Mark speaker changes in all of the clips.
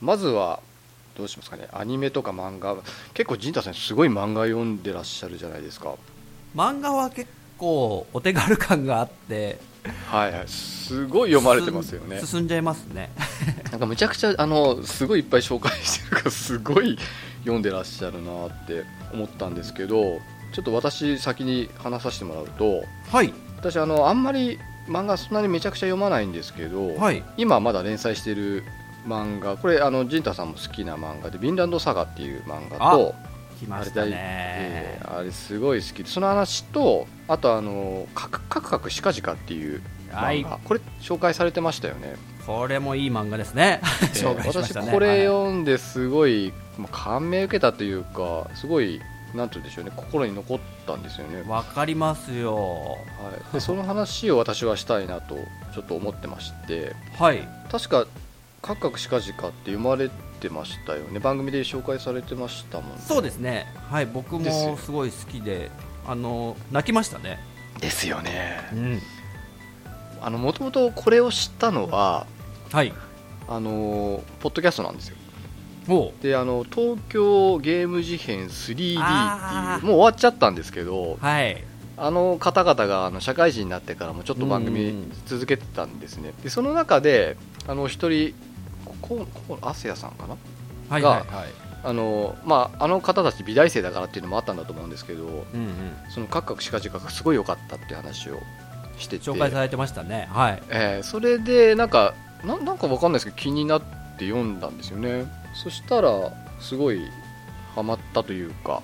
Speaker 1: まずはどうしますかねアニメとか漫画結構陣太さんすごい漫画読んでらっしゃるじゃないですか
Speaker 2: 漫画は結構お手軽感があって
Speaker 1: はいはいすごい読まれてますよね
Speaker 2: 進ん進んじゃいますね
Speaker 1: なんかむちゃくちゃあのすごいいっぱい紹介してるからすごい読んでらっしゃるなって思ったんですけどちょっと私先に話させてもらうと
Speaker 2: はい
Speaker 1: 私あのあんまり漫画そんなにめちゃくちゃ読まないんですけど、
Speaker 2: はい
Speaker 1: 今まだ連載してる漫画これあの陣太さんも好きな漫画で「ビンランドサガ」っていう漫画と
Speaker 2: 来ました
Speaker 1: あれ大
Speaker 2: ね
Speaker 1: えーあれすごい好きでその話とあとあの「カクカクカクシカジカ」っていう
Speaker 2: はい
Speaker 1: 漫画、これ紹介されてましたよ ね
Speaker 2: これもいい漫画ですね紹 介しましたね
Speaker 1: 私これ読んですごい、まあ感銘受けたというかすごいなんて言うんでしょうね心に残ったんですよね、は
Speaker 2: わかりますよ
Speaker 1: い、でその話を私はしたいなとちょっと思ってまして
Speaker 2: はい
Speaker 1: 確か「カクカクシカジカ」って読まれてましたよね番組で紹介されてましたもんね
Speaker 2: そうですねはい僕
Speaker 1: ですよ
Speaker 2: もすごい好きであの泣きましたね
Speaker 1: ですよね
Speaker 2: うん
Speaker 1: あのもともとこれを知ったのは
Speaker 2: はい
Speaker 1: あのポッドキャストなんですよ
Speaker 2: おう
Speaker 1: であの東京ゲーム事変 3D
Speaker 2: あ
Speaker 1: ってい
Speaker 2: ー
Speaker 1: うもう終わっちゃったんですけど
Speaker 2: はい
Speaker 1: あの方々があの社会人になってからもちょっと番
Speaker 2: う
Speaker 1: 組
Speaker 2: ん
Speaker 1: 続けてたんですねでその中であの一人こここアスヤさんかな
Speaker 2: はい
Speaker 1: が
Speaker 2: はいはい
Speaker 1: あの,、まあ、あの方たち美大生だからっていうのもあったんだと思うんですけど
Speaker 2: うんうん
Speaker 1: そのカクカクシカジカがすごい良かったっていう話をしてて
Speaker 2: 紹介されてましたねはい
Speaker 1: えーそれでなんかななんかわかんないですけど気になって読んだんですよねそしたらすごいハマったというか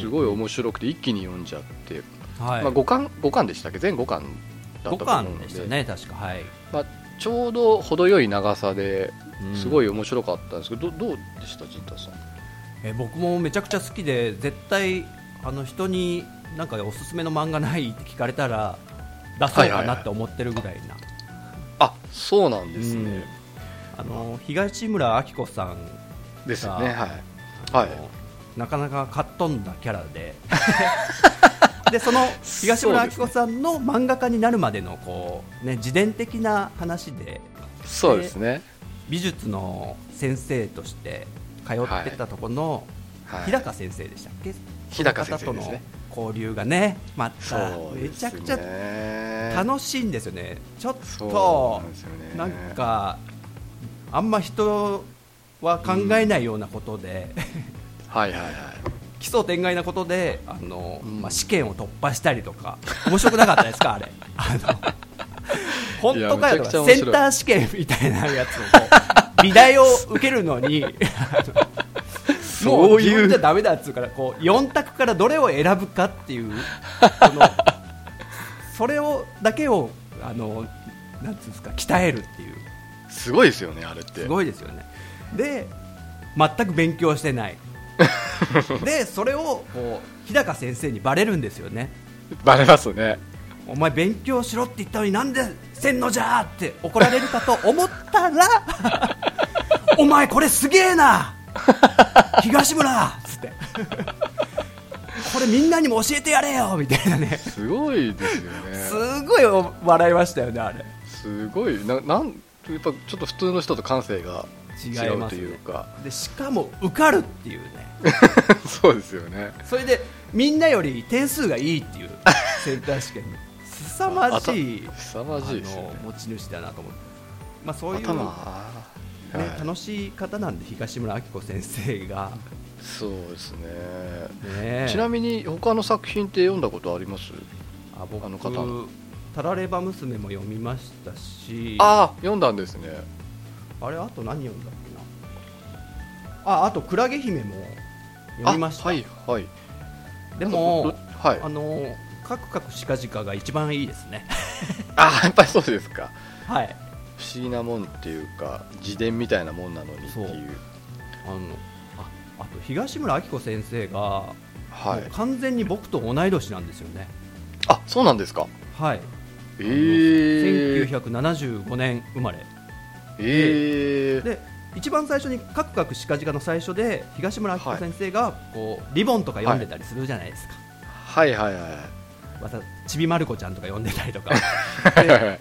Speaker 1: すごい面白くて一気に読んじゃって、
Speaker 2: はい
Speaker 1: まあ、5巻5巻でしたっけ全5巻だった
Speaker 2: 五
Speaker 1: と思うの
Speaker 2: 巻
Speaker 1: で
Speaker 2: でしたね確かはい
Speaker 1: ちょうど程よい長さで
Speaker 2: うん
Speaker 1: すごい面白かったんですけど、どどうでした陣太さん
Speaker 2: え僕もめちゃくちゃ好きで絶対あの人になんかおすすめの漫画ないって聞かれたら出そうかなって思ってるぐらいな
Speaker 1: あそうなんですね、
Speaker 2: あの東村明子さん
Speaker 1: ですよねはい
Speaker 2: あの
Speaker 1: はい
Speaker 2: なかなかかっ飛んだキャラ ででその東村明子さんの漫画家になるまでのこう、ね、自伝的な話で
Speaker 1: そうですね、
Speaker 2: 美術の先生として通ってたとこの
Speaker 1: はい
Speaker 2: 日高先生でしたっけ、
Speaker 1: 日高先生ですね
Speaker 2: その方との交流がねまた
Speaker 1: そう
Speaker 2: め
Speaker 1: です
Speaker 2: ちゃ
Speaker 1: ね
Speaker 2: くちゃ楽しいんですよねちょっ
Speaker 1: そう
Speaker 2: と
Speaker 1: なんですよね
Speaker 2: なんかあんま人は考えないようなことで、
Speaker 1: はいはいはい
Speaker 2: 奇想天外なことであの、
Speaker 1: うん
Speaker 2: まあ、試験を突破したりとか面白くなかったですかあれあの本当か
Speaker 1: いやめ
Speaker 2: よと
Speaker 1: ちゃくちゃ
Speaker 2: か
Speaker 1: 面白
Speaker 2: セ
Speaker 1: い
Speaker 2: ンター試験みたいなやつをこう美大を受けるのにあのも
Speaker 1: そう
Speaker 2: 自
Speaker 1: い
Speaker 2: 分じゃ
Speaker 1: う
Speaker 2: ダメだっつうからこう4択からどれを選ぶかっていうそのそれをだけをあのなんつうんですか鍛えるっていう
Speaker 1: すごいですよねあれって
Speaker 2: すごいですよねで全く勉強してないでそれをこう日高先生にバレるんですよね
Speaker 1: バレますね
Speaker 2: お前勉強しろって言ったのになんでせんのじゃーって怒られるかと思ったらお前これすげえな東村っつってこれみんなにも教えてやれよみたいなね
Speaker 1: すごいですよね
Speaker 2: すごい笑いましたよねあれ
Speaker 1: すごいななんやっぱちょっと普通の人と感性が違
Speaker 2: 違いうま
Speaker 1: と
Speaker 2: すね
Speaker 1: いうか、
Speaker 2: でしかも受かるっていうね
Speaker 1: そうですよね
Speaker 2: それでみんなより点数がいいっていうセンター試験の凄まじい
Speaker 1: あた凄まじいですよね
Speaker 2: あの持ち主だなと思って、まあ、そういう、ね
Speaker 1: 頭は
Speaker 2: 楽しい方なんで東村明子先生が、
Speaker 1: い、そうですね、
Speaker 2: ね、
Speaker 1: ちな
Speaker 2: み
Speaker 1: みに他の作品って読んだことあります
Speaker 2: にあ僕
Speaker 1: あの方の
Speaker 2: タラレバ娘も読みましたし
Speaker 1: ああ読んだんですね
Speaker 2: あれあと何読んだっけなああとクラゲ姫も読みました、
Speaker 1: あはいはい
Speaker 2: でも
Speaker 1: なんかどはい
Speaker 2: あのカクカクシカジカが一番いいですね
Speaker 1: あやっぱりそうですか
Speaker 2: はい
Speaker 1: 不思議なもんっていうか自伝みたいなもんなのにっていう
Speaker 2: そうあのああと東村明子先生が、
Speaker 1: はい
Speaker 2: もう完全に僕と同い年なんですよね
Speaker 1: あそうなんですか
Speaker 2: はい、
Speaker 1: ええー、
Speaker 2: 1975年生まれ
Speaker 1: えー、
Speaker 2: で一番最初にカクカクシカジカの最初で東村明子先生がこうリボンとか読んでたりするじゃないですか、
Speaker 1: はいはいはい
Speaker 2: またちびまる子ちゃんとか読んでたり とか
Speaker 1: はいはいはい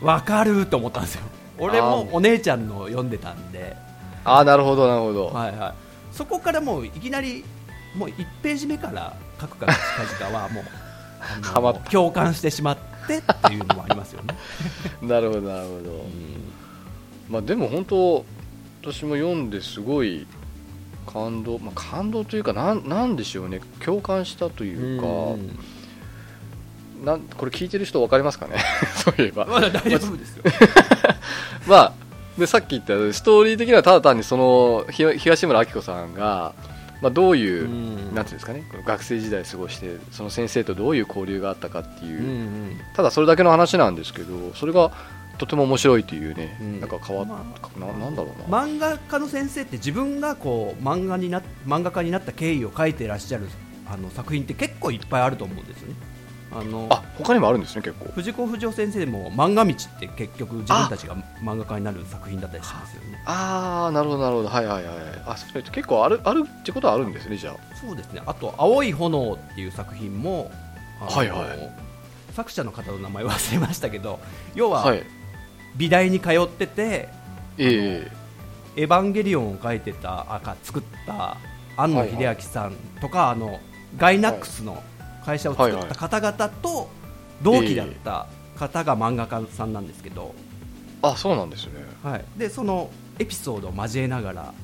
Speaker 2: わかると思ったんですよ俺
Speaker 1: あー
Speaker 2: も
Speaker 1: もう
Speaker 2: お姉ちゃんの読んでたんで
Speaker 1: ああなるほどなるほど、
Speaker 2: はいはい、そこからもういきなりもう1ページ目からカクカク近々はもうあの
Speaker 1: ハマった
Speaker 2: 共感してしまってっていうのもありますよね。
Speaker 1: なるほどなるほど、まあでも本当私も読んですごい感動、まあ、感動というかなんなんでしょうね共感したというか、
Speaker 2: うん
Speaker 1: なんこれ聞いてる人分かりますかね そういえば
Speaker 2: まだ大丈夫ですよ。
Speaker 1: まあでさっき言ったストーリー的にはただ単にそのひ東村明子さんが、まあ、どういう、
Speaker 2: うん
Speaker 1: なんていうんですかねこの学生時代過ごしてその先生とどういう交流があったかっていうう、
Speaker 2: ん
Speaker 1: ただそれだけの話なんですけどそれがとても面白いというね、
Speaker 2: うん
Speaker 1: なんか変わっ、
Speaker 2: ま
Speaker 1: ななんだろうな、
Speaker 2: 漫画家の先生って自分がこう漫画にな漫画家になった経緯を書いていらっしゃるあの作品って結構いっぱいあると思うんですよね。あの
Speaker 1: あ他にもあるんですね結構
Speaker 2: 藤子不二雄先生も「漫画道」って結局自分たちが漫画家になる作品だったりしますよね
Speaker 1: ああなるほどなるほどはいはいはいあそれ結構あるあるってことはあるんですねじゃあ
Speaker 2: そうですねあと「青い炎」っていう作品もあの
Speaker 1: はいはい
Speaker 2: 作者の方の名前忘れましたけど要は
Speaker 1: はい
Speaker 2: 美大に通ってて
Speaker 1: ええ
Speaker 2: 「エヴァンゲリオン」を書いてたあか作った庵野秀明さんとか、あのガイナックスの会社を作った方々と同期だった方が漫画家さんなんですけど、
Speaker 1: あそうなんですね
Speaker 2: はい、でそのエピソードを交えながら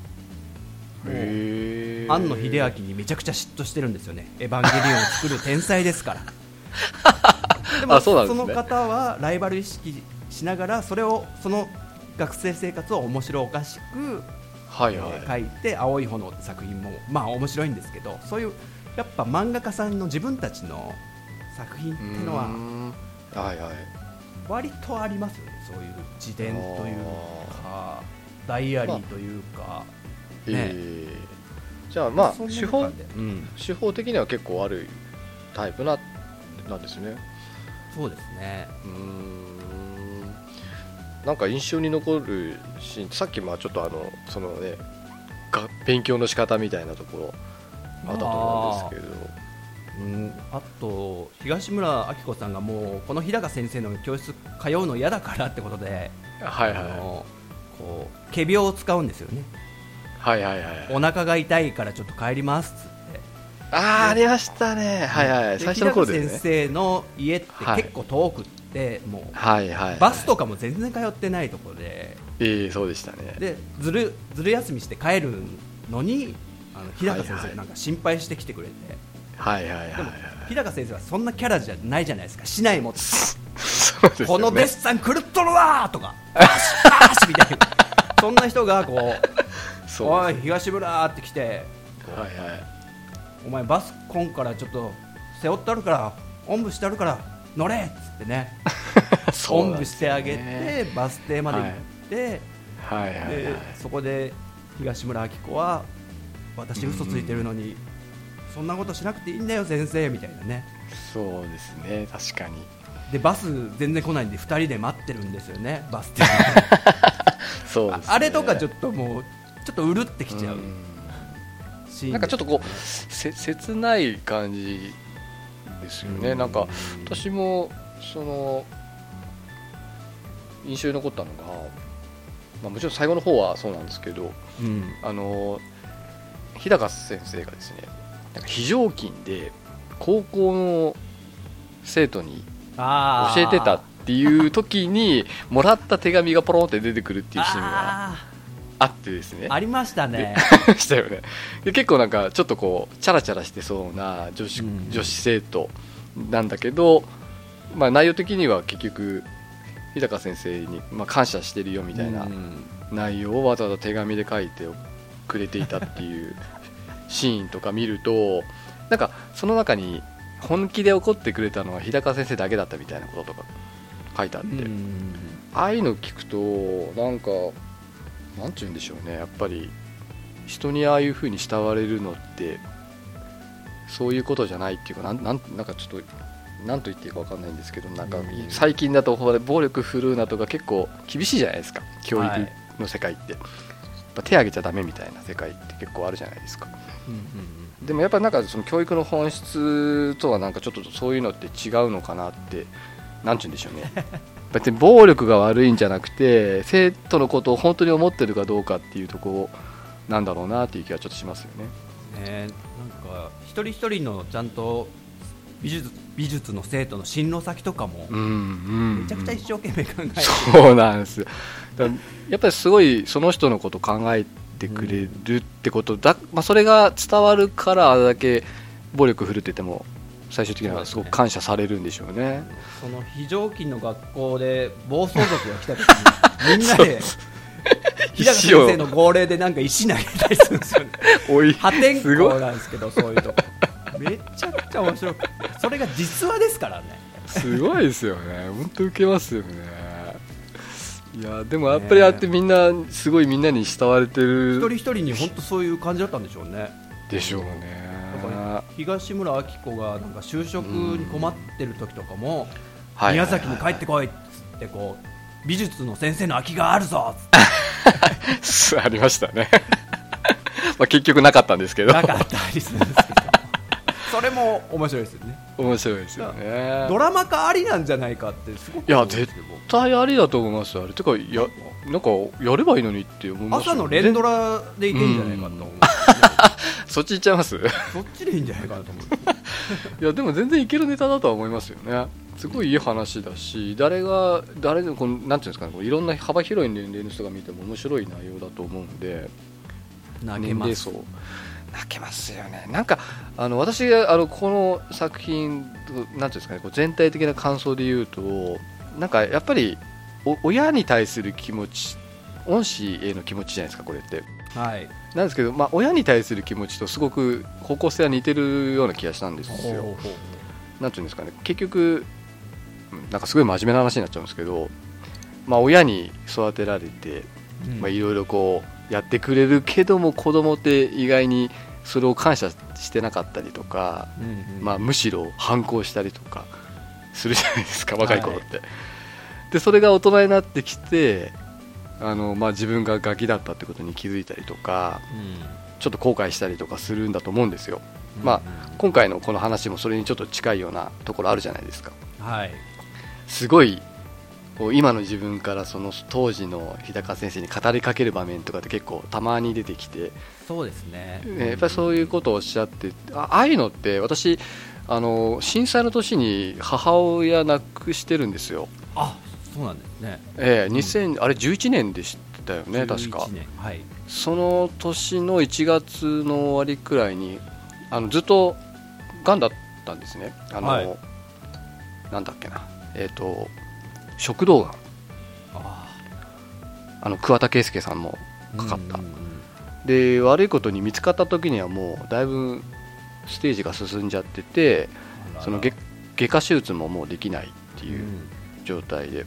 Speaker 1: へえ
Speaker 2: 庵野秀明にめちゃくちゃ嫉妬してるんですよね「エヴァンゲリオン」を作る天才で すからでも
Speaker 1: あそう
Speaker 2: そ
Speaker 1: なんですね
Speaker 2: の方はライバル意識しながらそれをその学生生活を面白おかしく
Speaker 1: はい
Speaker 2: え
Speaker 1: はい、
Speaker 2: ー書いて「青い炎」って作品もまあ面白いんですけどそういうやっぱ漫画家さんの自分たちの作品っ
Speaker 1: う
Speaker 2: て
Speaker 1: ーん
Speaker 2: いうのは
Speaker 1: はいはい
Speaker 2: 割とありますよねそういう自伝というかダイアリーというか、
Speaker 1: ええじゃあまあ
Speaker 2: そんな
Speaker 1: 手法
Speaker 2: 中でうん
Speaker 1: 手法的には結構あるタイプななんですね
Speaker 2: そうですね
Speaker 1: うーんなんか印象に残るシーンさっきまあちょっとあのそのねが勉強の仕方みたいなところあったと思うんですけど
Speaker 2: うん、あと東村明子さんがもうこの日高先生の教室通うの嫌だからってことで、
Speaker 1: はい
Speaker 2: あ
Speaker 1: は
Speaker 2: のこう仮病を使うんですよね
Speaker 1: いはいはいはい
Speaker 2: お腹が痛いからちょっと帰りますっつって
Speaker 1: ああーありましたねはいはい
Speaker 2: で
Speaker 1: 最初の頃で
Speaker 2: 日高先
Speaker 1: すね
Speaker 2: 生の家って
Speaker 1: はい
Speaker 2: 結構遠くって、も
Speaker 1: はいはいう
Speaker 2: バスとかも全然通ってないところで
Speaker 1: ええそうでしたね
Speaker 2: でずるずる休みして帰るのにあの日高先
Speaker 1: はいは
Speaker 2: 生
Speaker 1: い
Speaker 2: なんか心配してきてくれて、
Speaker 1: はいはいはいはい
Speaker 2: 日高先生はそんなキャラじゃないじゃないですか市内も
Speaker 1: そうですよね
Speaker 2: このデッサン狂っとるわー とか、パシパシみたいな、そんな人がこう、
Speaker 1: そう
Speaker 2: お
Speaker 1: はい
Speaker 2: い、東村ーって来て、
Speaker 1: はい
Speaker 2: お前、バスコンからちょっと背負ってあるから、おんぶしてあるから、乗れっつってね、
Speaker 1: そ
Speaker 2: お
Speaker 1: うんなん
Speaker 2: ぶ
Speaker 1: で
Speaker 2: し
Speaker 1: す
Speaker 2: て
Speaker 1: よ
Speaker 2: あ
Speaker 1: ね
Speaker 2: げて、バス停まで行って、
Speaker 1: はいはいはい
Speaker 2: でそこで東村明子は、私、嘘ついてるのに、そんなことしなくていいんだよ、先生みたいなね。
Speaker 1: そうですね確かに
Speaker 2: でバス全然来ないんで2人で待ってるんですよね、バス停
Speaker 1: そうですね
Speaker 2: あれとかちょっともうちょっとうるってきちゃうシーン
Speaker 1: なんかちょっとこうせ切ない感じですよねなんか私もその印象に残ったのが、まあ、もちろん最後の方はそうなんですけど
Speaker 2: うん
Speaker 1: あの日高先生がですねなんか非常勤で高校の生徒に
Speaker 2: あ
Speaker 1: 教えてたっていう時にもらった手紙がポロンって出てくるっていうシーンが
Speaker 2: あ
Speaker 1: あってですね
Speaker 2: ーありましたね
Speaker 1: したよねで結構なんかちょっとこうチャラチャラしてそうな女子,、
Speaker 2: うん
Speaker 1: 女子生徒なんだけど、まあ、内容的には結局日高先生に、まあ、感謝してるよみたいな
Speaker 2: うん
Speaker 1: 内容をわざわざ手紙で書いてくれていたっていう シーンとか見るとなんかその中に本気で怒ってくれたのは日高先生だけだったみたいなこととか書いてあって、
Speaker 2: うん
Speaker 1: ああいうの聞くとなんかなんて言うんでしょうねやっぱり人にああいう風に慕われるのってそういうことじゃないっていうかなんなんなんかちょっと何と言っていいか分かんないんですけどなんか
Speaker 2: うん
Speaker 1: 最近だとほら暴力振るうなとか結構厳しいじゃないですか教育
Speaker 2: はい
Speaker 1: の世界って、やっぱ手挙げちゃダメみたいな世界って結構あるじゃないですかでもやっぱなんかその教育の本質とはなんかちょっとそういうのって違うのかなってなんて言うんでしょうね 別に暴力が悪いんじゃなくて生徒のことを本当に思ってるかどうかっていうとこなんだろうなっていう気はちょっとしますよね。
Speaker 2: ね、なんか一人一人のちゃんと美術美術の生徒の進路先とかも
Speaker 1: うんうんうん
Speaker 2: めちゃくちゃ一生懸命考えて、
Speaker 1: そうなんですよだからやっぱりすごいその人のこと考えてくれるってことだ、まあ、それが伝わるからあれだけ暴力振るってても最終的にはすごく感謝されるんでしょうね
Speaker 2: その非常勤の学校で暴走族が来た時にみんなで日高先
Speaker 1: 石を
Speaker 2: 生の号令でなんか石投げたりする んですよね
Speaker 1: おい
Speaker 2: 破天
Speaker 1: すご
Speaker 2: 荒
Speaker 1: い
Speaker 2: なんですけどそういうとこめちゃくちゃ面白くてそれが実話ですからね
Speaker 1: すごいですよね本当受けますよねいやでもやっぱりああやってみんなすごいみんなに慕われて
Speaker 2: 一人
Speaker 1: る
Speaker 2: 一人に本当そういう感じだったんでしょうね
Speaker 1: でしょうね
Speaker 2: だから東村明子がなんか就職に困ってる時とかも、
Speaker 1: はい
Speaker 2: 宮崎に帰ってこいっつってこう美術の先生の空きがあるぞっつっ て
Speaker 1: ありましたねまあ結局なかったんですけど
Speaker 2: なんかあったりするんですけど それも面白いですよね
Speaker 1: 面白いですよね
Speaker 2: ドラマ化ありなんじゃないかってすごく
Speaker 1: いや
Speaker 2: 思うんで
Speaker 1: 絶
Speaker 2: すけど
Speaker 1: 対ありだと思いますよあれてかいやなんかやればいいのにって思いますよ
Speaker 2: 朝
Speaker 1: ね
Speaker 2: の連ドラでいけんじゃないかと思うんですよね
Speaker 1: そっち行っちゃいますい
Speaker 2: そっちでいいんじゃないかなと思うん ですよ
Speaker 1: やでも全然いけるネタだとは思いますよねすごいいい話だし誰が誰のこのなんていうんですかねこういろんな幅広い年齢の人が見ても面白い内容だと思うんで
Speaker 2: 投げ
Speaker 1: 年
Speaker 2: ま
Speaker 1: 齢
Speaker 2: す
Speaker 1: 層泣けますよねなんかあの私があのこの作品なんていうんですかねこう全体的な感想で言うとなんかやっぱりお親に対する気持ち恩師への気持ちじゃないですかこれって
Speaker 2: はい
Speaker 1: なんですけど、まあ、親に対する気持ちとすごく方向性は似てるような気がしたんです
Speaker 2: ほう
Speaker 1: よ。
Speaker 2: ほう
Speaker 1: なんていうんですかね結局うんなんかすごい真面目な話になっちゃうんですけど、まあ、親に育てられて
Speaker 2: うん
Speaker 1: まあいろいろこうやってくれるけども子供って意外にそれを感謝してなかったりとか、
Speaker 2: うんうん
Speaker 1: まあ、むしろ反抗したりとかするじゃないです か若い頃って。でそれが大人になってきてあの、まあ、自分がガキだったってことに気づいたりとか。ちょっと後悔したりとかするんだと思うんですよ
Speaker 2: うん
Speaker 1: ま今回のこの話もそれにちょっと近いようなところあるじゃないですか
Speaker 2: はい
Speaker 1: すごいこう今の自分からその当時の日高先生に語りかける場面とかって結構たまに出てきて、
Speaker 2: そうですね
Speaker 1: ね、やっぱりそういうことをおっしゃってあああいうのって私あの震災の年に母親亡くしてるんですよ、
Speaker 2: あそうなんですね
Speaker 1: ええ2000あれ11年でしたよね確か
Speaker 2: 11年はい
Speaker 1: その年の1月の終わりくらいにあのずっとがんだったんですねあの、
Speaker 2: はい
Speaker 1: なんだっけなえっ、と食道がん
Speaker 2: あ
Speaker 1: あの桑田佳祐さんも
Speaker 2: ー
Speaker 1: かかった
Speaker 2: うんうんうん
Speaker 1: で悪いことに見つかった時にはもうだいぶステージが進んじゃってて
Speaker 2: あら
Speaker 1: その外外科手術ももうできないっていううん状態で、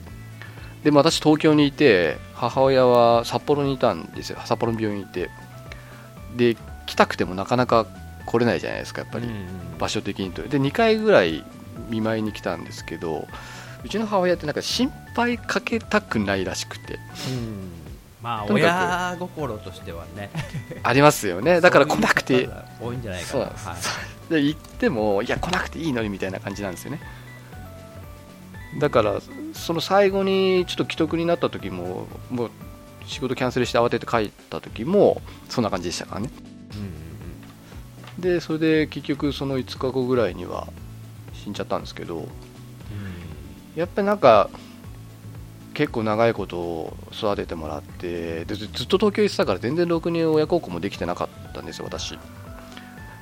Speaker 1: でまあ私東京にいて母親は札幌にいたんですよ札幌の病院にいてで来たくてもなかなか来れないじゃないですかやっぱり場
Speaker 2: 所
Speaker 1: 所的にとで2回ぐらい見舞いに来たんですけどうちの母親ってなんか心配かけたくないらしくて
Speaker 2: まあ
Speaker 1: とにかく
Speaker 2: 親心としてはね
Speaker 1: ありますよ ねだから来なく
Speaker 2: そうい
Speaker 1: て
Speaker 2: う方が多いんじゃないか
Speaker 1: そう
Speaker 2: な
Speaker 1: なんです、
Speaker 2: はい
Speaker 1: で行ってもいや来なくていいのにみたいな感じなんですよねだからその最後にちょっと既得になった時ももう仕事キャンセルして慌てて帰った時もそんな感じでしたからね
Speaker 2: うんうん
Speaker 1: でそれで結局その5日後ぐらいには死んじゃったんですけどやっぱりなんか結構長いこと育ててもらってでずずっと東京行ってたから全然ろくに親孝行もできてなかったんですよ私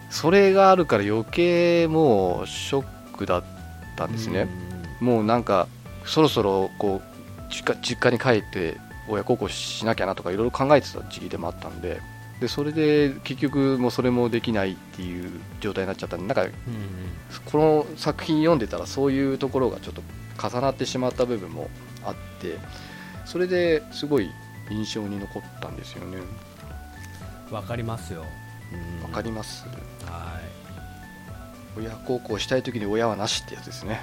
Speaker 1: それがあるから余計もうショックだった
Speaker 2: うん
Speaker 1: んですね、もうなんかそろそろこう実家実家に帰って親孝行しなきゃなとかいろいろ考えてた時期でもあったんででそれで結局もうそれもできないっていう状態になっちゃったんでなんか
Speaker 2: うんうん
Speaker 1: この作品読んでたらそういうところがちょっと重なってしまった部分もあってそれですごい印象に残ったんですよね
Speaker 2: うんわかりますよ
Speaker 1: わかり
Speaker 2: ま
Speaker 1: ます
Speaker 2: すはい
Speaker 1: 親孝行したい時に親はなしってやつですね、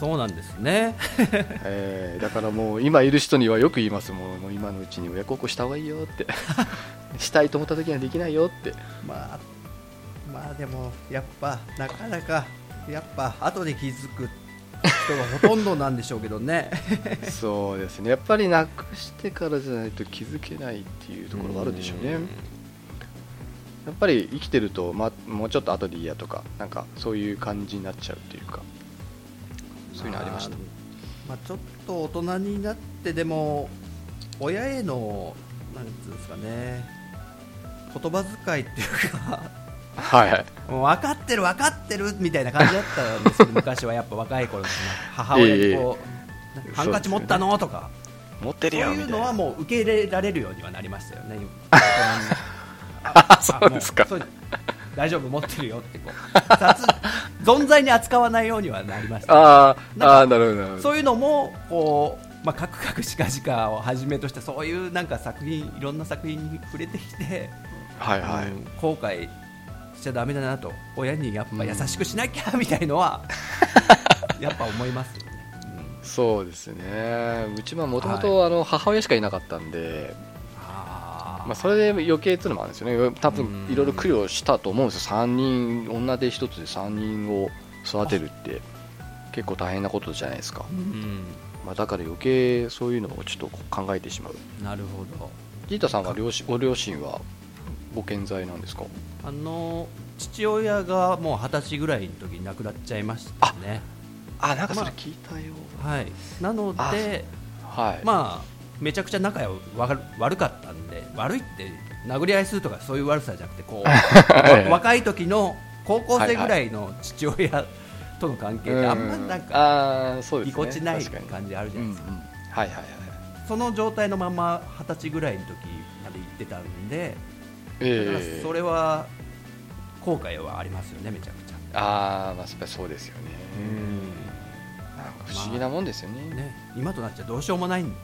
Speaker 2: そうなんですね
Speaker 1: えーだからもう今いる人にはよく言いますもんもう今のうちに親孝行した方がいいよってしたいと思った時にはできないよって
Speaker 2: まあまあでもやっぱなかなかやっぱ後で気づく人がほとんどなんでしょうけどね
Speaker 1: そうですねやっぱりなくしてからじゃないと気づけないっていうところがあるんでしょうね
Speaker 2: ん
Speaker 1: やっぱり生きてると、ま、もうちょっと後でいいやとかなんかそういう感じになっちゃうっていうかそういうのありました
Speaker 2: まあ、まあちょっと大人になってでも親へのなんつうんですかね言葉遣いっていうか
Speaker 1: はいはい
Speaker 2: もう分かってる分かってるみたいな感じだったんですけど昔はやっぱ若い 頃ですね母親にこう、
Speaker 1: えええ
Speaker 2: ハンカチ持ったの、とか
Speaker 1: 持って
Speaker 2: そ
Speaker 1: る
Speaker 2: う
Speaker 1: よみ
Speaker 2: い
Speaker 1: た
Speaker 2: う
Speaker 1: い
Speaker 2: のは
Speaker 1: な
Speaker 2: もう受け入れられるようにはなりましたよね今
Speaker 1: あそうですか
Speaker 2: あもうそう大丈夫持ってるよってこう雑存在に扱わないようにはなりました
Speaker 1: あー
Speaker 2: な
Speaker 1: あーなるほどなるほど
Speaker 2: そういうのもこう、まあ、カクカクしかじかをはじめとしてそういうなんか作品いろんな作品に触れてきて、
Speaker 1: はいはい、
Speaker 2: うん後悔しちゃだめだなと親にやっぱ優しくしなきゃみたい のは、やっぱ思いますよね、うん
Speaker 1: そうですねうちももとも
Speaker 2: は
Speaker 1: とあの母親しかいなかったんで、
Speaker 2: あー
Speaker 1: まあ、それで余計っていうのもあるんですよね多分
Speaker 2: うん
Speaker 1: いろいろ苦慮したと思うんですよ3人女手一つで3人を育てるって結構大変なことじゃないですか、
Speaker 2: うん
Speaker 1: まあ、だから余計そういうのをちょっと考えてしまう
Speaker 2: なるほど
Speaker 1: ギータさんは両親ご両親はご健在なんですか
Speaker 2: あの父親がもう二十歳ぐらいの時に亡くなっちゃいましたね
Speaker 1: あなん
Speaker 2: かそれ
Speaker 1: 聞いたよ、
Speaker 2: はいなの
Speaker 1: あ
Speaker 2: で
Speaker 1: はい、
Speaker 2: まあめちゃくちゃ仲が悪悪かったんで悪いって殴り合いするとかそういう悪さじゃなくてこう
Speaker 1: はい
Speaker 2: わ若い時の高校生ぐらいの父親との関係ってあんまりなんか
Speaker 1: かそうで
Speaker 2: ぎ
Speaker 1: すね
Speaker 2: こちない
Speaker 1: 確かに
Speaker 2: 感じあるじゃ
Speaker 1: う
Speaker 2: なん
Speaker 1: うん
Speaker 2: いですか
Speaker 1: はいはいはい
Speaker 2: その状態のまま二十歳ぐらいの時まで行ってたんでだから
Speaker 1: ええ
Speaker 2: それは後悔はありますよねめちゃくちゃ
Speaker 1: ああまあやっぱりそうですよねなんか不思議なもんですよね,、
Speaker 2: ね今となっちゃどうしようもないんでね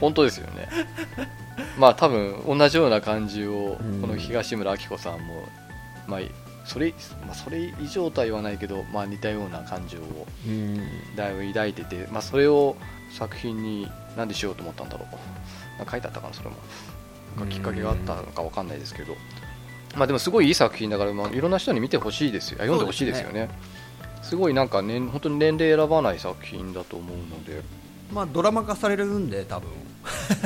Speaker 1: 本当ですよねまあ多分同じような感じを
Speaker 2: うん
Speaker 1: この東村明子さんも、まあそれまあ、それ以上とは言わないけど、まあ、似た ような感情をだいぶ抱いてて、まあ、それを作品に何でしようと思ったんだろうなんか書いてあったかなそれもなんかきっかけがあったのかわかんないですけど、まあ、でもすごいいい作品だから、まあ、いろんな人に見てほしいですよあ読んでほしいですよねすごいなんか、ね、本当に年齢選ばない作品だと思うので
Speaker 2: まあドラマ化されるんで多分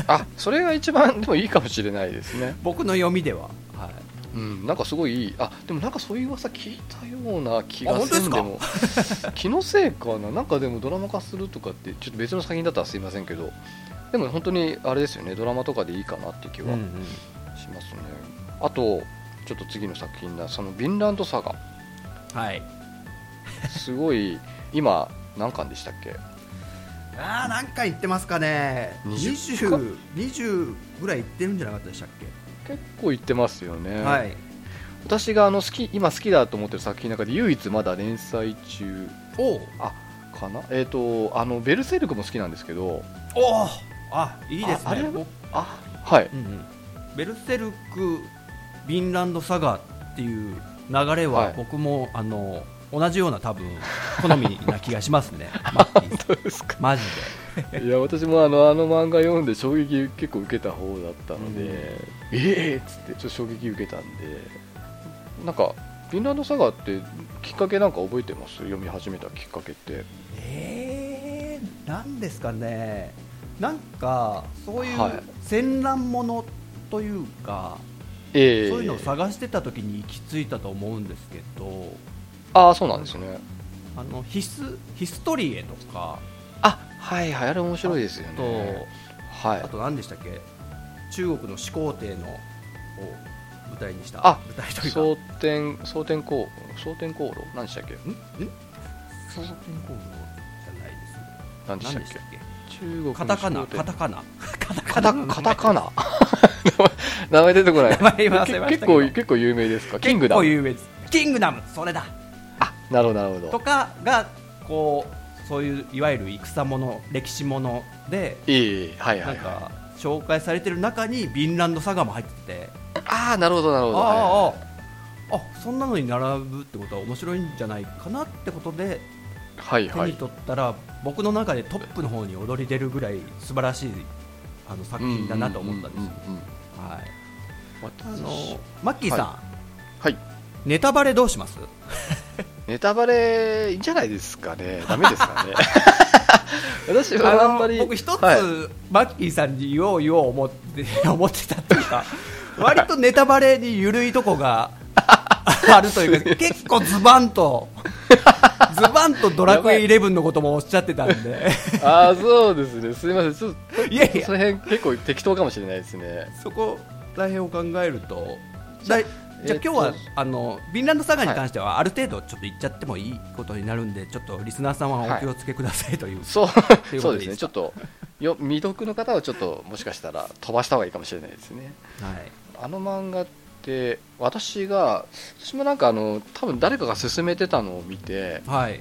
Speaker 1: あそれが一番でもいいかもしれないですね、
Speaker 2: 僕の読みでははい
Speaker 1: うん、なんかすごいいいあでもなんかそういう噂聞いたような気
Speaker 2: あ
Speaker 1: が
Speaker 2: 本当
Speaker 1: す
Speaker 2: で
Speaker 1: る
Speaker 2: す
Speaker 1: ん
Speaker 2: か
Speaker 1: でも 気のせいかななんかでもドラマ化するとかってちょっと別の作品だったらすいませんけどでも本当にあれですよねドラマとかでいいかなって気はしますね、あとちょっと次の作品だそのヴィンランドサガ
Speaker 2: はい
Speaker 1: すごい今何巻でしたっけ
Speaker 2: ああ何回言ってますかね
Speaker 1: 20か
Speaker 2: 20, 20ぐらい言ってるんじゃなかったでしたっけ、
Speaker 1: 結構言ってますよね、
Speaker 2: はい
Speaker 1: 私があの好き今好きだと思ってる作品の中で唯一まだ連載中
Speaker 2: おう
Speaker 1: かなえっ、とあの「ベルセルク」も好きなんですけど
Speaker 2: おうあいいですね
Speaker 1: ああれ
Speaker 2: 僕
Speaker 1: あはい
Speaker 2: うんうんベルセルクヴィンランドサガっていう流れ
Speaker 1: は
Speaker 2: はい僕も、あの同じような多分好みな気がします ねマッキーさん
Speaker 1: どうですか
Speaker 2: マジで
Speaker 1: いや私もあのあの漫画読んで衝撃結構受けた方だったので、
Speaker 2: うん
Speaker 1: ええーっつってちょっと衝撃受けたんでなんか「ヴィンランドサガ」ってきっかけなんか覚えてます読み始めたきっかけって
Speaker 2: えー、なんですかね、なんかそういう
Speaker 1: はい
Speaker 2: 戦乱ものというか、
Speaker 1: ええ
Speaker 2: そういうのを探してた時に行き着いたと思うんですけど、
Speaker 1: ああそうなんですね
Speaker 2: あのヒスヒストリエとか、
Speaker 1: あはいはいあれ面白いですよ
Speaker 2: と
Speaker 1: ねはい
Speaker 2: あと何でしたっけ、中国の始皇帝のを舞台にした、
Speaker 1: あ
Speaker 2: 舞台というか、
Speaker 1: 蒼天蒼天航蒼天航路何でしたっけん
Speaker 2: 総天皇のじゃな
Speaker 1: 何
Speaker 2: いですね、
Speaker 1: でした
Speaker 2: 何
Speaker 1: っ
Speaker 2: でし
Speaker 1: け
Speaker 2: たっけ、
Speaker 1: 中国
Speaker 2: カタカナ、カ
Speaker 1: カ
Speaker 2: タカナ、カ
Speaker 1: カタカタカナ 名前出てこ ない
Speaker 2: 名前言わせましたけ
Speaker 1: 結
Speaker 2: ど
Speaker 1: 構結構有名ですかキング
Speaker 2: 結
Speaker 1: ダ
Speaker 2: 構
Speaker 1: ム
Speaker 2: 有名です、キングダム、それだ。
Speaker 1: あなるほどなるほど
Speaker 2: とかがこうそういういわゆる戦物歴史物で
Speaker 1: いいはいは
Speaker 2: なん
Speaker 1: い、はい、
Speaker 2: か紹介されてる中にヴィンランドサガも入ってて
Speaker 1: ああなるほどなるほ
Speaker 2: ああ
Speaker 1: どはい
Speaker 2: あああそんなのに並ぶってことは面白いんじゃないかなってことで
Speaker 1: はい
Speaker 2: 手
Speaker 1: は
Speaker 2: に
Speaker 1: い
Speaker 2: 取ったら僕の中でトップの方に躍り出るぐらい素晴らしいあの作品だなと思ったんですよ
Speaker 1: うんうんうんうん
Speaker 2: はい
Speaker 1: 私
Speaker 2: あのマッキーさん
Speaker 1: はい
Speaker 2: ネタバレどうします
Speaker 1: ネタバレいいんじゃないですか ね、ダメですかね。私はあんまり。
Speaker 2: 僕一つ、
Speaker 1: はい
Speaker 2: マッキーさんに言おう言おう思って思って たというか割とネタバレに緩いとこがあるというか結構ズバンとズバンとドラクエイレブンのこともおっしゃってたんで
Speaker 1: ああ、そうですね、すみません、ちょっと、
Speaker 2: いやいや
Speaker 1: その辺結構適当かもしれないですね。
Speaker 2: そこら辺を考えるとだいじ
Speaker 1: え
Speaker 2: ゃあ
Speaker 1: っと
Speaker 2: 今日は、あのビンランドサガに関してはある程度ちょっと言っちゃってもいいことになるんでちょっとリスナーさんはお気をつけくださいという、
Speaker 1: そう
Speaker 2: というこ
Speaker 1: そう
Speaker 2: と
Speaker 1: で
Speaker 2: で
Speaker 1: す
Speaker 2: いいで
Speaker 1: ね、
Speaker 2: す
Speaker 1: ちょ
Speaker 2: か
Speaker 1: っと、よ未読の方はちょっと、もしかしたら飛ばした方がいいかもしれないですね。
Speaker 2: はい
Speaker 1: あの漫画って、私が、私もなんか、あの、多分誰かが勧めてたのを見て、
Speaker 2: はい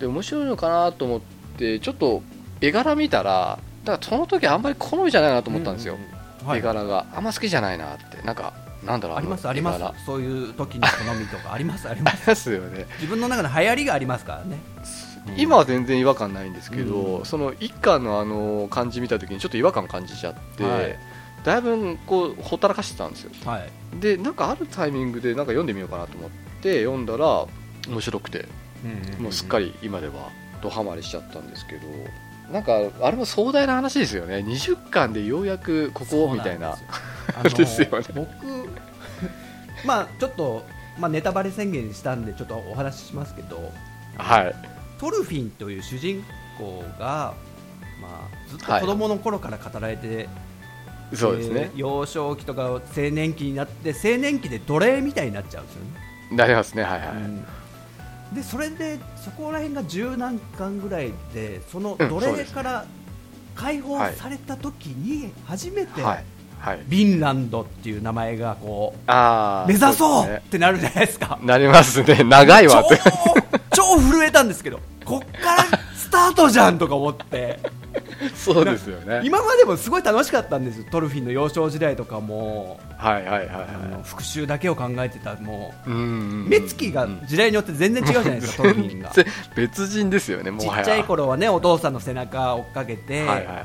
Speaker 1: で面白いのかなと思ってちょっと絵柄見たらだからその時あんまり好みじゃないなと思ったんですよ、
Speaker 2: うううんはい
Speaker 1: 絵柄があんま好きじゃないなってなんかなんだろう
Speaker 2: あります
Speaker 1: の
Speaker 2: あり
Speaker 1: 絵柄
Speaker 2: ますそういう時の好みとかありますありま
Speaker 1: あ
Speaker 2: す
Speaker 1: りますよね、
Speaker 2: 自分の中の流行りがありますからねうん
Speaker 1: 今は全然違和感ないんですけど、
Speaker 2: うん
Speaker 1: その一巻のあの感じ見た時にちょっと違和感感じちゃって、
Speaker 2: はい
Speaker 1: だいぶこうほったらかしてたんですよ
Speaker 2: はい
Speaker 1: でなんかあるタイミングでなんか読んでみようかなと思って読んだら面白くてもうすっか
Speaker 2: り
Speaker 1: り今ではドハマりしちゃったんですけどなんかあれも壮大な話ですよね20巻でようやくここみたいなです よね
Speaker 2: 僕 まあちょっとまあネタバレ宣言したんでちょっとお話ししますけど
Speaker 1: はい
Speaker 2: トルフィンという主人公がまあずっと子供の頃から語られて
Speaker 1: そうですね
Speaker 2: え、ー幼少期とか青年期になって青年期で奴隷みたいになっちゃうんですよね
Speaker 1: なりますねはいはい、
Speaker 2: でそれでそこら辺が十何巻ぐらいでその奴
Speaker 1: うんそう
Speaker 2: 隷
Speaker 1: です
Speaker 2: から解放された時に初めて
Speaker 1: はいはい
Speaker 2: ビンランドっていう名前がこ
Speaker 1: ああ
Speaker 2: う目指そう
Speaker 1: で
Speaker 2: っ
Speaker 1: すね
Speaker 2: てなるじゃないですか
Speaker 1: なりますね長 いわって
Speaker 2: 超超震えたんですけどこっからスタートじゃんとか思って
Speaker 1: そうですよね
Speaker 2: 今までもすごい楽しかったんですよトルフィンの幼少時代とかも
Speaker 1: はいはいはい
Speaker 2: あの
Speaker 1: は
Speaker 2: 復讐だけを考えてたも
Speaker 1: いうん
Speaker 2: う目つきが時代によって全然違うじゃないですかトルフィン が
Speaker 1: 全然別人ですよねも
Speaker 2: ち
Speaker 1: はや
Speaker 2: っちゃい頃はねお父さんの背中を追っかけて、
Speaker 1: はいはいはいは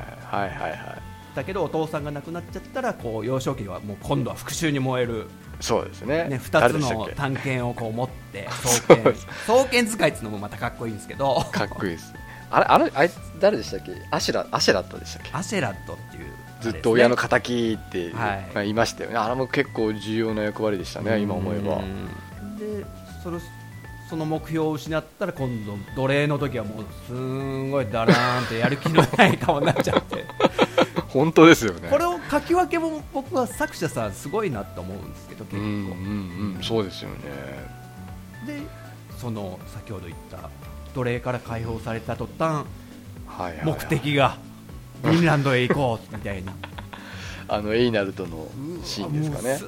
Speaker 1: いはい
Speaker 2: だけどお父さんが亡くなっちゃったらこう幼少期はもう今度は復讐に燃える、
Speaker 1: そうですね
Speaker 2: ね、
Speaker 1: 誰
Speaker 2: 2つ
Speaker 1: でしたっ
Speaker 2: の
Speaker 1: け
Speaker 2: 探検をこう持って
Speaker 1: そ
Speaker 2: 双
Speaker 1: うで
Speaker 2: 剣
Speaker 1: す
Speaker 2: 双剣使いっていうのもまたかっこいいんですけど
Speaker 1: かっこいいですあれあのあいつ誰でしたっけアシュラアシュラットでしたっけ
Speaker 2: アシェラットっていう、
Speaker 1: ずっと親の敵って
Speaker 2: はい
Speaker 1: 言いましたよね、あれも結構重要な役割でした
Speaker 2: あ
Speaker 1: ね、
Speaker 2: れですね
Speaker 1: 今思えば
Speaker 2: う。んでそのその目標を失ったら今度奴隷の時はもうすんごいだらーんってやる気のない顔になっちゃって
Speaker 1: 本当ですよね。
Speaker 2: これを書き分けも僕は作者さんすごいなと思うんですけど結
Speaker 1: う
Speaker 2: 構。
Speaker 1: んうんうん、そうですよね。
Speaker 2: でその先ほど言った奴隷から解放された途端
Speaker 1: はいはいはい
Speaker 2: 目的がフィンランドへ行こうみたいな
Speaker 1: あのエイナルトのシーンですかね。
Speaker 2: もうすっ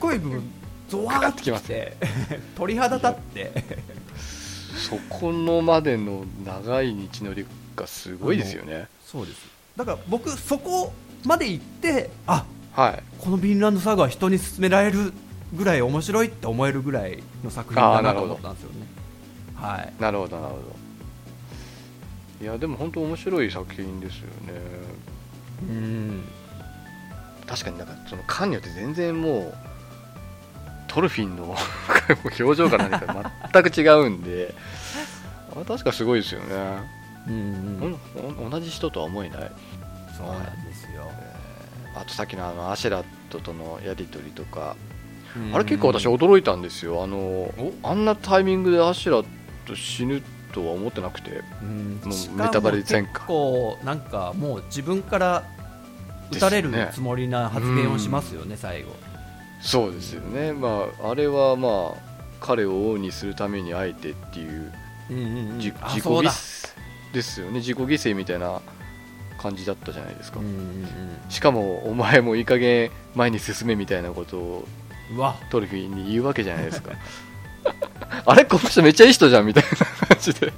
Speaker 2: ごいもうゾワーってきま
Speaker 1: かかって
Speaker 2: して鳥肌立って
Speaker 1: そこのまでの長い道のりがすごいですよね。
Speaker 2: そうですだから僕そこまで行ってあ
Speaker 1: はい。
Speaker 2: このフィンランドサガは人に勧められるぐらい面白いって思えるぐらいの作品だ
Speaker 1: あ
Speaker 2: な
Speaker 1: ーなる
Speaker 2: と
Speaker 1: ほど
Speaker 2: 思ったんですよねはい
Speaker 1: なるほどなるほど。いやでも本当面白い作品ですよね。
Speaker 2: うん
Speaker 1: 確かになんかその缶によって全然もうトルフィンの 表情か何か全く違うんで あれ確かすごいですよね、
Speaker 2: うん
Speaker 1: おんおん同じ人とは思えない
Speaker 2: そうなんですよ
Speaker 1: あとさっきのあのアシェラットとのやり取りとかあれ結構私驚いたんですよあのあんなタイミングでアシェラット死ぬとは思ってなくて
Speaker 2: うん
Speaker 1: もう
Speaker 2: しかも
Speaker 1: ネタバレ前科
Speaker 2: 結構なんかもう自分から打たれる
Speaker 1: ですよね
Speaker 2: つもりな発言をしますよね最後
Speaker 1: そうですよねまああれはまあ彼を王にするためにあえてっていうじ
Speaker 2: あ
Speaker 1: 自己
Speaker 2: そ
Speaker 1: 犠
Speaker 2: うだ
Speaker 1: 牲ですよね自己犠牲みたいな感じだったじゃないですか、
Speaker 2: うんうん
Speaker 1: しかもお前もいい加減前に進めみたいなことを
Speaker 2: うんうわ
Speaker 1: トルフィーに言うわけじゃないです かあれこの人めっちゃいい人じゃんみたいな感じで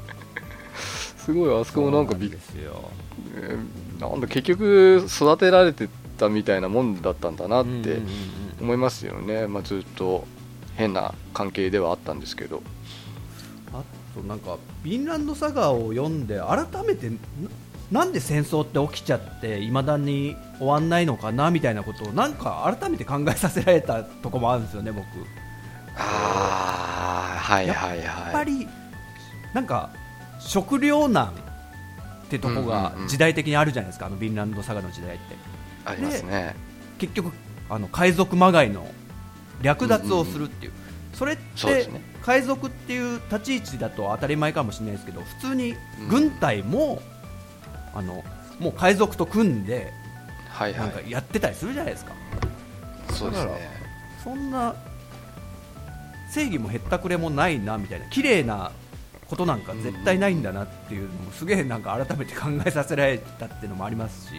Speaker 1: すごいあそこもなんかびっ
Speaker 2: そうですよ
Speaker 1: えーなんだ結局育てられてたみたいなもんだったんだなっ
Speaker 2: うんうん
Speaker 1: て
Speaker 2: うん
Speaker 1: 思いますよね、まあ、ずっと変な関係ではあったんですけど
Speaker 2: あとなんか「ヴィンランドサガ」を読んで改めてななんで戦争って起きちゃっていまだに終わんないのかなみたいなことをなんか改めて考えさせられたとこもあるんですよね僕
Speaker 1: ああはいはいはい
Speaker 2: やっぱりなんか食糧難ってとこが
Speaker 1: うんうんうん
Speaker 2: 時代的にあるじゃないですか、あのビンランドサガの時代って
Speaker 1: ありますね
Speaker 2: 結局あの海賊まがいの略奪をするっていう、それっ
Speaker 1: そうで
Speaker 2: て
Speaker 1: すね
Speaker 2: 海賊っていう立ち位置だと当たり前かもしれないですけど普通に
Speaker 1: うん
Speaker 2: 軍隊も、あのもう海賊と組んで
Speaker 1: はいは
Speaker 2: なんか
Speaker 1: い
Speaker 2: やってたりするじゃないですか、
Speaker 1: そうですね
Speaker 2: だからそんな正義もへったくれもないなみたいな綺麗なことなんか絶対ないんだなっていうのもすげえなんか改めて考えさせられたっていうのもありますし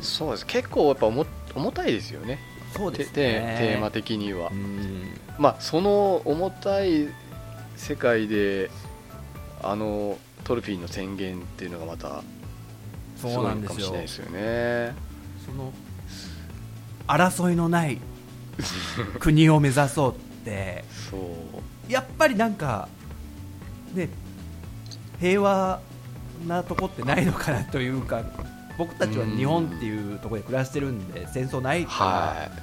Speaker 1: そうです結構やっぱ重重たいですよね
Speaker 2: そうで
Speaker 1: て
Speaker 2: すね
Speaker 1: テーマ的には
Speaker 2: うん
Speaker 1: まあその重たい世界であのトルフィーの宣言っていうのがまたす
Speaker 2: そう
Speaker 1: ご
Speaker 2: ないん
Speaker 1: の
Speaker 2: で
Speaker 1: かもしれ
Speaker 2: すよ
Speaker 1: ないですよね
Speaker 2: その争いのない国を目指そうって
Speaker 1: そう
Speaker 2: やっぱりなんかね平和なとこってないのかなというか僕たちは日本っていうところで暮らしてるんで戦争ないから、
Speaker 1: はい
Speaker 2: なんか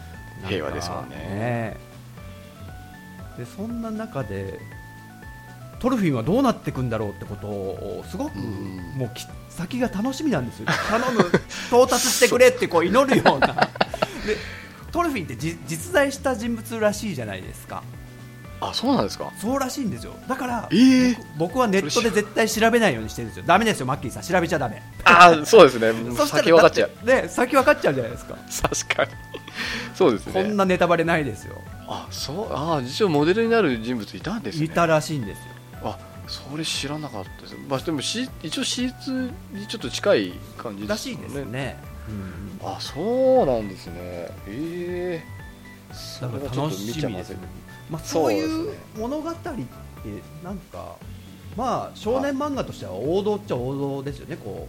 Speaker 1: 平和ですもんね
Speaker 2: でそんな中でトルフィンはどうなっていくんだろうってことをすごく
Speaker 1: うん
Speaker 2: もうき先が楽しみな んですよ頼む到達してくれってこう祈るようなでトルフィンってじ実在した人物らしいじゃないですか
Speaker 1: あそうなんですか
Speaker 2: そうらしいんですよだから、
Speaker 1: えー
Speaker 2: 僕僕はネットで絶対調べないようにしてるんですよダメですよマッキーさん調べちゃダメ
Speaker 1: あそうですねもう
Speaker 2: そしたら
Speaker 1: 先分かっちゃう
Speaker 2: だてね先分かっちゃうじゃないですか
Speaker 1: 確かにそうですね
Speaker 2: こんなネタバレないですよ
Speaker 1: あそうあ実はモデルになる人物いたんですね
Speaker 2: いたらしいんですよ
Speaker 1: あそれ知らなかったです、まあ、でもし一応 C2 にちょっと近い感じ
Speaker 2: らしいですね、うん
Speaker 1: あそうなんですねへえそ
Speaker 2: だ
Speaker 1: れ
Speaker 2: か
Speaker 1: は
Speaker 2: ら
Speaker 1: ちょっ
Speaker 2: 楽
Speaker 1: と見
Speaker 2: し
Speaker 1: ちゃ
Speaker 2: み
Speaker 1: ま
Speaker 2: で
Speaker 1: ず
Speaker 2: す
Speaker 1: い
Speaker 2: ね、まあ、
Speaker 1: そ
Speaker 2: そうう
Speaker 1: ですね
Speaker 2: いう物語ってなんか、まあ、少年漫画としては王道っちゃ王道ですよねこ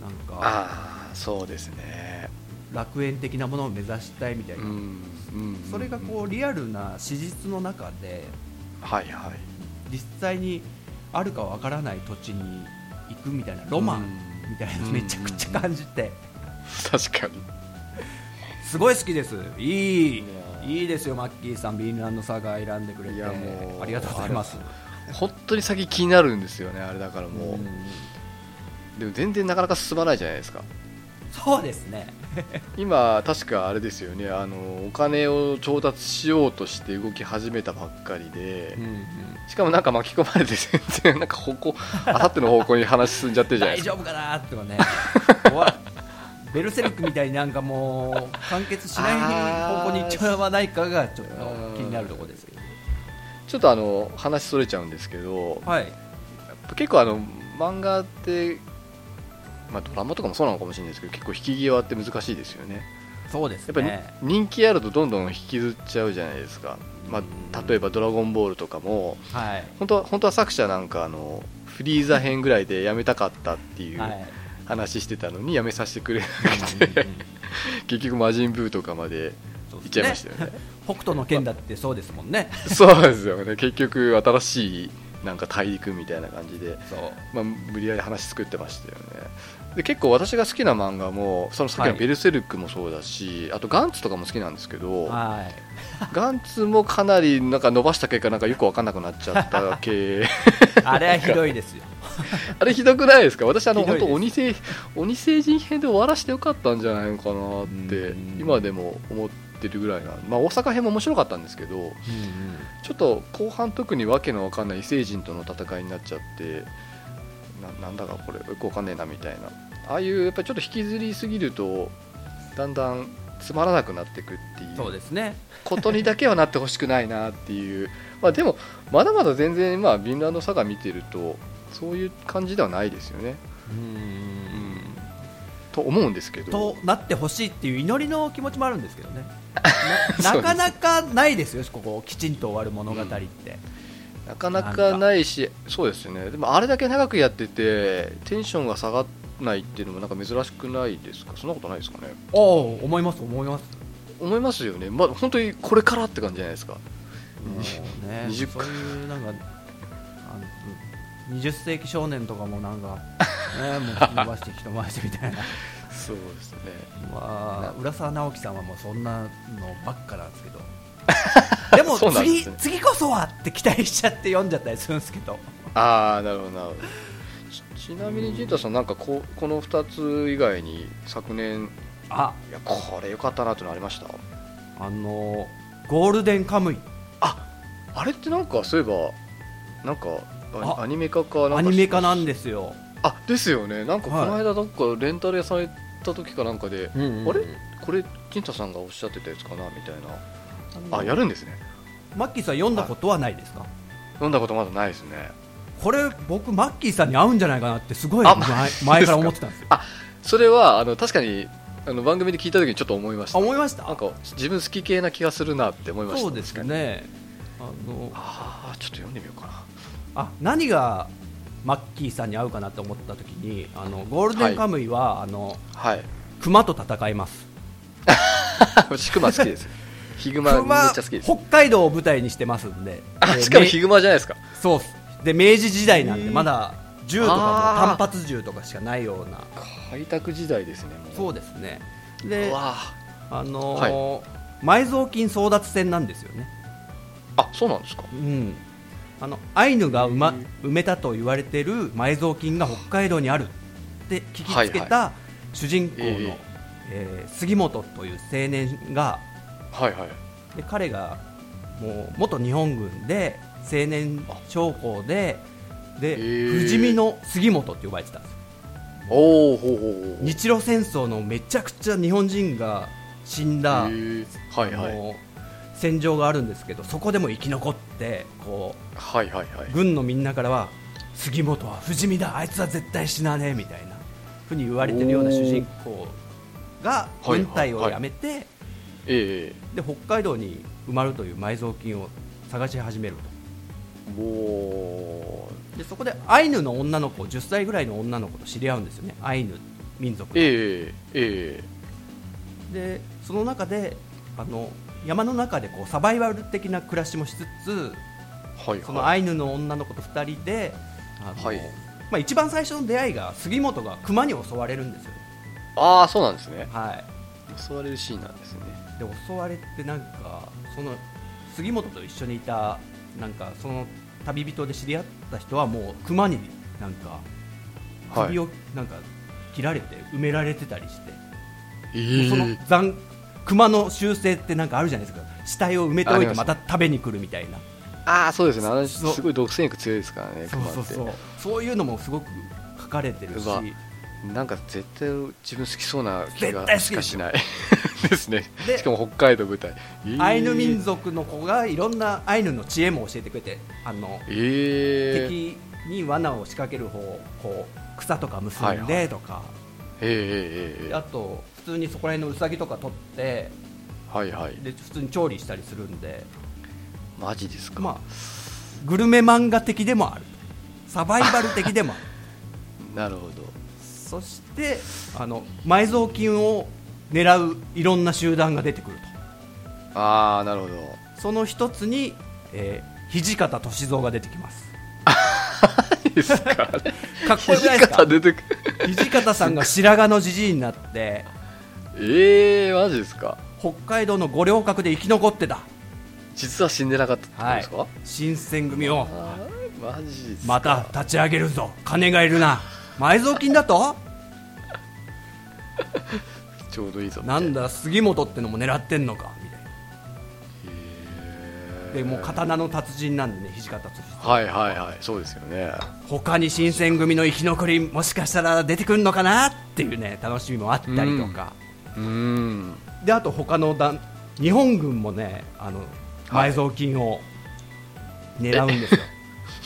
Speaker 2: うなんか
Speaker 1: ああそうですね
Speaker 2: 楽園的なものを目指したいみたいな、
Speaker 1: うん、うん、
Speaker 2: それがこうリアルな史実の中で
Speaker 1: うはいはい
Speaker 2: 実際にあるかわからない土地に行くみたいなロマンみたいな
Speaker 1: う
Speaker 2: の
Speaker 1: ん
Speaker 2: めちゃくちゃ感じて
Speaker 1: 確かに
Speaker 2: すごい好きですいい
Speaker 1: いや
Speaker 2: いいですよマッキーさんビーンランドサガ選んでくれ
Speaker 1: い
Speaker 2: て
Speaker 1: やもう
Speaker 2: ありがとうございます
Speaker 1: 本当に先気になるんですよねあれだからもう、
Speaker 2: ん
Speaker 1: でも全然なかなか進まないじゃないですか
Speaker 2: そうですね
Speaker 1: 今確かあれですよねあのお金を調達しようとして動き始めたばっかりで、しかもなんか巻き込まれて全然なんか方 向あさっての方向に話進んじゃってるじゃないで
Speaker 2: 大
Speaker 1: すか
Speaker 2: 丈夫かなーとかね 怖いベルセルクみたいになんかもう完結しない方向に行っちゃわないかがちょっと気になるところですけど
Speaker 1: ちょっとあの話それちゃうんですけど
Speaker 2: はい
Speaker 1: 結構あの漫画って、まあ、ドラマとかもそうなのかもしれないですけど結構引き際って難しいですよね
Speaker 2: そうです
Speaker 1: やっぱり
Speaker 2: ね
Speaker 1: 人気あるとどんどん引きずっちゃうじゃないですか、まあ、例えば「ドラゴンボール」とかも
Speaker 2: はい
Speaker 1: 本当は本当は作者なんかあのフリーザ編ぐらいでやめたかったってい
Speaker 2: は
Speaker 1: う
Speaker 2: い
Speaker 1: 話してたのにやめさせてくれな
Speaker 2: うん
Speaker 1: く
Speaker 2: うんう
Speaker 1: て
Speaker 2: ん
Speaker 1: 結局魔人ブーとかまで
Speaker 2: そう
Speaker 1: 行っ
Speaker 2: です
Speaker 1: ちゃいまし
Speaker 2: ね
Speaker 1: たよね
Speaker 2: 北斗の剣だってそうですもんね
Speaker 1: そうですよね結局新しいなんか大陸みたいな感じで、
Speaker 2: そう
Speaker 1: まあ、無理やり話作ってましたよねで結構私が好きな漫画もそのさっきの「ベルセルク」もそうだし、あと「ガンツ」とかも好きなんですけど、
Speaker 2: はい
Speaker 1: ガンツもかなりなんか伸ばした結果なんかよく分かんなくなっちゃった系
Speaker 2: あれはひどいですよ
Speaker 1: あれひどくないですか私あの
Speaker 2: ひどい
Speaker 1: 本
Speaker 2: です
Speaker 1: 当鬼星鬼星人編で終わらせてよかったんじゃないのかなって
Speaker 2: うん
Speaker 1: 今でも思ってるぐらいな、まあ、大阪編も面白かったんですけどちょっと後半特にわけのわかんない異星人との戦いになっちゃってななんだかこれよくわかんねえなみたいなああいうやっぱりちょっと引きずりすぎるとだんだんつまらなくなってくってい
Speaker 2: そう
Speaker 1: う
Speaker 2: ですね
Speaker 1: ことにだけはなってほしくないなっていう、まあ、でもまだまだ全然まあビンランドサガ見てるとそういう感じではないですよね、と思うんですけど
Speaker 2: となってほしいっていう祈りの気持ちもあるんですけど ね
Speaker 1: そ
Speaker 2: な
Speaker 1: う
Speaker 2: な
Speaker 1: です
Speaker 2: かなかないですよここきちんと終わる物語って、
Speaker 1: なかなかないしそうですよねでもあれだけ長くやっててテンションが下がらないっていうのもなんか珍しくないですかそんなことないですかね
Speaker 2: ああ思います思います
Speaker 1: 思いますよね、まあ、本当にこれからって感じじゃないですか、
Speaker 2: もうね
Speaker 1: 20
Speaker 2: そういうなんかあの20世紀少年とかもなんか、 ね、もう伸ばして人回してみたいな
Speaker 1: そうですね、
Speaker 2: まあ浦沢直樹さんはもうそんなのばっかなんですけどでも
Speaker 1: そうなんで
Speaker 2: 次
Speaker 1: すね
Speaker 2: 次こそはって期待しちゃって読んじゃったりするんですけど
Speaker 1: ああなるほどなるほどちちなみに陣太さんなんかここの2つ以外に昨年
Speaker 2: あ
Speaker 1: いやこれ良かったなってのありました
Speaker 2: あのゴールデンカムイ
Speaker 1: あれってなんかそういえばなんかあ
Speaker 2: あ
Speaker 1: アニメ化かなんか
Speaker 2: アニメ化なんですよ、
Speaker 1: あですよねなんかこ
Speaker 2: はい
Speaker 1: の間どっかレンタル屋さん行った時かなんかで、あれこれ陣太さんがおっしゃってたやつかなみたいなあやるんですね
Speaker 2: マッキーさん読んだことはないですか
Speaker 1: 飲んだことまだないですね
Speaker 2: これ僕マッキーさんに合うんじゃないかなってすごい
Speaker 1: あ
Speaker 2: 前
Speaker 1: マ ジですか
Speaker 2: 前から思ってたんですよ
Speaker 1: それはあの確かにあの番組で聞いた時にちょっと思いまし
Speaker 2: あ
Speaker 1: た
Speaker 2: 思いました
Speaker 1: なんか自分好き系な気がするなって思いました
Speaker 2: そうですねあの
Speaker 1: ああちょっと読んでみようかな
Speaker 2: あ何がマッキーさんに合うかなと思った時にあのゴールデンカムイは、あの
Speaker 1: はい
Speaker 2: 熊と戦います
Speaker 1: 私クマ好き ですヒグマめっちゃ好きです
Speaker 2: 北海道を舞台にしてますんで
Speaker 1: あ
Speaker 2: で
Speaker 1: しかも
Speaker 2: め
Speaker 1: ヒグマじゃないですか
Speaker 2: そうっすで明治時代なん
Speaker 1: へ
Speaker 2: で
Speaker 1: ー
Speaker 2: まだ銃とかも
Speaker 1: あー
Speaker 2: 単発銃とかしかないような
Speaker 1: 開拓時代ですねもう
Speaker 2: そう
Speaker 1: で
Speaker 2: ですねで
Speaker 1: わ
Speaker 2: あのー埋蔵金争奪戦なんですよね
Speaker 1: ああそうなんですか
Speaker 2: うん、あのアイヌが埋,、ま
Speaker 1: へー、
Speaker 2: 埋めたと言われてる埋蔵金が北海道にあるって聞きつけた主人公の、
Speaker 1: ええ
Speaker 2: えー杉本という青年が
Speaker 1: はいはい
Speaker 2: で彼がもう元日本軍で青年将校でで、
Speaker 1: へえ
Speaker 2: 不死身の杉本って呼ばれてたんです
Speaker 1: おおほうほうほう
Speaker 2: 日露戦争のめちゃくちゃ日本人が死んだ、
Speaker 1: へーはいはい
Speaker 2: もう戦場があるんですけどそこでも生き残ってこう
Speaker 1: はいはいはい
Speaker 2: 軍のみんなからは杉本は不死身だあいつは絶対死なねえみたいなふうに言われてるような主人公が
Speaker 1: おー
Speaker 2: 軍隊を辞めて、
Speaker 1: え
Speaker 2: で北海道に埋まるという埋蔵金を探し始める
Speaker 1: えもう
Speaker 2: とでそこでアイヌの女の子10歳ぐらいの女の子と知り合うんですよねアイヌ民族で
Speaker 1: えええ
Speaker 2: でその中であの山の中でこうサバイバル的な暮らしもしつつ
Speaker 1: えはい
Speaker 2: その
Speaker 1: は
Speaker 2: ア
Speaker 1: い
Speaker 2: イヌの女の子と2人であの、
Speaker 1: はい
Speaker 2: まあ、一番最初の出会いが杉本が熊に襲われるんですよ、
Speaker 1: ああそうなんですね
Speaker 2: はい、
Speaker 1: 襲われるシーンなんですね
Speaker 2: で襲われてなんかその杉本と一緒にいたなんかその旅人で知り合った人はもう熊になんか
Speaker 1: はい
Speaker 2: 首をなんか切られて埋められてたりして、
Speaker 1: え
Speaker 2: その残熊の習性ってなんかあるじゃないですか死体を埋めておい
Speaker 1: ありま
Speaker 2: て
Speaker 1: す
Speaker 2: また食べに来るみたいな
Speaker 1: ああそうですねあの
Speaker 2: そう
Speaker 1: すごい独占欲強いですからね
Speaker 2: そ
Speaker 1: 熊
Speaker 2: う
Speaker 1: って
Speaker 2: そうそうそういうのもすごく書かれてるし
Speaker 1: うわなんか絶対自分好きそうな気
Speaker 2: 絶対
Speaker 1: が
Speaker 2: 好き
Speaker 1: し
Speaker 2: で
Speaker 1: か
Speaker 2: す
Speaker 1: し
Speaker 2: よ
Speaker 1: ない ですね
Speaker 2: で
Speaker 1: しかも北海道舞台
Speaker 2: アイヌ民
Speaker 1: 族
Speaker 2: 族の子がいろんなアイヌの知恵も教えてくれてあの
Speaker 1: ええ
Speaker 2: 敵に罠を仕掛ける方をこう草とか結ん
Speaker 1: はいは
Speaker 2: で
Speaker 1: い
Speaker 2: とか、
Speaker 1: えええええ
Speaker 2: あと普通にそこら辺のウサギとか取って
Speaker 1: えはいはい
Speaker 2: で普通に調理したりするんで、
Speaker 1: マジですか、
Speaker 2: まあ、グルメ漫画的でもあるサバイバル的でもある
Speaker 1: なるほど
Speaker 2: そしてあの埋蔵金を狙ういろんな集団が出てくる
Speaker 1: ああなるほど
Speaker 2: とその一つに、えー土方歳三が出てきます
Speaker 1: 何ですか
Speaker 2: かっ こよくないで
Speaker 1: 土
Speaker 2: すか
Speaker 1: 方出てくる
Speaker 2: 土方さんが白髪のじじいになって
Speaker 1: ええマジですか
Speaker 2: 北海道の五稜郭で生き残ってた
Speaker 1: 実は死んでなかったってこと
Speaker 2: は
Speaker 1: で
Speaker 2: い
Speaker 1: すか、、
Speaker 2: 新選組を
Speaker 1: あーマジですか
Speaker 2: また立ち上げるぞ金がいるな埋蔵金だと
Speaker 1: ちょうどいいぞ
Speaker 2: なん
Speaker 1: だ
Speaker 2: だ杉本ってのも狙ってんのかみたいなでもう刀の達人なんでね土方歳三
Speaker 1: はいはいはいそうですよね
Speaker 2: 他に新選組の生き残りもしかしたら出てくるのかなっていうね楽しみもあったりとか、
Speaker 1: うーん
Speaker 2: であと他のだ日本軍もねあの
Speaker 1: はい
Speaker 2: 埋蔵金を狙うんですよ、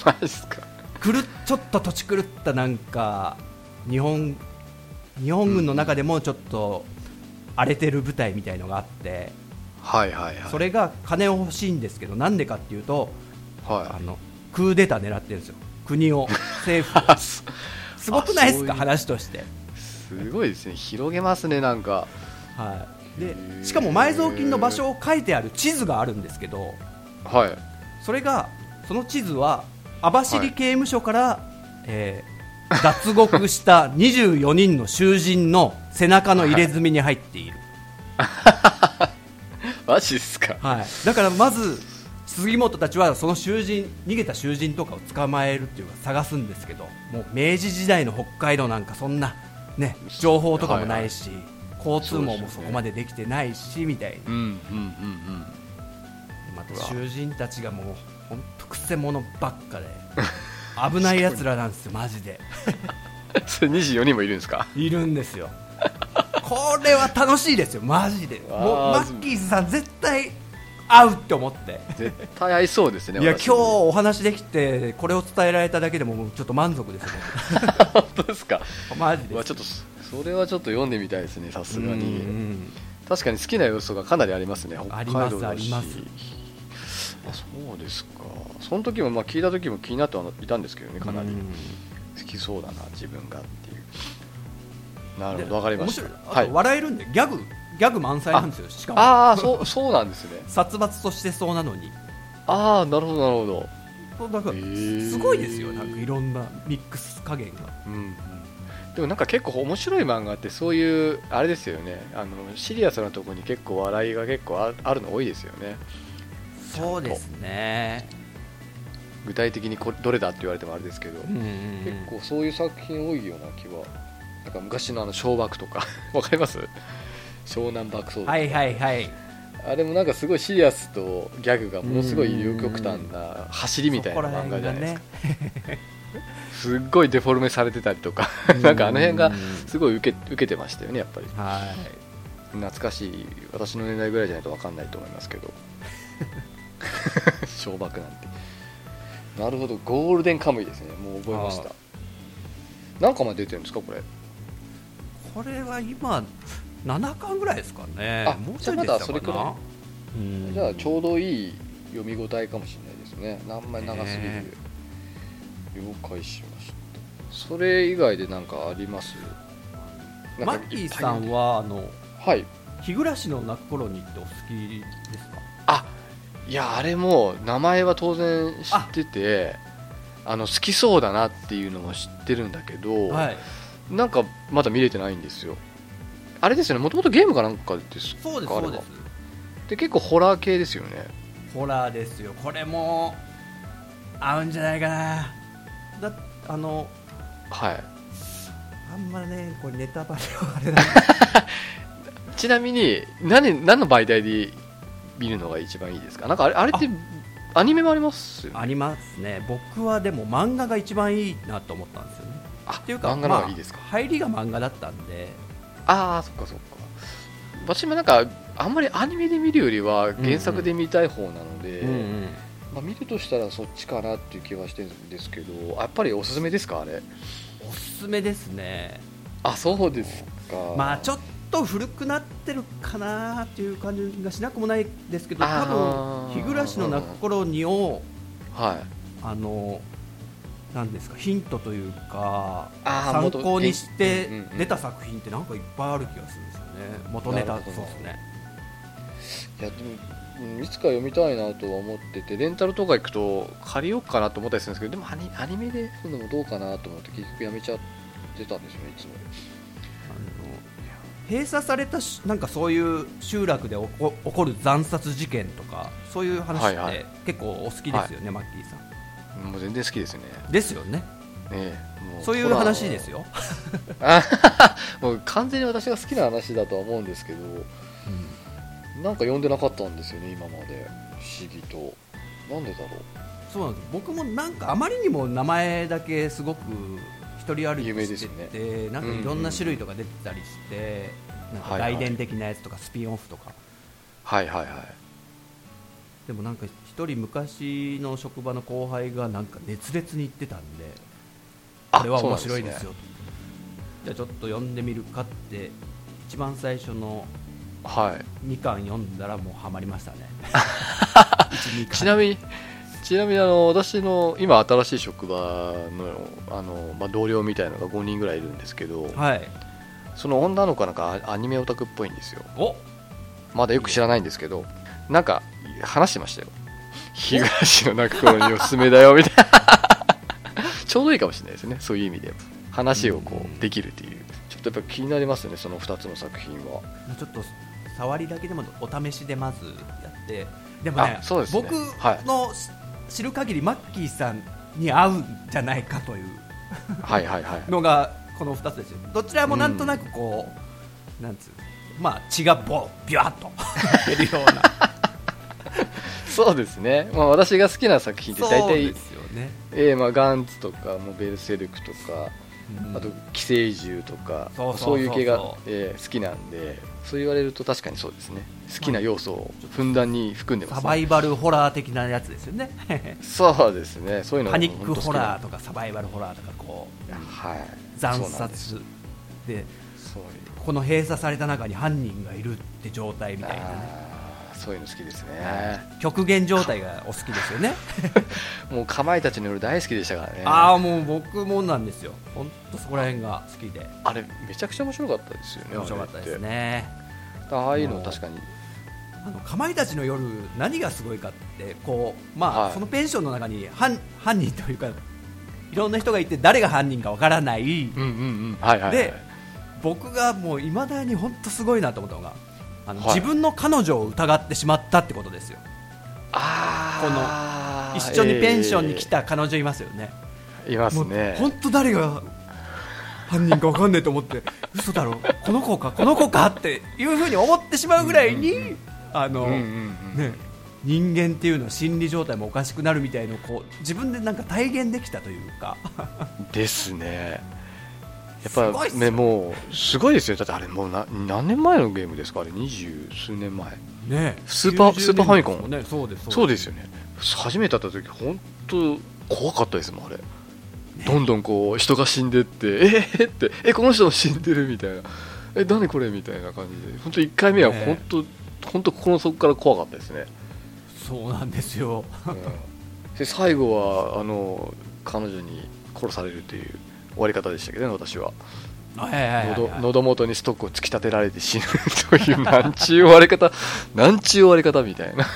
Speaker 1: マジですか
Speaker 2: 狂っちょっと土地狂ったなんか日本日本軍の中でもちょっと荒れてる部隊みたいのがあって
Speaker 1: はいはいはい
Speaker 2: それが金を欲しいんですけどなんでかっていうとあ
Speaker 1: は
Speaker 2: のクーデター狙ってるんですよ 国を政府を
Speaker 1: いす
Speaker 2: すごくないで
Speaker 1: あそ
Speaker 2: すか
Speaker 1: ういう
Speaker 2: 話として、
Speaker 1: すごいですね広げますねなんか
Speaker 2: はい、
Speaker 1: へ
Speaker 2: で
Speaker 1: ー
Speaker 2: しかも埋蔵金の場所を書いてある地図があるんですけど
Speaker 1: はい
Speaker 2: それがその地図は網走刑務所から、えー脱獄した24人の囚人の背中の入れ墨に入っている、
Speaker 1: マジですか
Speaker 2: はい、だからまず杉本たちはその囚人逃げた囚人とかを捕まえるっていうか探すんですけどもう明治時代の北海道なんかそんな、ね、情報とかもないし、交通網もそこまでできてないしみたいな
Speaker 1: うんうんうん
Speaker 2: また
Speaker 1: うわ
Speaker 2: 囚人たちがもう本当くせ者ばっかで危ないやつらなんですよマジで
Speaker 1: うんそれ24人もいるんですか
Speaker 2: いる んですよこれは楽しいですよマジでもう
Speaker 1: あー
Speaker 2: マッキーズさん絶対会うって思って
Speaker 1: 絶対合いそうですね
Speaker 2: いや今
Speaker 1: 私
Speaker 2: 日お話できてこれを伝えられただけでももうちょっと満 足ですね
Speaker 1: 本当ですか
Speaker 2: マジで
Speaker 1: うわちょっとそそれはちょっと読んでみたいですねさすが
Speaker 2: うんう
Speaker 1: に
Speaker 2: ん
Speaker 1: 確かに好きな要素がかなりありますね北
Speaker 2: あ
Speaker 1: 海
Speaker 2: ります
Speaker 1: 道だし
Speaker 2: あり
Speaker 1: あそうですかその時もまあ聞いた時も気になってはいたんですけどねかなり
Speaker 2: うん
Speaker 1: 好きそうだな自分がっていうなる
Speaker 2: で
Speaker 1: ほどわかりました
Speaker 2: 面白いあと笑えるんで、ギャグギャグ満載なんですよしかも
Speaker 1: ああそうそうなんですね
Speaker 2: 殺伐としてそうなのに
Speaker 1: ああなるほどなるほど
Speaker 2: そうだから
Speaker 1: へー
Speaker 2: すごいですよなんかいろんなミックス加減が
Speaker 1: うんでもなんか結構面白い漫画ってそういうあれですよねあのシリアスなとこに結構笑いが結構ああるの多いですよね
Speaker 2: そうですね
Speaker 1: 具体的にこれどれだって言われてもあれですけど、
Speaker 2: うんうん
Speaker 1: 結構そういう作品多いような気はなんか昔のあの小爆とか わかります湘南爆走
Speaker 2: う
Speaker 1: と
Speaker 2: ん
Speaker 1: か
Speaker 2: はいはいはい
Speaker 1: あれもなんかすごいシリアスとギャグがものすごい両極端な走りみたいな漫画じゃないですか、すっごいデフォルメされてたりとかなんかあの辺がすごい受け受けてましたよねやっぱり
Speaker 2: は
Speaker 1: 懐かしい私の年代ぐらいじゃないと分かんないと思いますけ ど小爆なんてなるほどゴールデンカムイですねもう覚えまし
Speaker 2: あ
Speaker 1: た何巻まで出てるんですかこれ
Speaker 2: いこれは今7巻ぐらいですかね
Speaker 1: あ
Speaker 2: もうちょいでした
Speaker 1: じゃあまだそれく
Speaker 2: からない
Speaker 1: じゃあちょうどいい読み応えかもしれないですね何枚長すぎる、
Speaker 2: ね
Speaker 1: 了解しましたそれ以外で何かありますなん
Speaker 2: マ
Speaker 1: かいっ
Speaker 2: ッ
Speaker 1: ぱ
Speaker 2: キ
Speaker 1: い
Speaker 2: ーさんはあの
Speaker 1: はい
Speaker 2: 日暮らしの泣く頃にってお好きですか
Speaker 1: あいやあれも名前は当然知っててあの好きそうだなっていうのも知ってるんだけど、
Speaker 2: はい
Speaker 1: なんかまだ見れてないんですよあれですよねもともとゲームかなんかですか
Speaker 2: そうです
Speaker 1: あれ
Speaker 2: そ
Speaker 1: は
Speaker 2: うです
Speaker 1: で結構ホラー系ですよね
Speaker 2: ホラーですよこれも合うんじゃないかなだあの
Speaker 1: はい
Speaker 2: あんまねこれネタバレはあれなんで
Speaker 1: ちなみに何何の媒体で見るのが一番いいですかなんかあれあれってアニメもありますよ ね
Speaker 2: ありますね僕はでも漫画が一番いいなと思ったんですよね
Speaker 1: あ
Speaker 2: っていうか
Speaker 1: 漫画の方がいいですか、
Speaker 2: まあ入りが漫画だったんで
Speaker 1: ああそっかそっか私もなんかあんまりアニメで見るよりは原作で見たい方なので、まあ、見るとしたらそっちかなっていう気はしてるんですけどあやっぱりおすすめですかあれ
Speaker 2: おすすめですね
Speaker 1: あそうですか
Speaker 2: まあちょ
Speaker 1: っ
Speaker 2: っと古くなってるかなっていう感じがしなくもないですけど多
Speaker 1: あー
Speaker 2: 分日暮らしの泣く頃にを
Speaker 1: とはい
Speaker 2: あのなんですかヒントというか
Speaker 1: あー
Speaker 2: 参考にして
Speaker 1: 元うんうんうん
Speaker 2: 出た作品ってなんかいっぱいある気がするんですよね元ネタ
Speaker 1: なる
Speaker 2: そ
Speaker 1: ほ
Speaker 2: う
Speaker 1: ど
Speaker 2: ですね
Speaker 1: いやでもうんいつか読みたいなとは思っててレンタルとか行くと借りようかなと思ったりするんですけどでもアニアニメで見るのもどうかなと思って結局やめちゃってたんですよねいつも
Speaker 2: あの閉鎖されたしなんかそういう集落で起こ起こる惨殺事件とかそういう話って、
Speaker 1: はいはい
Speaker 2: 結構お好きですよね、マッキーさん
Speaker 1: もう全然好きですね
Speaker 2: ですよね
Speaker 1: ねえも
Speaker 2: そういう話ですよ、
Speaker 1: あもう完全に私が好きな話だとは思うんですけどなんか読んでなかったんですよね今まで不思議となんでだろう
Speaker 2: そうなんです僕もなんかあまりにも名前だけすごく一人歩
Speaker 1: 有名
Speaker 2: き
Speaker 1: で
Speaker 2: し
Speaker 1: すよね
Speaker 2: てて、なんかいろんな種類とか出てたりして、なんか
Speaker 1: はいはい
Speaker 2: 外伝的なやつとかスピンオフとか、
Speaker 1: はいはいはい
Speaker 2: でもなんか一人昔の職場の後輩がなんか熱烈に言ってたんで
Speaker 1: あ
Speaker 2: これは
Speaker 1: そうなん
Speaker 2: 面
Speaker 1: ですね
Speaker 2: 白いですよとじゃあちょっと読んでみるかって一番最初の
Speaker 1: はい
Speaker 2: 2巻読んだらもうハマりま したね1 2巻
Speaker 1: ちなみに、ちなみにあの私の今、新しい職場のあの、まあ、同僚みたいなのが5人ぐらいいるんですけど、
Speaker 2: はい
Speaker 1: その女の子なんかアアニメオタクっぽいんですよ、
Speaker 2: お
Speaker 1: まだよく知らないんですけど、なんか話してましたよ、日暮らしの泣く頃におすすめだよみたいな、 ちょうどいいかもしれないですね、そういう意味で、話をこ
Speaker 2: うん
Speaker 1: うできるっていう、ちょっとやっぱ気になりますね、その2つの作品は。
Speaker 2: ちょっと触りだけでもお試しでまずやってでもね
Speaker 1: あそうですね
Speaker 2: 僕
Speaker 1: はい
Speaker 2: のし知る限りマッキーさんに合うんじゃないかという
Speaker 1: はいはいはい
Speaker 2: のがこの2つですよどちらもなんとなくこう、なんつうまあ血がぼビュワッ と出るような
Speaker 1: そうですね、まあ、私が好きな作品って大
Speaker 2: そう
Speaker 1: 体
Speaker 2: で、すよね、
Speaker 1: えーまあ、ガンツとかもうベルセルクとか、
Speaker 2: うん
Speaker 1: あと寄生獣とか
Speaker 2: そうそ
Speaker 1: そ
Speaker 2: うそうそう
Speaker 1: ういう系が、えー好きなんでそう言われると確かにそうですね好きな要素をふんだんに含んでま
Speaker 2: サ
Speaker 1: す、
Speaker 2: バ
Speaker 1: ね、
Speaker 2: イバルホラー的なやつですよ ね
Speaker 1: そうですねそういうの
Speaker 2: パニックホラー
Speaker 1: ー
Speaker 2: とかサバイバルホラーとかこう
Speaker 1: はい
Speaker 2: 惨
Speaker 1: そうなんです
Speaker 2: 殺
Speaker 1: そ
Speaker 2: で
Speaker 1: ういう
Speaker 2: この閉鎖された中に犯人がいるって状態みたいなね
Speaker 1: あーそういうの好きですね、
Speaker 2: 極限状態がお好きですよね
Speaker 1: もうかまいたちの夜大好きでしたからね
Speaker 2: ああもう僕もなんですよ本当そこら辺が好きで
Speaker 1: あれめちゃくちゃ面白かったですよね
Speaker 2: 面白かったです
Speaker 1: あれ
Speaker 2: ね
Speaker 1: ってああいうの確かに
Speaker 2: あのかまいたちの夜何がすごいかってこうまあ、
Speaker 1: はい
Speaker 2: そのペンションの中に犯 犯人というかいろんな人がいて誰が犯人かわからない、
Speaker 1: うんうんうんはいはい、はい、
Speaker 2: で僕がもういまだに本当すごいなと思ったのがあの、
Speaker 1: はい
Speaker 2: 自分の彼女を疑ってしまったってことですよ
Speaker 1: あー
Speaker 2: 一緒にペンションに来、た彼女いますよね、
Speaker 1: えーいます
Speaker 2: もう
Speaker 1: ね
Speaker 2: 本当誰が犯人か分かんないと思って嘘だろこの子かこの子かっていうふうに思ってしまうぐらいに、あの、
Speaker 1: うんうんうん
Speaker 2: ね人間っていうのは心理状態もおかしくなるみたいのをこう自分でなんか体現できたという か
Speaker 1: ですねやっ
Speaker 2: すご
Speaker 1: ぱ
Speaker 2: いっすよ
Speaker 1: ねもうすごいですよだってあれもうな何年前のゲームですかあれ二十数年前
Speaker 2: ね
Speaker 1: スーパー
Speaker 2: 90
Speaker 1: スーパーファミコン
Speaker 2: 年代ですもんねそうです
Speaker 1: そうですすよね初めて会った時本当怖かったですもんあれどんどんこう人が死んでってえー、ってえこの人も死んでるみたいなえ何これみたいな感じで本当1回目は
Speaker 2: ね
Speaker 1: 本当、本当心の底から怖かったですね、
Speaker 2: そうなんで すよ
Speaker 1: うんで最後はあの彼女に殺されるという終わり方でしたけどね私は
Speaker 2: はいはいはいはい
Speaker 1: 喉喉元にストックを突き立てられて死ぬというなんちゅう終わり方なんちゅう終わり方みたいない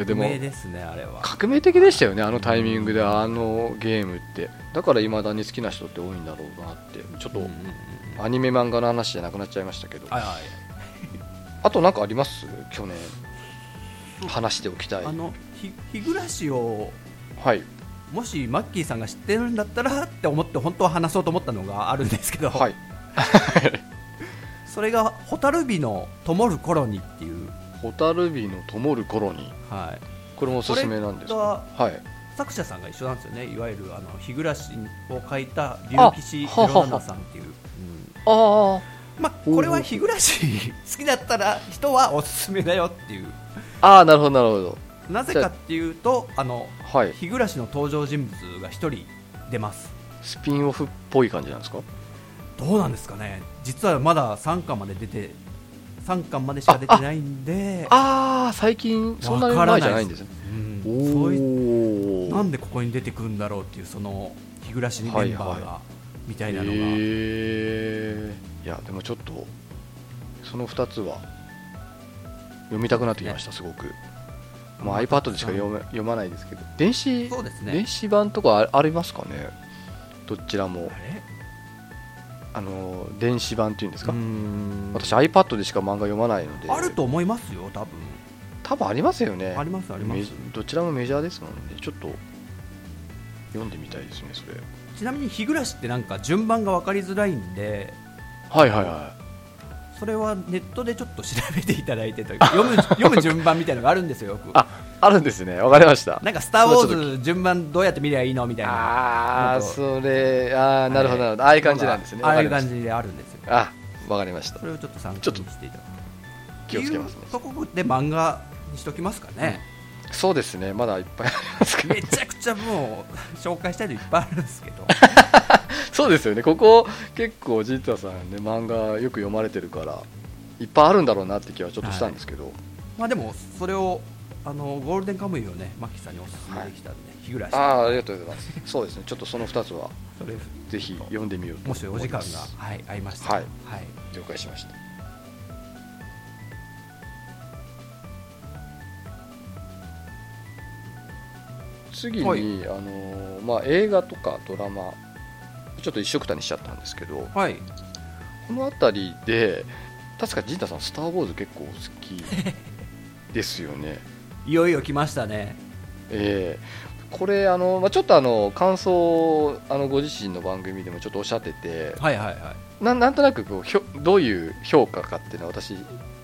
Speaker 1: やで
Speaker 2: 革
Speaker 1: も
Speaker 2: 命ですねあれは
Speaker 1: 革命的でしたよねあのタイミングであのゲームってだから未だに好きな人って多いんだろうなってちょっ
Speaker 2: うんうん
Speaker 1: と
Speaker 2: うん
Speaker 1: アニメ漫画の話じゃなくなっちゃいましたけど
Speaker 2: はいはい
Speaker 1: あとなんかあります去年話しておきたい
Speaker 2: あのひ日暮らしを
Speaker 1: はい
Speaker 2: もしマッキーさんが知ってるんだったらって思って本当は話そうと思ったのがあるんですけど、
Speaker 1: はい
Speaker 2: それが「蛍火の灯る頃に」っていう、
Speaker 1: 「蛍火の灯る頃に
Speaker 2: はい、」
Speaker 1: これもおすすめなんです
Speaker 2: こ
Speaker 1: かはい
Speaker 2: 作者さんが一緒なんですよねいわゆるあの日暮らしを書いた
Speaker 1: あ
Speaker 2: 竜騎士広七さんっていう、うん
Speaker 1: ああ
Speaker 2: まあ、これは日暮らし好きだったら人はおすすめだよっていう
Speaker 1: ああなるほどなるほど
Speaker 2: なぜかっていうとあの
Speaker 1: はい
Speaker 2: 日暮らしの登場人物が一人出ます
Speaker 1: スピンオフっぽい感じなんですか
Speaker 2: どうなんですかね実はまだ3巻まで出て3巻までしか出てないんで
Speaker 1: ああ最近そんなに前じゃないんですね
Speaker 2: うん
Speaker 1: お
Speaker 2: そうい
Speaker 1: お
Speaker 2: なん
Speaker 1: で
Speaker 2: でここに出てくるんだろうっていうその日暮らしメンバーが、
Speaker 1: はいは
Speaker 2: みたいなのが、
Speaker 1: えーいやでもちょっとその2つは読みたくなってきました、すごく、まあ、iPad でしか読め読まないですけど電子
Speaker 2: そうですね
Speaker 1: 電子版とかあありますかねどちらも
Speaker 2: あれ
Speaker 1: あの電子版っていうんですか、
Speaker 2: うーん
Speaker 1: 私 iPad でしか漫画読まないので
Speaker 2: あると思いますよ多分
Speaker 1: 多分ありますよね
Speaker 2: ありますありま
Speaker 1: メ
Speaker 2: す
Speaker 1: ジどちらもメジャーですもんねちょっと読んでみたいですねそれ
Speaker 2: ちなみに日暮らしってなんか順番が分かりづらいんで
Speaker 1: はいはいは
Speaker 2: それはネットでちょっと調べていただいて というか読む読む順番みたいなのがあるんですよよく
Speaker 1: ああるんですねわかりました
Speaker 2: なんか「スター・ウォーズ」順番どうやって見りゃいいのみたいな
Speaker 1: あ
Speaker 2: なん
Speaker 1: あ
Speaker 2: か
Speaker 1: それああなるほどなるほ
Speaker 2: あれ
Speaker 1: どああいう感じなんですね
Speaker 2: ああい
Speaker 1: わ
Speaker 2: う
Speaker 1: かり
Speaker 2: 感
Speaker 1: まし
Speaker 2: じであるんですよ
Speaker 1: たあわかりました
Speaker 2: それをちょっと参考に
Speaker 1: ちょっと
Speaker 2: していただく
Speaker 1: 気をつけますね
Speaker 2: っていうとこで漫画にしときますかね、
Speaker 1: そうですねまだいっぱいありますけど
Speaker 2: めちゃくちゃもう紹介したいのいっぱいあるんです けど
Speaker 1: そうですよねここ結構ジータさんね漫画よく読まれてるからいっぱいあるんだろうなって気はちょっとしたんですけど、
Speaker 2: まあでもそれをあのゴールデンカムイをねマッキーさんにおすすめできたんで、日暮らし
Speaker 1: ああありがとうございますそうですねちょっとその2つは
Speaker 2: それ
Speaker 1: ぜひ読んでみようと
Speaker 2: もしお
Speaker 1: 思
Speaker 2: 時
Speaker 1: いま
Speaker 2: 間が
Speaker 1: す、
Speaker 2: はい、合いましたら
Speaker 1: はい
Speaker 2: はい、
Speaker 1: 了解しました次に、
Speaker 2: はい
Speaker 1: あのーまあ、映画とかドラマちょっと一緒くたにしちゃったんですけど
Speaker 2: はい、
Speaker 1: この辺りで確か陣太さん「スター・ウォーズ」結構好きですよね
Speaker 2: いよいよ来ましたね
Speaker 1: ええこれあの、まあ、ちょっとあの感想をあのご自身の番組でもちょっとおっしゃってて
Speaker 2: はいはいは
Speaker 1: ななんとなくこうひょどういう評価かっていうのは私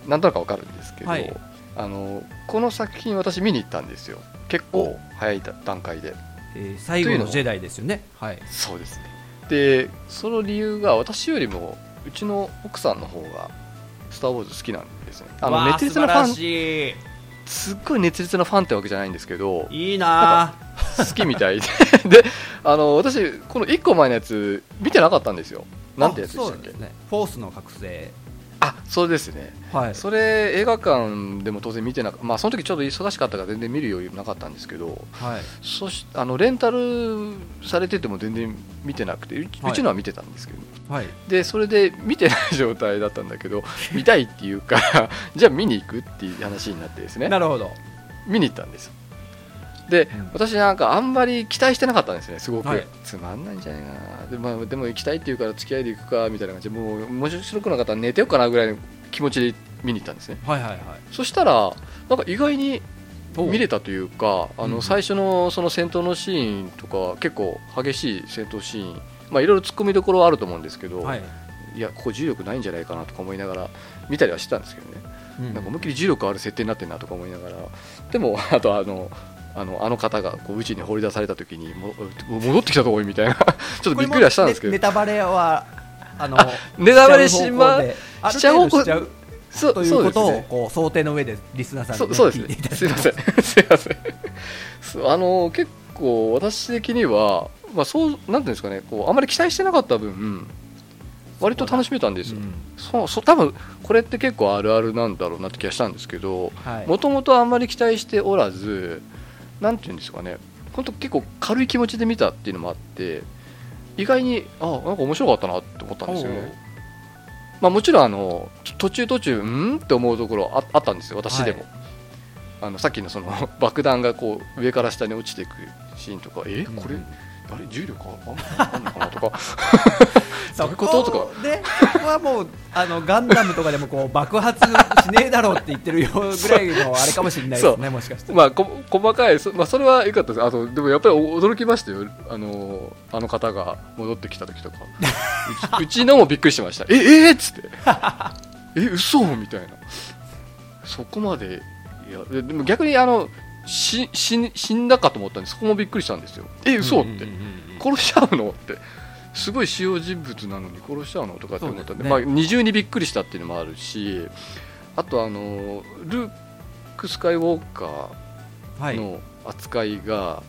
Speaker 1: なんとなくわかるんですけど、
Speaker 2: はい
Speaker 1: あのこの作品私見に行ったんですよ結構早い段階で
Speaker 2: い、えー最後
Speaker 1: というの
Speaker 2: の
Speaker 1: も
Speaker 2: ジェダイですよねはい
Speaker 1: そうですねでその理由が私よりもうちの奥さんの方が「スター・ウォーズ」好きなんですねあの
Speaker 2: わー
Speaker 1: 熱烈なフ
Speaker 2: 素
Speaker 1: ァン
Speaker 2: 晴らし
Speaker 1: すっごい熱烈なファンってわけじゃないんですけど
Speaker 2: いいいなー
Speaker 1: 好きみたいでで あの私この1個前のやつ見てなかったんですよなんてやつで
Speaker 2: あ
Speaker 1: し
Speaker 2: そ
Speaker 1: た
Speaker 2: う
Speaker 1: っけ
Speaker 2: ですねフォースの覚醒
Speaker 1: あそうですね
Speaker 2: はい
Speaker 1: それ映画館でも当然見てなかまあその時ちょっと忙しかったから全然見る余裕なかったんですけど
Speaker 2: はい
Speaker 1: そしあのレンタルされてても全然見てなくてうち,、
Speaker 2: はいう
Speaker 1: ちのは見てたんですけど
Speaker 2: はい
Speaker 1: でそれで見てない状態だったんだ けど見たいっていうから じゃあ見に行くっていう話になってですね
Speaker 2: なるほど
Speaker 1: 見に行ったんですよで、
Speaker 2: うん
Speaker 1: 私なんかあんまり期待してなかったんですねすごく、
Speaker 2: はい
Speaker 1: つまんないんじゃないかなで,、まあ、でも行きたいっていうから付き合いで行くかみたいな感じでもう面白くなかったら寝てようかなぐらいの気持ちで見に行ったんですね
Speaker 2: はいはいはい
Speaker 1: そしたらなんか意外に
Speaker 2: お
Speaker 1: 見れたというかあ
Speaker 2: うん
Speaker 1: の最初のその戦闘のシーンとか結構激しい戦闘シーンまあいろいろ突っ込みどころはあると思うんですけど、
Speaker 2: はい、
Speaker 1: いやここ重力ないんじゃないかなとか思いながら見たりはしてたんですけどね、
Speaker 2: うん
Speaker 1: なんか思いっきり重力ある設定になってるなとか思いながらでもあとあのあのあの方がこう宇宙に放り出された時にも戻ってきたとこいみたいな ちょっとびっくりはしたんですけ
Speaker 2: これもねネ
Speaker 1: ど
Speaker 2: タバレはあの
Speaker 1: ネタバレしま
Speaker 2: しちゃう方向である程度しちゃ
Speaker 1: そ
Speaker 2: うという
Speaker 1: そ
Speaker 2: ことを、
Speaker 1: ですね
Speaker 2: こう想定の上でリスナーさん
Speaker 1: そ
Speaker 2: に、ね、
Speaker 1: そう
Speaker 2: 聞いてい
Speaker 1: で
Speaker 2: た
Speaker 1: す
Speaker 2: だ
Speaker 1: ね
Speaker 2: い
Speaker 1: す
Speaker 2: て
Speaker 1: いませんすいませんそうあの結構私的にはまあそうなんていうんですかねこうあまり期待してなかった分割と楽しめたんですよ
Speaker 2: うん
Speaker 1: そうそう多分これって結構あるあるなんだろうなって気がしたんですけど
Speaker 2: はい、
Speaker 1: もともとあんまり期待しておらず、なんていうんですかね、本当、結構軽い気持ちで見たっていうのもあって、意外に、あなんか面白かったなって思ったんですよ
Speaker 2: おう
Speaker 1: ね。まあ、もちろんあの、ちょ途中途中、うんって思うところああったんですよ、私でも。
Speaker 2: は
Speaker 1: あのさっきのその 爆弾がこう上から下に落ちていくシーンとか、え、これ
Speaker 2: うん、
Speaker 1: あれ、重力ああんのかなとか、
Speaker 2: そ
Speaker 1: どういうこととか
Speaker 2: かねそこはもうあのガンダムとかでもこう爆発しねえだろうって言ってるよぐらいのあれかもしれないですねもしかして
Speaker 1: まあ、こ細かい、そまあ、それは良かったですあとでもやっぱりお驚きましたよあのあの方が戻ってきた時とかうちうちのもびっくりしま したええっつってえ嘘みたいなそこまでいやででも逆にあのし死死んだかと思ったんでそこもびっくりしたんですよえ嘘って、
Speaker 2: んんんうん
Speaker 1: 殺しちゃうのってすごい主要人物なのに殺しちゃうのとかって思ったんで
Speaker 2: そうですね
Speaker 1: まあ、二重にびっくりしたっていうのもあるしあとあのルーク・スカイウォーカ
Speaker 2: は
Speaker 1: ー
Speaker 2: い
Speaker 1: の扱いが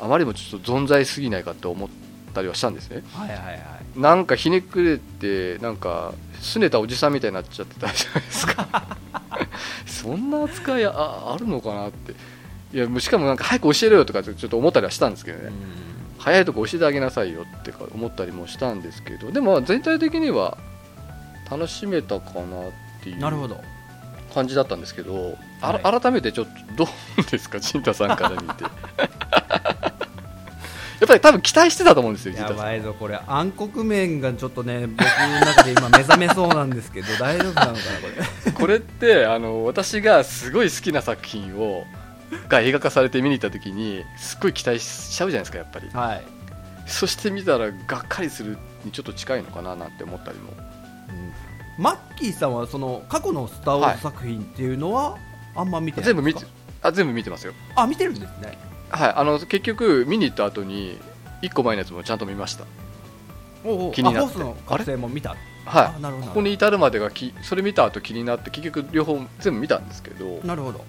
Speaker 1: あまりにもちょっと存在すぎないかと思ったりはしたんですね
Speaker 2: はいはいはい
Speaker 1: なんかひねくれてなんか拗ねたおじさんみたいになっちゃってたじゃないですか そんな扱いああるのかなっていやもうしかもなんか早く教えろよとかちょっと思ったりはしたんですけどね、
Speaker 2: うん
Speaker 1: 早いとこ教えてあげなさいよってか思ったりもしたんですけどでも全体的には楽しめたかなってい
Speaker 2: なるほ
Speaker 1: う
Speaker 2: ど
Speaker 1: 感じだったんですけどあら
Speaker 2: は
Speaker 1: 改めてちょっとどうですか 陣太さんから見て やっぱり多分期待してたと思うんですよ陣
Speaker 2: や
Speaker 1: 太さん
Speaker 2: ばいぞこれ暗黒面がちょっとね僕の中で今目覚めそうなんですけど大丈夫なのかなこれ
Speaker 1: これってあの私がすごい好きな作品をが映画化されて見に行った時にすっごい期待しちゃうじゃないですかやっぱり
Speaker 2: はい
Speaker 1: そして見たらがっかりするにちょっと近いのかななんて思ったりも
Speaker 2: マッキーさんはその過去の「スター・ウォーズ」作品っていうのは、あんま見てない
Speaker 1: 全部
Speaker 2: んで
Speaker 1: 見て
Speaker 2: すか
Speaker 1: あ全部見てますよ
Speaker 2: あ見てるんですね
Speaker 1: はい、あの結局見に行った後に1個前のやつもちゃんと見ました、
Speaker 2: おうおう
Speaker 1: 気になって
Speaker 2: あホースの覚醒も見た
Speaker 1: は
Speaker 2: あなるほ
Speaker 1: い、
Speaker 2: ど
Speaker 1: ここに至るまでがきそれ見た後気になって結局両方全部見たんですけど
Speaker 2: なるほど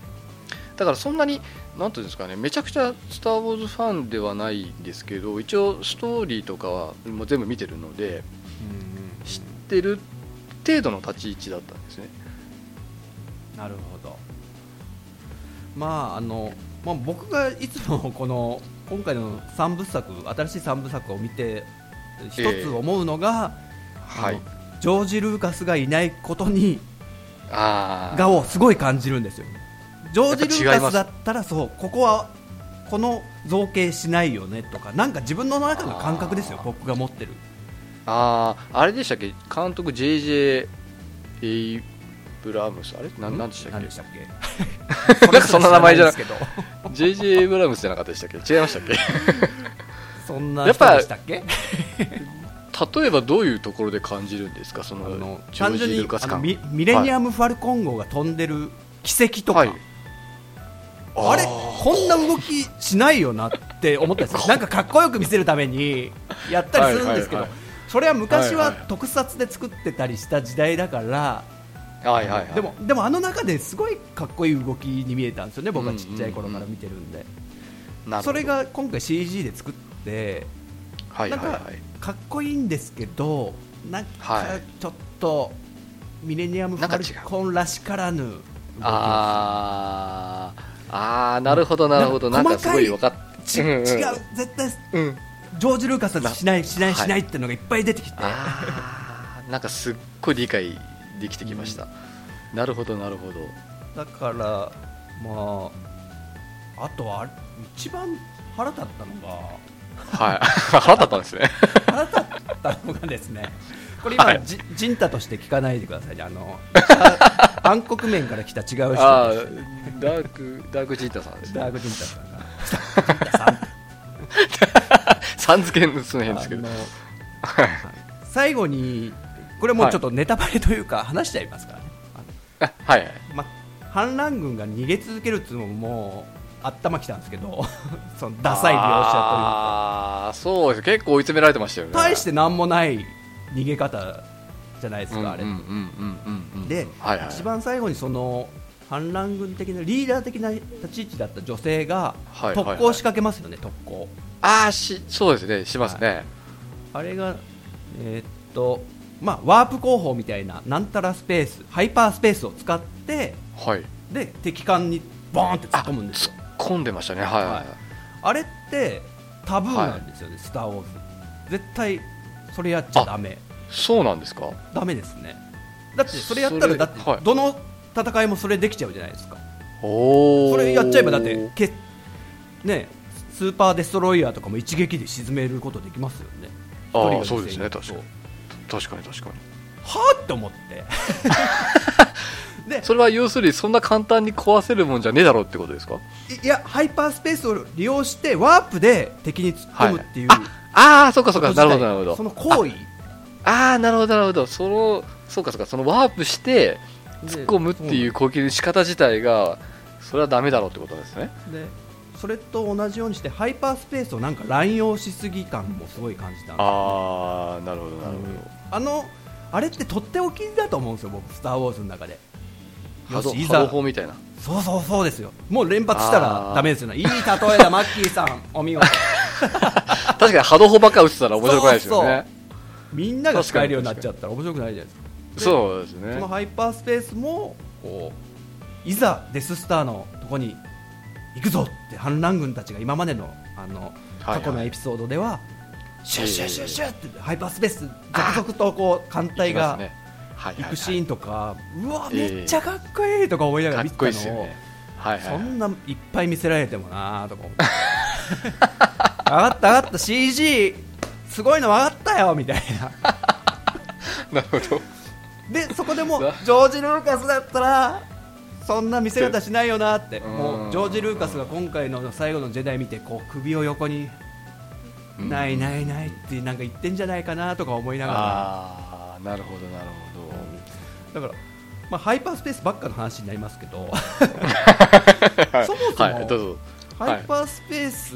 Speaker 1: だからそんなになんていうんですかねめちゃくちゃ「スター・ウォーズ」ファンではないんですけど一応ストーリーとかはもう全部見てるので知ってる程度の立ち位置だったんですね
Speaker 2: なるほどまああの、まあ、僕がいつもこの今回の三部作新しい三部作を見て一
Speaker 1: ええ
Speaker 2: つ思うのが、
Speaker 1: は
Speaker 2: あ
Speaker 1: い
Speaker 2: のジョージ・ルーカスがいないことに
Speaker 1: あ
Speaker 2: が
Speaker 1: ー
Speaker 2: をすごい感じるんですよジョージ・ル
Speaker 1: やっぱ違
Speaker 2: ー
Speaker 1: いま
Speaker 2: カス
Speaker 1: す
Speaker 2: だったらそうここはこの造形しないよねとかなんか自分の中の感覚ですよ
Speaker 1: あー
Speaker 2: 僕が持ってる
Speaker 1: あーあれでしたっけ監督 JJ エイブラームスあれなんなんでしたっ
Speaker 2: 何
Speaker 1: け
Speaker 2: でしたっけ
Speaker 1: なんか そんな名前じゃなく
Speaker 2: それすら知らないです
Speaker 1: JJ エイブラムスじゃなかったでしたっけ違いましたっ
Speaker 2: け どそんな人でしたっけ
Speaker 1: け 例えばどういうところで感じるんですかそ
Speaker 2: あ
Speaker 1: の
Speaker 2: の
Speaker 1: ジョ
Speaker 2: 単
Speaker 1: ー
Speaker 2: 純
Speaker 1: ジ・
Speaker 2: に
Speaker 1: ルカス
Speaker 2: あの
Speaker 1: 感
Speaker 2: ミミレニアム・ファルコン号が飛んでる軌跡とか、
Speaker 1: はい
Speaker 2: あれ
Speaker 1: あー
Speaker 2: こんな動きしないよなって思ったんですよなんかかっこよく見せるためにやったりするんですけど、
Speaker 1: はいはい
Speaker 2: それは昔
Speaker 1: は
Speaker 2: はい
Speaker 1: はい
Speaker 2: 特撮で作ってたりした時代だから、
Speaker 1: はいはいはい
Speaker 2: でもでもあの中ですごいかっこいい動きに見えたんですよね僕はちっちゃい頃から見てるんで、
Speaker 1: なるほど
Speaker 2: それが今回 CG で作って
Speaker 1: はいは
Speaker 2: ないん
Speaker 1: はい
Speaker 2: かかっこいいんですけどなんか
Speaker 1: はい
Speaker 2: ちょっとミレニアム・ファルコンらしからぬ動きを
Speaker 1: あーあーなるほどなるほどな
Speaker 2: なんん
Speaker 1: かす
Speaker 2: か
Speaker 1: ごい分かっ
Speaker 2: ち
Speaker 1: ん
Speaker 2: 違
Speaker 1: ん
Speaker 2: う絶対
Speaker 1: うん、うん、
Speaker 2: ジョージ・ルーカスはしないしない
Speaker 1: はい
Speaker 2: しないってのがいっぱい出てきて
Speaker 1: あーなんかすっごい理解できてきました、なるほどなるほど
Speaker 2: だからまああとはあれ一番腹立ったの が
Speaker 1: はい腹立ったんですね
Speaker 2: 腹立ったのがですねこれ今、
Speaker 1: はい
Speaker 2: じジンタとして聞かないでくださいね あのあ暗黒面から来た違う
Speaker 1: あ
Speaker 2: 人です
Speaker 1: ーダークダークジータさんですね
Speaker 2: ダークジンタさんがジン タさん
Speaker 1: さん付けのその辺ですけど
Speaker 2: あの
Speaker 1: はい
Speaker 2: 最後にこれもうちょっとネタバレというか話しちゃいますからね、
Speaker 1: あはいはい
Speaker 2: あのま、反乱軍が逃げ続けるっていうのももう頭きたんですけど そのダサい描写
Speaker 1: ああそうです結構追い詰められてましたよね
Speaker 2: というか大して何もない逃げ方じゃないですか、あれ、
Speaker 1: うんうんうんうんうん
Speaker 2: で、
Speaker 1: はいはい
Speaker 2: 一番最後にその反乱軍的なリーダー的な立ち位置だった女性が
Speaker 1: はい
Speaker 2: 特攻を仕掛けますよね、特攻
Speaker 1: ああしそうですねしますね、
Speaker 2: あれがえーっとまあワープ工法みたいななんたらスペースハイパースペースを使って
Speaker 1: はい、
Speaker 2: で敵艦にボーンって突っ込むんですよ
Speaker 1: 突っ込んでましたね、はいはいはい
Speaker 2: はいあれってタブーなんですよね、スター・ウォーズ絶対それやっちゃダメ
Speaker 1: そうなんですか、
Speaker 2: ダメですねだってそれやった
Speaker 1: そ
Speaker 2: ら
Speaker 1: れ
Speaker 2: だって
Speaker 1: はい
Speaker 2: どの戦いもそれできちゃうじゃないですか、
Speaker 1: おー
Speaker 2: それやっちゃえばだってけねスーパーデストロイヤーとかも一撃で沈めることできますよね
Speaker 1: あ
Speaker 2: 一人が
Speaker 1: ー
Speaker 2: 犠牲
Speaker 1: そうですね、
Speaker 2: になる
Speaker 1: 確かに、確かに、確かに、
Speaker 2: はあって思って で
Speaker 1: それは要するに、そんな簡単に壊せるもんじゃねえだろうってことですか、
Speaker 2: いいやハイパースペースを利用してワープで敵に突っ込むっていう、
Speaker 1: あああ、そうか、そうか、
Speaker 2: こと
Speaker 1: なるほど、
Speaker 2: 自体
Speaker 1: なるほど、
Speaker 2: その行為
Speaker 1: ああ、なるほど、なるほど、その、そうか、そうか、そのワープして、突っ込むっていう攻撃の仕方自体が、それはダメだろうってことなんですね、
Speaker 2: でそれと同じようにしてハイパースペースをなんか乱用しすぎ感もすごい感じたんで
Speaker 1: ああ、なるほど、なるほど。
Speaker 2: あのあれってとっておきだと思うんですよ僕「スター・ウォーズ」の中で
Speaker 1: 波
Speaker 2: よ
Speaker 1: 動
Speaker 2: しい
Speaker 1: 波動
Speaker 2: ざ
Speaker 1: 砲みたいな
Speaker 2: そうそうそうですよもう連発した
Speaker 1: あー
Speaker 2: らダメですよねいい例えだマッキーさんお見 事
Speaker 1: 確かに波動砲ばっか打ってたら面白くないですよね
Speaker 2: みんなが使えるようになっちゃったら面白くないじゃないですか
Speaker 1: そうですね
Speaker 2: そのハイパースペースもこういざデススターのとこに行くぞって反乱軍たちが今までのあの
Speaker 1: はいはい
Speaker 2: 過去のエピソードでは、シュッシュッシュッシュッってハイパースペース続々とこう艦隊が行くシーンとか、うわ
Speaker 1: ええ
Speaker 2: めっちゃかっこいいとか思いながら見てた
Speaker 1: かっこいいっすよ
Speaker 2: のを、
Speaker 1: ねはいはい
Speaker 2: そ
Speaker 1: はい
Speaker 2: んないっぱい見せられてもなーとか思って 上がった上がった CG すごいの分かったよみたい
Speaker 1: な
Speaker 2: な。
Speaker 1: るほど
Speaker 2: でそこでもうジョージ・ルーカスだったらそんな見せ方しないよなって
Speaker 1: うん
Speaker 2: もうジョージ・ルーカスが今回の最後の「ジェダイ」見てこう首を横に「
Speaker 1: うん
Speaker 2: ないないない」ってなんか言ってんじゃないかなとか思いなが
Speaker 1: ああなるほどなるほ
Speaker 2: らだから、まあ、ハイパースペースばっかの話になりますけど
Speaker 1: ど
Speaker 2: そもそも
Speaker 1: はいどうぞ
Speaker 2: ハイパースペース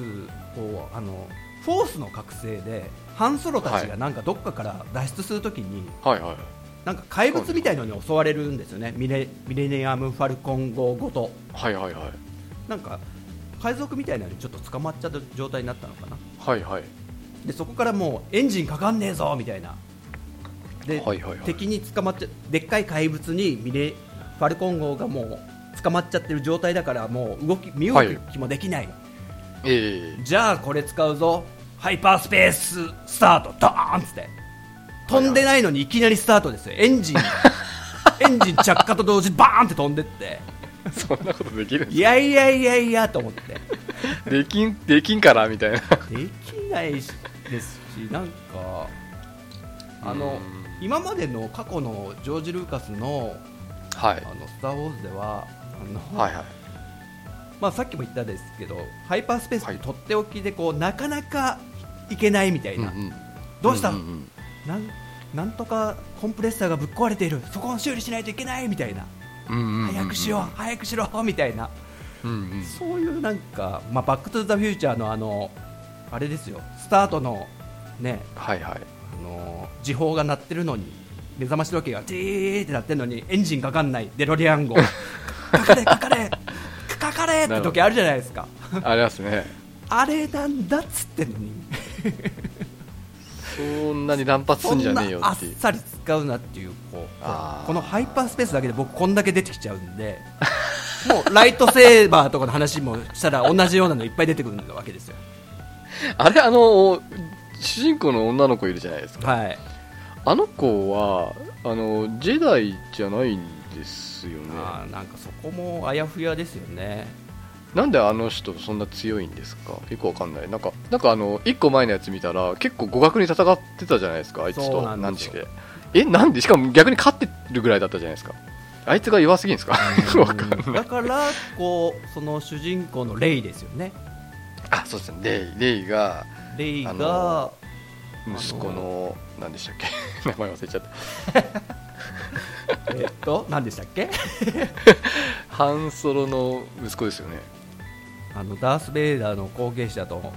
Speaker 2: をあのフォースの覚醒でハンソロたちがなんかどっかから脱出するときに
Speaker 1: はいはい
Speaker 2: なんか怪物みたいのに襲われるんですよねミレミレニアム・ファルコン号ごと。
Speaker 1: はいはいはい
Speaker 2: なんか海賊みたいなのにちょっと捕まっちゃった状態になったのかな
Speaker 1: はいはい
Speaker 2: でそこからもうエンジンかかんねえぞみたいなで、
Speaker 1: はいはいはい
Speaker 2: 敵に捕まっちゃでっかい怪物にミレファルコン号がもう捕まっちゃってる状態だからもう動き身動
Speaker 1: はい
Speaker 2: きもできない、
Speaker 1: ええ
Speaker 2: じゃあこれ使うぞハイパースペーススタートドーンっつって飛んでないのにいきなりスタートですよエンジンエンジン着火と同時にバーンって飛んでって
Speaker 1: そんなことできるんで
Speaker 2: いやいやいやいやと思って
Speaker 1: す できんできんからみたいな
Speaker 2: できないしですしなんかあの今までの過去のジョージ・ルーカスの
Speaker 1: は
Speaker 2: 「あ
Speaker 1: い
Speaker 2: のスター・ウォーズ」ではあの、
Speaker 1: はいはい
Speaker 2: まあ、さっきも言ったんですけどハイパースペースってとっておきでこうなかなか行けないみたいな、
Speaker 1: んん
Speaker 2: どうした、
Speaker 1: んん
Speaker 2: なんなんとかコンプレッサーがぶっ壊れているそこを修理しないといけないみたいな、
Speaker 1: うんうんうんうん
Speaker 2: 早くしよう早くしろみたいな
Speaker 1: うんうん
Speaker 2: そういうなんか、まあ、バック・トゥ・ザ・フューチャーのあのあれですよスタートのね
Speaker 1: はいはい
Speaker 2: あの時報が鳴ってるのに目覚まし時計がディーって鳴ってるのにエンジンかかんないデロリアン号かかれかかれかかれって時あるじゃないですか
Speaker 1: ありますね
Speaker 2: あれなんだっつってんのに
Speaker 1: そんなに乱発す
Speaker 2: そ
Speaker 1: ん
Speaker 2: ん
Speaker 1: じゃ
Speaker 2: な
Speaker 1: ねえよ
Speaker 2: あっ
Speaker 1: っていう
Speaker 2: さり使うなっていうこう
Speaker 1: あー
Speaker 2: このハイパースペースだけで僕こんだけ出てきちゃうんでもうライトセーバーとかの話もしたら同じようなのいっぱい出てくるわけですよ
Speaker 1: あれあの主人公の女の子いるじゃないですか
Speaker 2: はい
Speaker 1: あの子はあのジェダイじゃないんですよね
Speaker 2: あーなんかそこもあやふやですよね
Speaker 1: なんであの人そんな強いんですかよくわかんないなんかなんかあの1個前のやつ見たら結構互角に戦ってたじゃないですかあいつ
Speaker 2: そう
Speaker 1: と
Speaker 2: な
Speaker 1: 何
Speaker 2: ん
Speaker 1: で
Speaker 2: です
Speaker 1: し
Speaker 2: よ
Speaker 1: けえなんでしかも逆に勝ってるぐらいだったじゃないですかあいつが弱すぎんですかわかんない
Speaker 2: だからこうその主人公のレイですよね
Speaker 1: あそうですねレイレイが
Speaker 2: レイ
Speaker 1: あ
Speaker 2: が
Speaker 1: の息子
Speaker 2: あ
Speaker 1: の何でしたっけ 名前忘れちゃった
Speaker 2: えっと何でしたっけ
Speaker 1: ハンソロの息子ですよね
Speaker 2: あのダース・ベイダーの後継者と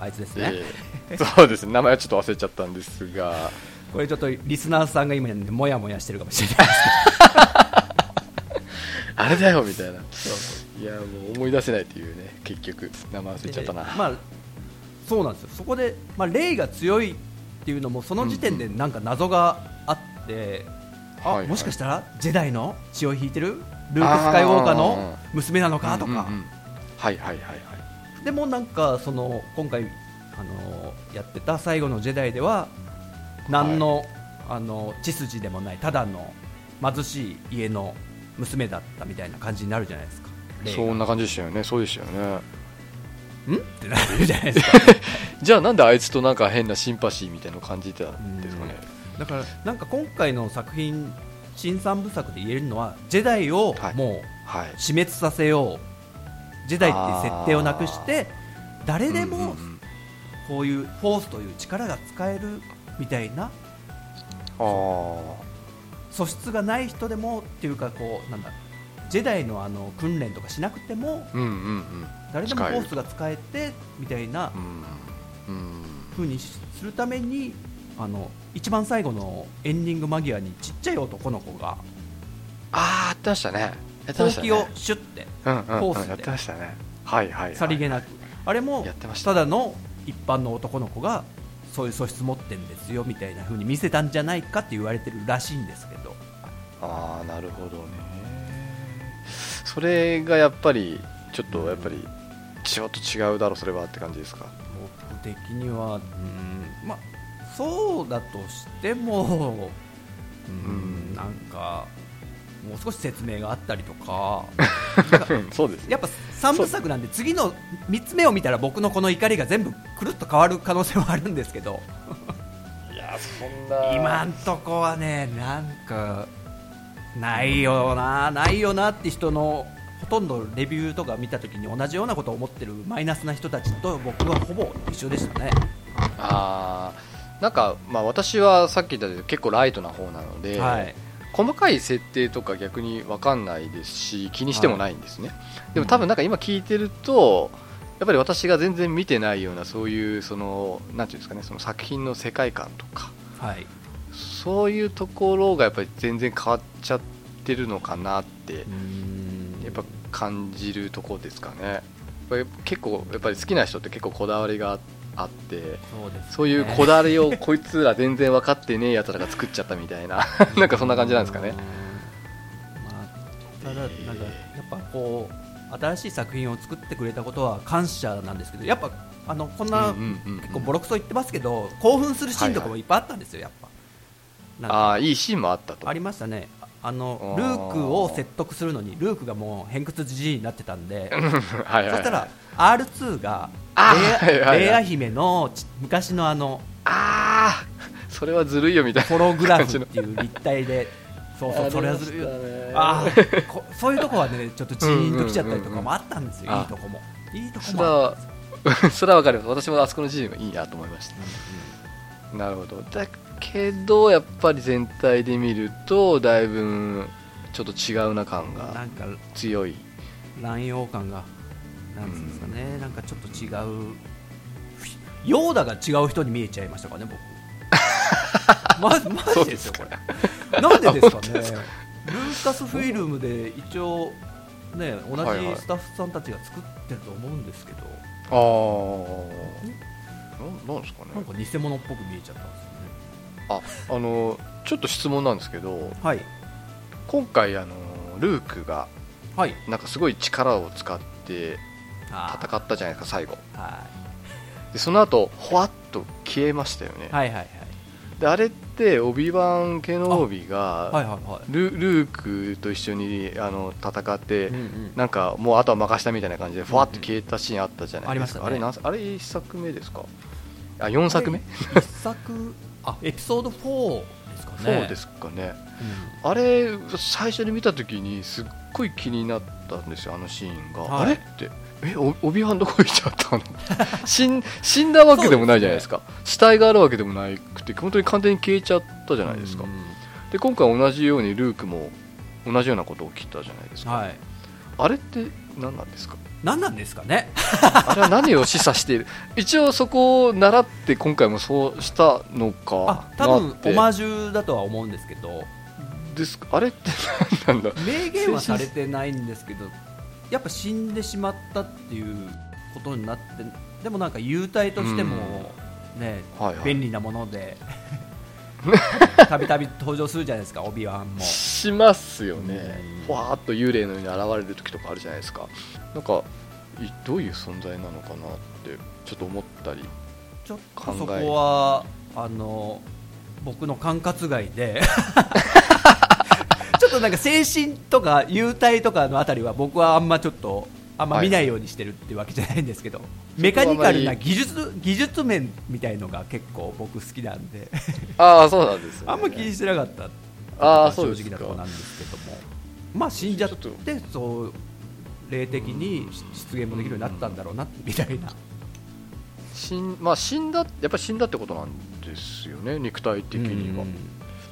Speaker 2: あいつですね、
Speaker 1: ええそうですね名前はちょっと忘れちゃったんですが
Speaker 2: これちょっとリスナーさんが今ねもやもやしてるかもしれないで
Speaker 1: あれだよみたいな
Speaker 2: す
Speaker 1: いやもう思い出せないっていうね結局名前忘れ
Speaker 2: けど
Speaker 1: ちゃったな、
Speaker 2: でまあ、そうなんですよそこで、まあ、レイが強いっていうのもその時点でなんか謎があって、あ
Speaker 1: はいはい
Speaker 2: もしかしたらジェダイの血を引いてるルーク・スカイウォーカーの娘なのかとか、
Speaker 1: うんうんうんはいはいはいはい
Speaker 2: でもなんかその今回あのやってた最後のジェダイでは何の、あの血筋でもないただの貧しい家の娘だったみたいな感じになるじゃないですか。レイ
Speaker 1: そ
Speaker 2: が
Speaker 1: んな感じでしたよねそうでしたよね
Speaker 2: んってなるじゃな いですか。
Speaker 1: じゃあなんであいつとなんか変なシンパシーみたいなの感じてたんですかね
Speaker 2: だからなんか今回の作品新三部作で言えるのはジェダイを
Speaker 1: はい
Speaker 2: も
Speaker 1: はいう
Speaker 2: 死滅させよう、ジェダイっていう設定をなくして誰で
Speaker 1: うんうんう
Speaker 2: も
Speaker 1: ん
Speaker 2: こういうフォースという力が使えるみたいな
Speaker 1: あー
Speaker 2: 素質がない人でもっていうかこうなんだジェダイのあの訓練とかしなくても
Speaker 1: うんうんうん
Speaker 2: 誰でも
Speaker 1: 使
Speaker 2: フ
Speaker 1: え
Speaker 2: ォ
Speaker 1: る
Speaker 2: ースが使えてみたいな
Speaker 1: うんうん
Speaker 2: 風にするためにあの一番最後のエンディング間際にちっちゃい男の子が
Speaker 1: ああやってましたねやって
Speaker 2: ほ
Speaker 1: ま
Speaker 2: う
Speaker 1: した
Speaker 2: き
Speaker 1: ね
Speaker 2: をシュッて
Speaker 1: うんうん
Speaker 2: コー
Speaker 1: うん
Speaker 2: スで
Speaker 1: やってましたねはいはいはい
Speaker 2: さりげなくあれも
Speaker 1: やってました
Speaker 2: ただの一般の男の子がそういう素質持ってんですよみたいな風に見せたんじゃないかって言われてるらしいんですけど
Speaker 1: ああなるほどねそれがやっぱりちょっとやっぱりちょっと違うだろそれはって感じですか
Speaker 2: 僕的にはうんまあそうだとしてもうん
Speaker 1: うん
Speaker 2: なんかもう少し説明があったりと か
Speaker 1: そうですね
Speaker 2: やっぱ3部作なんで次の3つ目を見たら僕のこの怒りが全部くるっと変わる可能性はあるんですけど
Speaker 1: いやそんな
Speaker 2: 今んとこはねなんかないよなないよなって人のほとんどレビューとか見た時に同じようなことを思ってるマイナスな人たちと僕はほぼ一緒でしたね
Speaker 1: あーなんか、まあ、私はさっき言ったように結構ライトな方なので、
Speaker 2: はい
Speaker 1: 細かい設定とか逆に分かんないですし気にしてもないんですね、でも多分なんか今聞いてるとやっぱり私が全然見てないようなそういうそのなんていうんですかねその作品の世界観とか
Speaker 2: はい
Speaker 1: そういうところがやっぱり全然変わっちゃってるのかなってやっぱ感じるところですかねやっぱり結構やっぱり好きな人って結構こだわりがあって
Speaker 2: そうですね
Speaker 1: そういうこだわりをこいつら全然分かってねえやつらが作っちゃったみたい ななんかそんな感じなんですかね
Speaker 2: うんまあ、ただなんかやっぱこう新しい作品を作ってくれたことは感謝なんですけどやっぱあのこんな結
Speaker 1: 結
Speaker 2: 構ボロクソ言ってますけど興奮するシーンとかもいっぱいあったんですよやっぱなんか
Speaker 1: ああいいシーンもあったと
Speaker 2: ありましたねああの
Speaker 1: あ
Speaker 2: ル
Speaker 1: ー
Speaker 2: ークを説得するのにルークがもう偏屈じじいになってたんで
Speaker 1: はいはい
Speaker 2: そしたら R2 が
Speaker 1: あー
Speaker 2: レイ
Speaker 1: はいはいは
Speaker 2: ア
Speaker 1: い
Speaker 2: レイア姫のち昔のあの
Speaker 1: ああそれはずるいよみたい
Speaker 2: ホログラフっていう立体でそうそうそれはずるいよあ
Speaker 1: あ
Speaker 2: ーこそういうとこはねちょっとジーンときちゃったりとかもあったんですよ、
Speaker 1: うんうんうん
Speaker 2: いいとこもいいとこ
Speaker 1: それ
Speaker 2: もあっ
Speaker 1: はそれは分かります私もあそこのチームいいなと思いました
Speaker 2: たんですよ
Speaker 1: なるほどだけどやっぱり全体で見るとだいぶちょっと違うな感
Speaker 2: うんうんな
Speaker 1: が
Speaker 2: んか
Speaker 1: 強い
Speaker 2: 乱用感がなんつうんですかね、なんかちょっと違うふヨーダが違う人に見えちゃいましたかね 僕まマジですよこれなんでですかね ルーカスフィルムで一応ね同じ
Speaker 1: はいはい
Speaker 2: スタッフさんたちが作ってると思うんですけど、
Speaker 1: ああなんですかね
Speaker 2: なんか偽物っぽく見えちゃったんですよ
Speaker 1: あ
Speaker 2: ね
Speaker 1: あのちょっと質問なんですけど
Speaker 2: はい
Speaker 1: 今回あのルークが
Speaker 2: はい
Speaker 1: なんかすごい力を使って
Speaker 2: あ
Speaker 1: 戦ったじゃないですか最後
Speaker 2: ーは
Speaker 1: でその後ほわっと消えましたよね、
Speaker 2: いはいはい
Speaker 1: であれってオビワン・ケノービ
Speaker 2: はいはい
Speaker 1: が
Speaker 2: は
Speaker 1: ルルークと一緒にあの戦って、
Speaker 2: い、うんうん
Speaker 1: なんかもうあとは任したみたいな感じでふわっと消えたシーンあったじゃないですか、
Speaker 2: うんうんありま
Speaker 1: あれなんあれ1作目ですかあ4作目
Speaker 2: 一作あエピソード4ですかね
Speaker 1: そうですかねあれ最初に見た時にすっごい気になったんですよあのシーンが、
Speaker 2: は
Speaker 1: あ
Speaker 2: い
Speaker 1: れってえおオビワンどこ行っちゃったの 死ん死んだわけでもないじゃないですか死体があるわけでもなくて本当に完全に消えちゃったじ
Speaker 2: じ
Speaker 1: ゃないですか、で今回同じようにルークも同じようなことを起きたじゃないですか、
Speaker 2: はい
Speaker 1: あれって何なんですか
Speaker 2: 何なんですかね
Speaker 1: あれは何を示唆している 一応そこを習って今回もそうしたのか
Speaker 2: あ
Speaker 1: な
Speaker 2: 多分
Speaker 1: って
Speaker 2: オマージュだとは思うんですけど
Speaker 1: ですあれって何 なんだ
Speaker 2: 明言はされてないんですけどやっぱ死んでしまったっていうことになってでもなんか幽体としても、ね
Speaker 1: はいはい
Speaker 2: 便利なも のでたびたび登場するじゃないですかオビワンも
Speaker 1: しますよね
Speaker 2: うん
Speaker 1: ふわーっと幽霊のように現れる時とかあるじゃないですかなんかいどういう存在なのかなってちょっと思った り
Speaker 2: ちょっとそこはあの僕の管轄外で ちょっとなんか精神とか幽体とかのあたりは僕はあんまちょっとあんま見ないようにしてるってわけじゃないんですけど、メカニカルな技術技術面みたいのが結構僕好きなんで
Speaker 1: ああそうなんですよ、ね、
Speaker 2: あんま気にしてなかった
Speaker 1: あー
Speaker 2: 正
Speaker 1: そうです
Speaker 2: 直
Speaker 1: か
Speaker 2: なとこなんですけどもまあ死んじゃっ
Speaker 1: ちょって
Speaker 2: そう霊的に出現もできるようになったんだろうなみたいな
Speaker 1: 死ん,、まあ、死んだやっぱり死んだってことなんですよね肉体的には、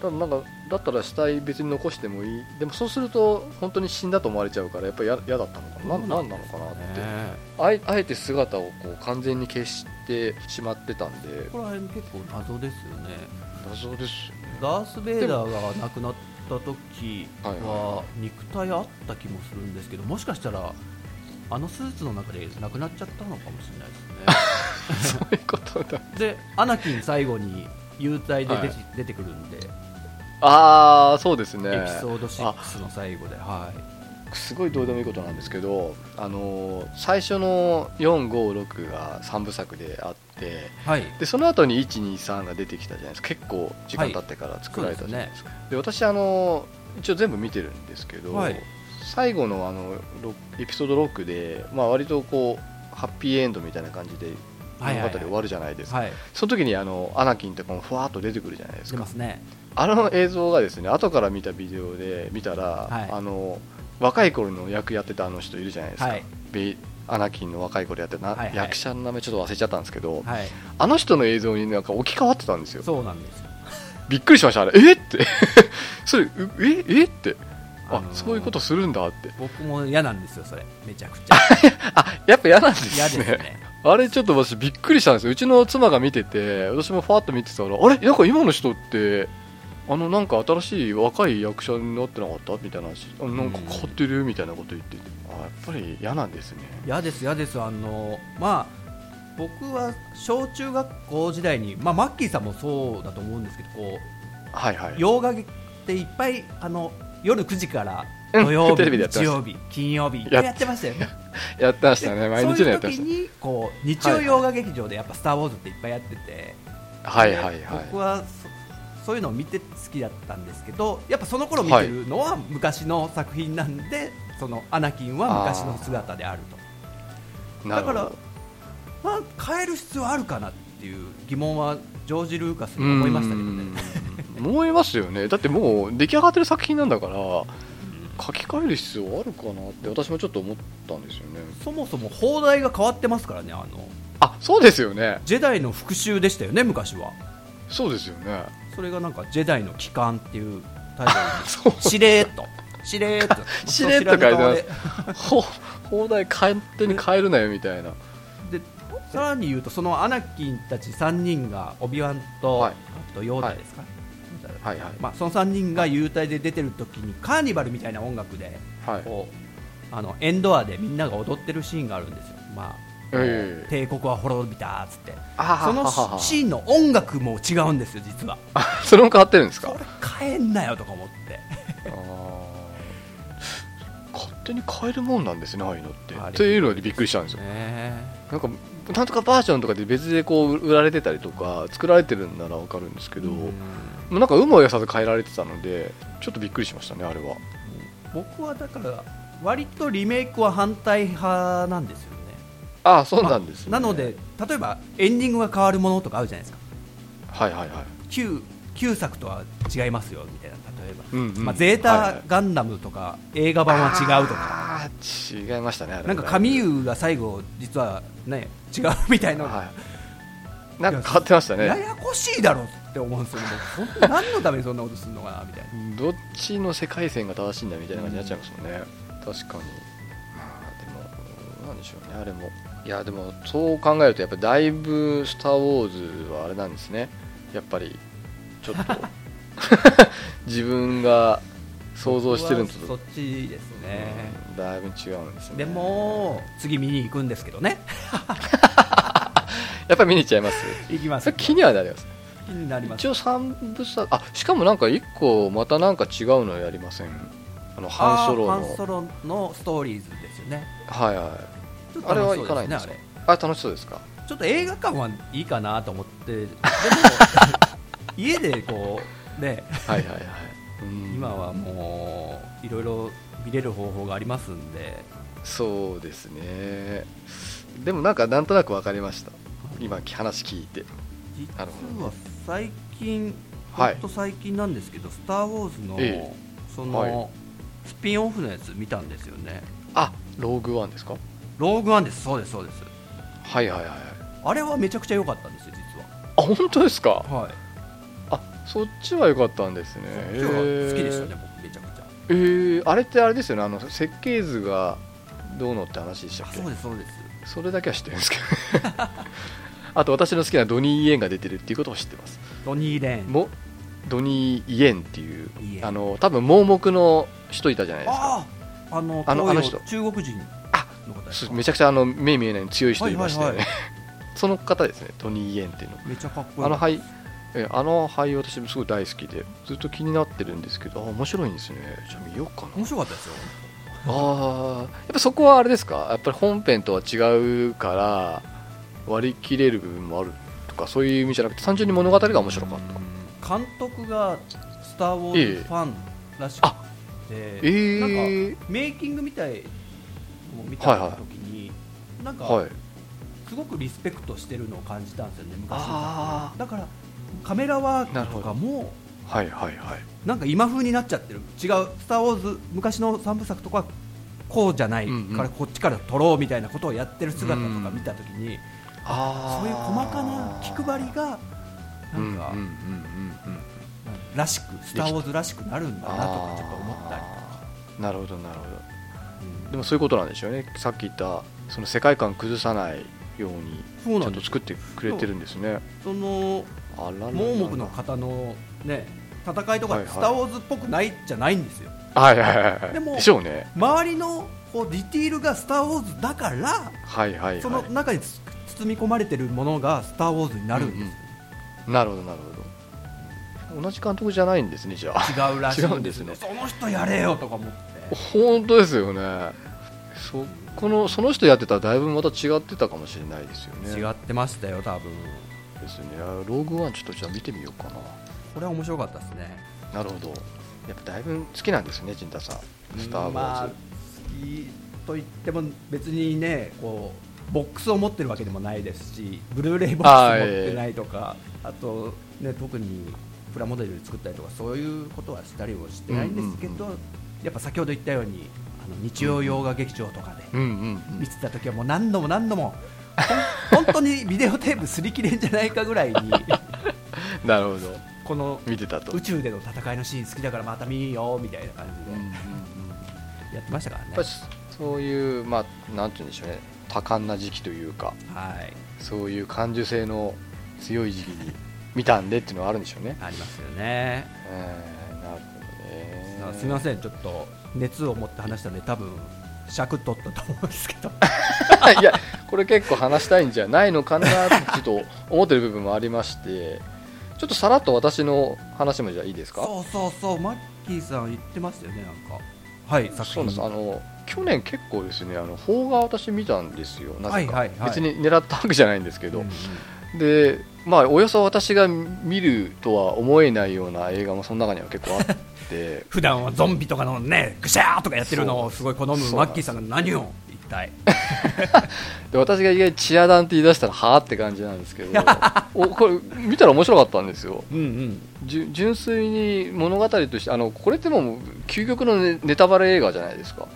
Speaker 1: ただなんかだったら死体別に残してもいいでもそうすると本当に死んだと思われちゃうからやっぱりや嫌だったのかなななんなのかなって、
Speaker 2: ね
Speaker 1: あえあえて姿をこう完全に消してしまってたんで
Speaker 2: ここら辺結構謎ですよね
Speaker 1: 謎ですよね
Speaker 2: ダース・ベイダーが亡くなった時
Speaker 1: はいは
Speaker 2: は肉体あった気もするんですけどもしかしたらあのスーツの中でなくなっちゃったのかもしれない
Speaker 1: そういうことだ
Speaker 2: ですねでアナキン最後に幽体で出て,、出てくるんで、
Speaker 1: ああそうですね
Speaker 2: エピソード6の最後ではい
Speaker 1: すごいどうでもいいことなんですけど、あのー最初の456が3部作であって
Speaker 2: はい
Speaker 1: でその後に123が出てきたじゃないですか結構時間経ってから作られたじゃないですか、で私あの一応全部見てるんですけど、
Speaker 2: はい
Speaker 1: 最後のあのろエピソード6で、まあ、割とこうハッピーエンドみたいな感じで
Speaker 2: はい
Speaker 1: 物
Speaker 2: は
Speaker 1: 語
Speaker 2: い
Speaker 1: 終わるじゃないですか、
Speaker 2: はい
Speaker 1: その時にあのアナキンとかもふわーっと出てくるじゃないです
Speaker 2: 出
Speaker 1: か
Speaker 2: ますね
Speaker 1: あの映像がですね後から見たビデオで見たら、
Speaker 2: はい
Speaker 1: あの若い頃の役やってたあの人いるじゃないですか、
Speaker 2: はい
Speaker 1: ベイアナキンの若い頃やってたな、
Speaker 2: はいはい
Speaker 1: 役者の名前ちょっと忘れちゃったんですけど、
Speaker 2: はい
Speaker 1: あの人の映像になんか置き換わってたんですよ
Speaker 2: そうなんですよ
Speaker 1: びっくりしましたあれえって それうええってあ、
Speaker 2: あのー
Speaker 1: そういうことするんだって
Speaker 2: 僕も嫌なんですよそれめちゃくちゃ
Speaker 1: あやっぱ嫌なんですね
Speaker 2: 嫌ですね
Speaker 1: あれちょっと私びっくりしたんですようちの妻が見てて私もファーッと見てたらあれなんか今の人ってあのなんか新しい若い役者になってなかったみたいな話あなんか変わってるみたいなこと言っててあやっぱり嫌なんですね
Speaker 2: 嫌です嫌ですあのまあ僕は小中学校時代に、まあ、マッキーさんもそうだと思うんですけどこ
Speaker 1: はいは
Speaker 2: う
Speaker 1: い
Speaker 2: 洋画っていっぱいあの夜9時から
Speaker 1: うん
Speaker 2: 土曜日、
Speaker 1: テレビでやって
Speaker 2: 日
Speaker 1: ました
Speaker 2: 曜日金曜日
Speaker 1: やっ
Speaker 2: やってましたよね
Speaker 1: やってましたね
Speaker 2: で
Speaker 1: 毎日
Speaker 2: そう
Speaker 1: の
Speaker 2: い
Speaker 1: や
Speaker 2: う
Speaker 1: ってま
Speaker 2: 時
Speaker 1: したね
Speaker 2: にこう日曜洋画劇場でやっぱ「スター・ウォーズ」っていっぱいやってて、
Speaker 1: はいはいは
Speaker 2: で
Speaker 1: い
Speaker 2: 僕はそそういうのを見て好きだったんですけどやっぱその頃見てるのは昔の作品なんで、そのアナキンは昔の姿であると。
Speaker 1: な
Speaker 2: だ
Speaker 1: るほ
Speaker 2: か
Speaker 1: ど
Speaker 2: ら、まあ、変える必要あるかなっていう疑問はジョージ・ルーカスに思いましたけどね。
Speaker 1: うーん思いますよねだってもう出来上がってる作品なんだから書き換える必要あるかなって私もちょっと思ったんですよね
Speaker 2: そもそも放題が変わってますからねあの
Speaker 1: あそうですよね
Speaker 2: ジェダイの復讐でしたよね昔は
Speaker 1: そうですよね
Speaker 2: それがなんか「ジェダイの帰還」っていうタイト
Speaker 1: そう
Speaker 2: ルにしれーっとしれーっと
Speaker 1: しれっと書いてま
Speaker 2: 知らぬ顔です
Speaker 1: ほ放題勝手に変えるなよみたいな
Speaker 2: でさらに言うとそのアナキンたち3人がオビワンと,、
Speaker 1: はい
Speaker 2: あとヨーダですか、
Speaker 1: はいはい
Speaker 2: まあ、その3人が幽体で出てる時にカーニバルみたいな音楽で
Speaker 1: はい
Speaker 2: こうあのエンドアでみんなが踊ってるシーンがあるんですよ、まあ
Speaker 1: ええ
Speaker 2: 帝国は滅びたっつって
Speaker 1: あ
Speaker 2: その
Speaker 1: ははは
Speaker 2: シーンの音楽も違うんですよ実は
Speaker 1: あそれも変わってるんですか
Speaker 2: これ変えんなよとか思って
Speaker 1: あー勝手に変えるもんなんですねああいうのって
Speaker 2: あれ
Speaker 1: っていうのでびっくりしたんですよ
Speaker 2: ね
Speaker 1: なんかなんとかバージョンとかで別でこう売られてたりとか作られてるんならわかるんですけど、もうなんか有無を言わさず変えられてたのでちょっとびっくりしましたねあれは
Speaker 2: 僕はだから割とリメイクは反対派なんですよね
Speaker 1: ああそうなんです、ね
Speaker 2: なので例えばエンディングが変わるものとかあるじゃないですか
Speaker 1: はいはいはい
Speaker 2: 旧旧作とは違いますよみたいな例えば、
Speaker 1: うんうん
Speaker 2: まあ、ゼー
Speaker 1: はいは
Speaker 2: タ
Speaker 1: い
Speaker 2: ガンダムとか、映画版は違うとか
Speaker 1: あー違いましたねあれ
Speaker 2: なんか神優が最後実はね違うみたいな、
Speaker 1: はい、なんか変わってました
Speaker 2: や
Speaker 1: ね
Speaker 2: やこしいだろって思うんですよね僕本当何のためにそんなことするのかなみたいな
Speaker 1: どっちの世界線が正しいんだみたいな感じになっちゃいますもんね、確かにまあでもなんでしょうねあれもいやでもそう考えるとやっぱりだいぶ「スター・ウォーズ」はあれなんですねやっぱりちょっと 自分が想像してるのと
Speaker 2: 僕はそっちですね、
Speaker 1: うんだいぶ違うんですね
Speaker 2: でも次見に行くんですけどね
Speaker 1: やっぱり見に行っちゃいます
Speaker 2: 行きま
Speaker 1: そ
Speaker 2: す
Speaker 1: れ気にはなります
Speaker 2: 気になります
Speaker 1: 一応3部作あしかもなんか1個またなんか違うのやりませんあの
Speaker 2: あー
Speaker 1: 半ソロの
Speaker 2: ハンソロのストーリーズですよね
Speaker 1: はいはい
Speaker 2: ちょっと
Speaker 1: あれ
Speaker 2: 楽
Speaker 1: は
Speaker 2: しそ
Speaker 1: 行
Speaker 2: う
Speaker 1: か
Speaker 2: で
Speaker 1: ない
Speaker 2: す
Speaker 1: んで
Speaker 2: ねあ
Speaker 1: す
Speaker 2: れ
Speaker 1: かあ楽しそうですか
Speaker 2: ちょっと映画館はいいかなと思ってでも 家でこうね
Speaker 1: はいはいはいうん
Speaker 2: 今はもういろいろ見れる方法がありますんで
Speaker 1: そうですねでもなんかなんとなく分かりました今話聞いて
Speaker 2: 実
Speaker 1: なるほど
Speaker 2: は最近
Speaker 1: は
Speaker 2: ほ
Speaker 1: い
Speaker 2: んと最近なんですけど「スター・ウォーズの」
Speaker 1: ええ
Speaker 2: そ
Speaker 1: はい
Speaker 2: のスピンオフのやつ見たんですよね
Speaker 1: あローグワンですか
Speaker 2: 「ローグワン」ですそうですそうです
Speaker 1: はいはいはいはい
Speaker 2: あれはめちゃくちゃ良かったんですよ
Speaker 1: あ本当ですか
Speaker 2: 実ははい
Speaker 1: あそっちは良かったんですね
Speaker 2: 今日は好きでしたね僕めちゃくちゃ
Speaker 1: えーえーあれってあれですよねあの設計図がどうのって話でしたっ
Speaker 2: あ
Speaker 1: け
Speaker 2: そうですそうです
Speaker 1: それだけは知ってるんですけど あと私の好きなドニー・イエンが出てるっていうことも知ってます
Speaker 2: ロニー・レーン
Speaker 1: もドニー・イエンっていう
Speaker 2: イエン
Speaker 1: あの多分盲目の人いたじゃないですか
Speaker 2: あああの
Speaker 1: あの
Speaker 2: 東洋
Speaker 1: あの人
Speaker 2: 中国人の方です
Speaker 1: す
Speaker 2: か
Speaker 1: めちゃくちゃあの目見えないのに強い人いましたよね、
Speaker 2: はいはい
Speaker 1: その方ですねドニー・イエンっていうの
Speaker 2: めちゃかっこいい
Speaker 1: あの俳えあの俳優私すごい大好きでずっと気になってるんですけどあ面白いんですねじゃあ見ようかな
Speaker 2: 面白かったですよ
Speaker 1: あーやっぱそこはあれですかやっぱり本編とは違うから割り切れる部分もあるとかそういう意味じゃなくて単純に物語が面白かった、
Speaker 2: 監督が「スター・ウォーズ」ファンらしくて、
Speaker 1: え
Speaker 2: なんか
Speaker 1: ー、
Speaker 2: メイキングみたいのを見た時に、なん
Speaker 1: は
Speaker 2: か
Speaker 1: い
Speaker 2: すごくリスペクトしてるのを感じたんですよね昔の
Speaker 1: あ
Speaker 2: だからカメラワー
Speaker 1: な
Speaker 2: ク
Speaker 1: る
Speaker 2: と
Speaker 1: ほ
Speaker 2: か
Speaker 1: ど
Speaker 2: も
Speaker 1: はいはいはい
Speaker 2: なんか今風になっちゃってる違う「スター・ウォーズ」昔の3部作とかこうじゃない
Speaker 1: うんうん
Speaker 2: からこっちから撮ろうみたいなことをやってる姿とか見た時に、
Speaker 1: あ
Speaker 2: そういう細かな気配りがなんか、
Speaker 1: うんうんうんうんうん
Speaker 2: らしく「スター・ウォーズ」らしくなるんだなとかちょっと思ったりとか、
Speaker 1: りなるほどなるほど
Speaker 2: うん
Speaker 1: でもそういうことなんでしょうねさっき言ったその世界観崩さないように
Speaker 2: そう
Speaker 1: ち
Speaker 2: な
Speaker 1: ゃん
Speaker 2: んで
Speaker 1: と
Speaker 2: す
Speaker 1: 作ってくれてるんですね
Speaker 2: その
Speaker 1: あららら
Speaker 2: 盲目の方のね戦いとか
Speaker 1: はいはい
Speaker 2: スター・ウォーズっぽくないじゃないんですよ、
Speaker 1: はいはいはいはい
Speaker 2: でも
Speaker 1: でしょうね
Speaker 2: 周りのこうディティールが「スター・ウォーズ」だから
Speaker 1: はいはいはい
Speaker 2: その中につ包み込まれてるものが「スター・ウォーズ」になるんですよ、
Speaker 1: なるほどなるほど同じ監督じゃないんですねじゃあ
Speaker 2: 違うらしい
Speaker 1: 違うんですね
Speaker 2: その人やれよとか思って
Speaker 1: 本当ですよねそこのその人やってたらだいぶまた違ってたかもしれないですよね
Speaker 2: 違ってましたよ多分
Speaker 1: ですねローグワンちょっとじゃあ見てみようか
Speaker 2: これは面白かったですね
Speaker 1: ななるほどやっぱだいぶ好きなんですね陣太さん「スター・ウォーズ」
Speaker 2: まあ、好きといっても別にねこうボックスを持ってるわけでもないですしブルーレイボックス持ってないとかあ,、と、ね、特にプラモデル作ったりとかそういうことはしたりはしてないんですけど、
Speaker 1: うん
Speaker 2: やっぱ先ほど言ったようにあの日曜洋画劇場とかで
Speaker 1: うんうんうん
Speaker 2: 見てた時はもう何度も何度もほん 本当にビデオテープ擦り切れんじゃないかぐ らいに
Speaker 1: なるほど
Speaker 2: この
Speaker 1: 見てたと、
Speaker 2: 宇宙での戦いのシーン好きだからまた見ようみたいな感
Speaker 1: うん
Speaker 2: じ
Speaker 1: うんうんや
Speaker 2: でやってましたからね
Speaker 1: っぱりそういうまあなんて言うんでしょうね多感な時期というか
Speaker 2: はい
Speaker 1: そういう感受性の強い時期に見たんでっていうのはあるんでしょうね、
Speaker 2: ありますよね
Speaker 1: えーなるほど
Speaker 2: あ
Speaker 1: ね
Speaker 2: すみませんちょっと熱を持って話したんで多分尺取ったと思うんですけど
Speaker 1: いやこれ結構話したいんじゃないのかなってちょっと思ってる部分もありましてちょっとさらっと私の話もじゃあいいですか
Speaker 2: そうそうそうマッキーさん言ってましたよねなんかはい作
Speaker 1: そうな
Speaker 2: 品
Speaker 1: んですあの去年結構ですねあの邦画私見たんですよなぜか、
Speaker 2: はいはいはい
Speaker 1: 別に狙ったわけじゃないんですけど、
Speaker 2: うんうん
Speaker 1: でまあおよそ私が見るとは思えないような映画もその中には結構あって
Speaker 2: 普段はゾンビとかのねぐしゃーとかやってるのをすごい好む
Speaker 1: そう
Speaker 2: マッキーさんが何を一体
Speaker 1: で私が意外にチアダンって言い出したらはあって感じなんですけ どおこれ見たら面白かったんですよ
Speaker 2: うんうん
Speaker 1: じゅ純粋に物語としてあのこれってもう究極のネネタバレ映画じゃないですか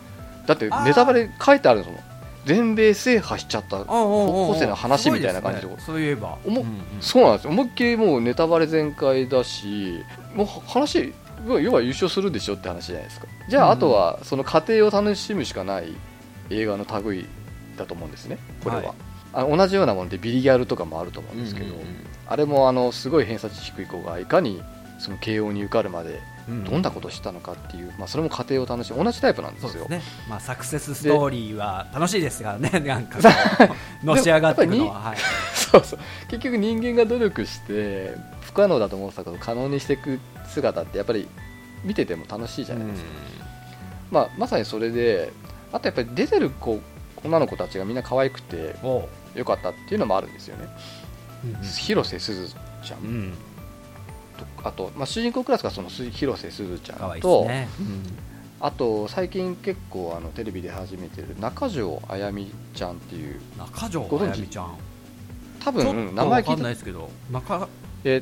Speaker 1: だって
Speaker 2: あー
Speaker 1: ネタバレ書いてあるんですもん全米制覇しちゃった
Speaker 2: おうおうおうおう
Speaker 1: 高校生の話みたいな感じ
Speaker 2: す
Speaker 1: で
Speaker 2: ごいですねそういえば
Speaker 1: おも
Speaker 2: うんうん
Speaker 1: そうなんですよ思いっきりもうネタバレ全開だしもう話要は優勝するでしょって話じゃないですかじゃあ、
Speaker 2: うん
Speaker 1: あとはその過程を楽しむしかない映画の類だと思うんですねこれは、
Speaker 2: はい
Speaker 1: あの同じようなものでビリギャルとかもあると思うんですけど、
Speaker 2: うんうんうん
Speaker 1: あれもあのすごい偏差値低い子がいかにその慶応に受かるまでどんなことをしたのかっていう、まあ、それも過程を楽しむ同じタイプなんです
Speaker 2: そ
Speaker 1: よ
Speaker 2: うですね、まあ、サクセスストーリーは楽しいですからね、なんかこう、のし上がっていくのは、はい、
Speaker 1: そうそう結局人間が努力して不可能だと思ってたことを可能にしていく姿ってやっぱり見てても楽しいじゃないですか、まあ、まさにそれであとやっぱり出てる子女の子たちがみんな可愛くて
Speaker 2: うんおう
Speaker 1: よかったっていうのもあるんですよね、広瀬すずちゃ
Speaker 2: うんん、
Speaker 1: とあと、まあ、主人公クラスがそのす広瀬すずちゃ
Speaker 2: かわ
Speaker 1: ん
Speaker 2: いいです
Speaker 1: と
Speaker 2: ね、
Speaker 1: あと最近結構あのテレビで始めてる中条あやみちゃんっていう
Speaker 2: うん中条
Speaker 1: ご
Speaker 2: あ
Speaker 1: 存
Speaker 2: や
Speaker 1: 知
Speaker 2: みちゃん、
Speaker 1: 多
Speaker 2: ちょっ
Speaker 1: 分
Speaker 2: と
Speaker 1: 名前
Speaker 2: わ
Speaker 1: 聞
Speaker 2: か
Speaker 1: い
Speaker 2: ん
Speaker 1: た
Speaker 2: ないですけど、中
Speaker 1: え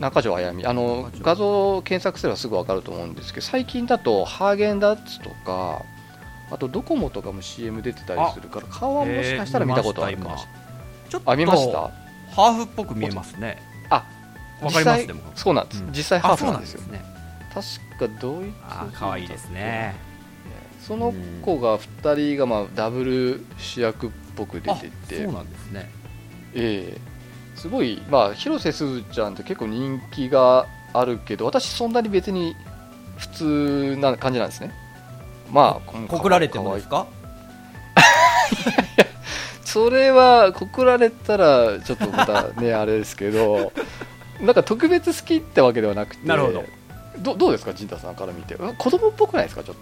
Speaker 1: ー中条あやみあの
Speaker 2: 中条
Speaker 1: 画像を検索すればすぐ分かると思うんですけど最近だとハーゲンダッツとかあとドコモとかも CM 出てたりするから顔はもしかしたら見たことあるかもしれない、
Speaker 2: ちょっと
Speaker 1: あ見ました
Speaker 2: ハーフっぽく見えますね、
Speaker 1: あ
Speaker 2: わかりま
Speaker 1: 実際
Speaker 2: す、でも、
Speaker 1: そうなんです、
Speaker 2: うん
Speaker 1: 実際ハーフなんですよ
Speaker 2: あそうね、
Speaker 1: 確かドイツ
Speaker 2: あ可愛いですね、
Speaker 1: その子が2人がまあダブル主役っぽく出て
Speaker 2: あ
Speaker 1: て
Speaker 2: そうなんですね、
Speaker 1: ええすごい、まあ、広瀬すずちゃんって結構人気があるけど私そんなに別に普通な感じなんですねまあ
Speaker 2: 告られても
Speaker 1: わ
Speaker 2: で
Speaker 1: いい
Speaker 2: すか、
Speaker 1: それは告られたらちょっとまたねあれですけど なんか特別好きってわけではなくて
Speaker 2: なるほど
Speaker 1: どどうですか陣太さんから見てうわ子供っぽくないですかちょっ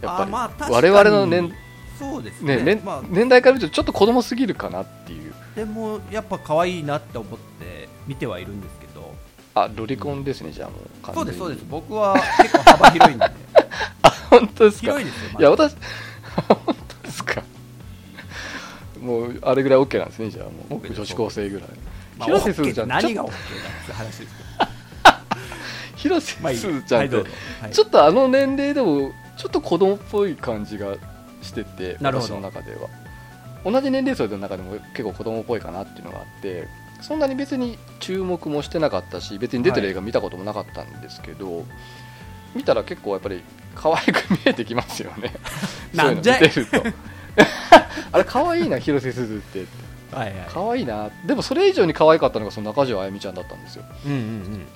Speaker 1: とやっぱり、
Speaker 2: あまあ確か
Speaker 1: 我
Speaker 2: に
Speaker 1: 々の年,、
Speaker 2: そうですね、
Speaker 1: ね年
Speaker 2: まあ、
Speaker 1: 年代から見るとちょっと子供すぎるかなっていう
Speaker 2: でもやっぱ可愛いなって思って見てはいるんですけど。
Speaker 1: あロリコンですね、じゃあもう完
Speaker 2: そう
Speaker 1: 全
Speaker 2: で
Speaker 1: に
Speaker 2: すそうです僕は結構幅広 いんで
Speaker 1: 本当ですか
Speaker 2: 広いですよ、まあ
Speaker 1: いや私 本当ですかもうあれぐらい OK なんですねじゃあもう
Speaker 2: OK です
Speaker 1: 女子高生ぐらい、
Speaker 2: まあ
Speaker 1: 広瀬すずちゃ
Speaker 2: OK
Speaker 1: ん
Speaker 2: 何
Speaker 1: ちょ
Speaker 2: が
Speaker 1: っ
Speaker 2: OK だって話ですけ
Speaker 1: と広瀬
Speaker 2: どまあいい
Speaker 1: すずちゃんって、
Speaker 2: はいどうぞはい
Speaker 1: ちょっとあの年齢でもちょっと子供っぽい感じがしてて
Speaker 2: なるほ
Speaker 1: 私
Speaker 2: ど
Speaker 1: の中では同じ年齢層の中でも結構子供っぽいかなっていうのがあってそんなに別に注目もしてなかったし別に出てる映画見たこともなかったんですけど、見たら結構やっぱり可愛く見えてきますよ ね
Speaker 2: なんじゃい
Speaker 1: そういうの見 てるとあれ可愛いな広瀬すずって
Speaker 2: はいはい
Speaker 1: 可愛いなでもそれ以上に可愛かったのがその中条あやみちゃんだったんですよ
Speaker 2: うんうん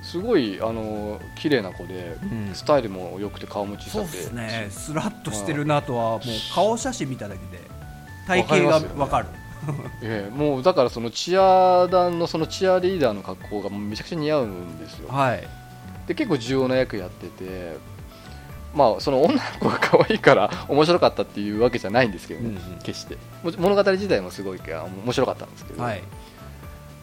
Speaker 1: すごいあの綺麗な子で、
Speaker 2: うん
Speaker 1: スタイルも良くて顔も小さくて
Speaker 2: そうですねスラッとしてるなとはもう顔写真見ただけで体
Speaker 1: わかりま
Speaker 2: 型
Speaker 1: すよ
Speaker 2: が
Speaker 1: ね
Speaker 2: わかる
Speaker 1: ええもうだからそのチア団のそのチアリーダーの格好がもうめちゃくちゃ似合うんですよ
Speaker 2: はい
Speaker 1: で結構重要な役やっててまあその女の子が可愛いから 面白かったっていうわけじゃないんですけどね、
Speaker 2: うんうん
Speaker 1: 決しても物語自体もすごいけど面白かったんですけど、
Speaker 2: はい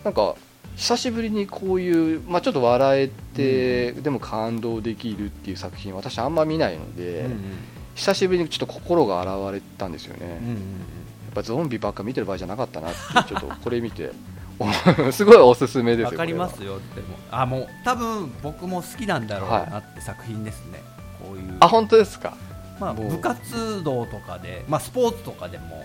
Speaker 1: なんか久しぶりにこういう、まあ、ちょっと笑えて、でも感動できるっていう作品私あんま見ないので、久しぶりにちょっと心が洗われたんですよね、
Speaker 2: うんうん
Speaker 1: やっぱゾンビばっか見てる場合じゃなかったなってちょっとこれ見て おすごいおすすめですよ
Speaker 2: わかりま
Speaker 1: こ
Speaker 2: すよでもあもう多分僕も好きなんだろうなって作品ですね、こういう
Speaker 1: れはあ本当ですか
Speaker 2: まあ、
Speaker 1: もう
Speaker 2: 部活動とかで、まあ、スポーツとかでも、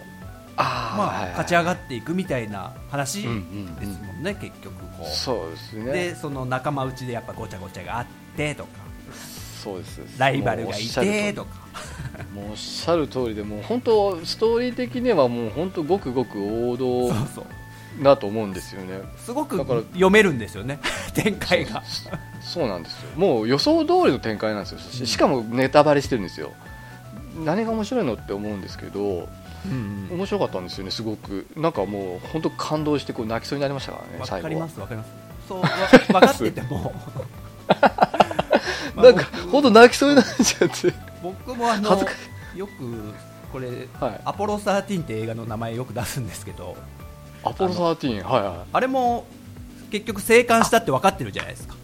Speaker 1: あー
Speaker 2: ま
Speaker 1: はい
Speaker 2: あ、
Speaker 1: はい
Speaker 2: 勝ち上がっていくみたいな話で
Speaker 1: う
Speaker 2: すも
Speaker 1: ん
Speaker 2: んね、
Speaker 1: うん
Speaker 2: 結局こう
Speaker 1: そうですね
Speaker 2: でその仲間内でやっぱごちゃごちゃがあってとか
Speaker 1: そうです
Speaker 2: ライバルがいて
Speaker 1: も
Speaker 2: とか
Speaker 1: うおっしゃる通りもうおっしゃる通りでもう本当ストーリー的にはもう本当ごくごく王
Speaker 2: そう
Speaker 1: 道
Speaker 2: そう
Speaker 1: だと思うんですよね
Speaker 2: すごく
Speaker 1: だから
Speaker 2: 読めるんですよね 展開が
Speaker 1: そうそうなんですよもう予想通りの展開なんですよ
Speaker 2: う
Speaker 1: し
Speaker 2: ん
Speaker 1: しかもネタバレしてるんですよ何が面白いのって思うんですけど
Speaker 2: うんうん
Speaker 1: 面白かったんですよねすごくなんかもう本当感動してこう泣きそうになりましたからね
Speaker 2: わ
Speaker 1: 最
Speaker 2: かり
Speaker 1: 後
Speaker 2: ま
Speaker 1: は
Speaker 2: すわかりますそうわ分かっててもまあ
Speaker 1: なんか本当泣きそうになっちゃって
Speaker 2: 僕僕もあの
Speaker 1: 恥ずか
Speaker 2: よくこれ
Speaker 1: はい
Speaker 2: アポロ13って映画の名前よく出すんですけど
Speaker 1: アポロ13はいはい
Speaker 2: あれも結局生還したって分かってるじゃないですか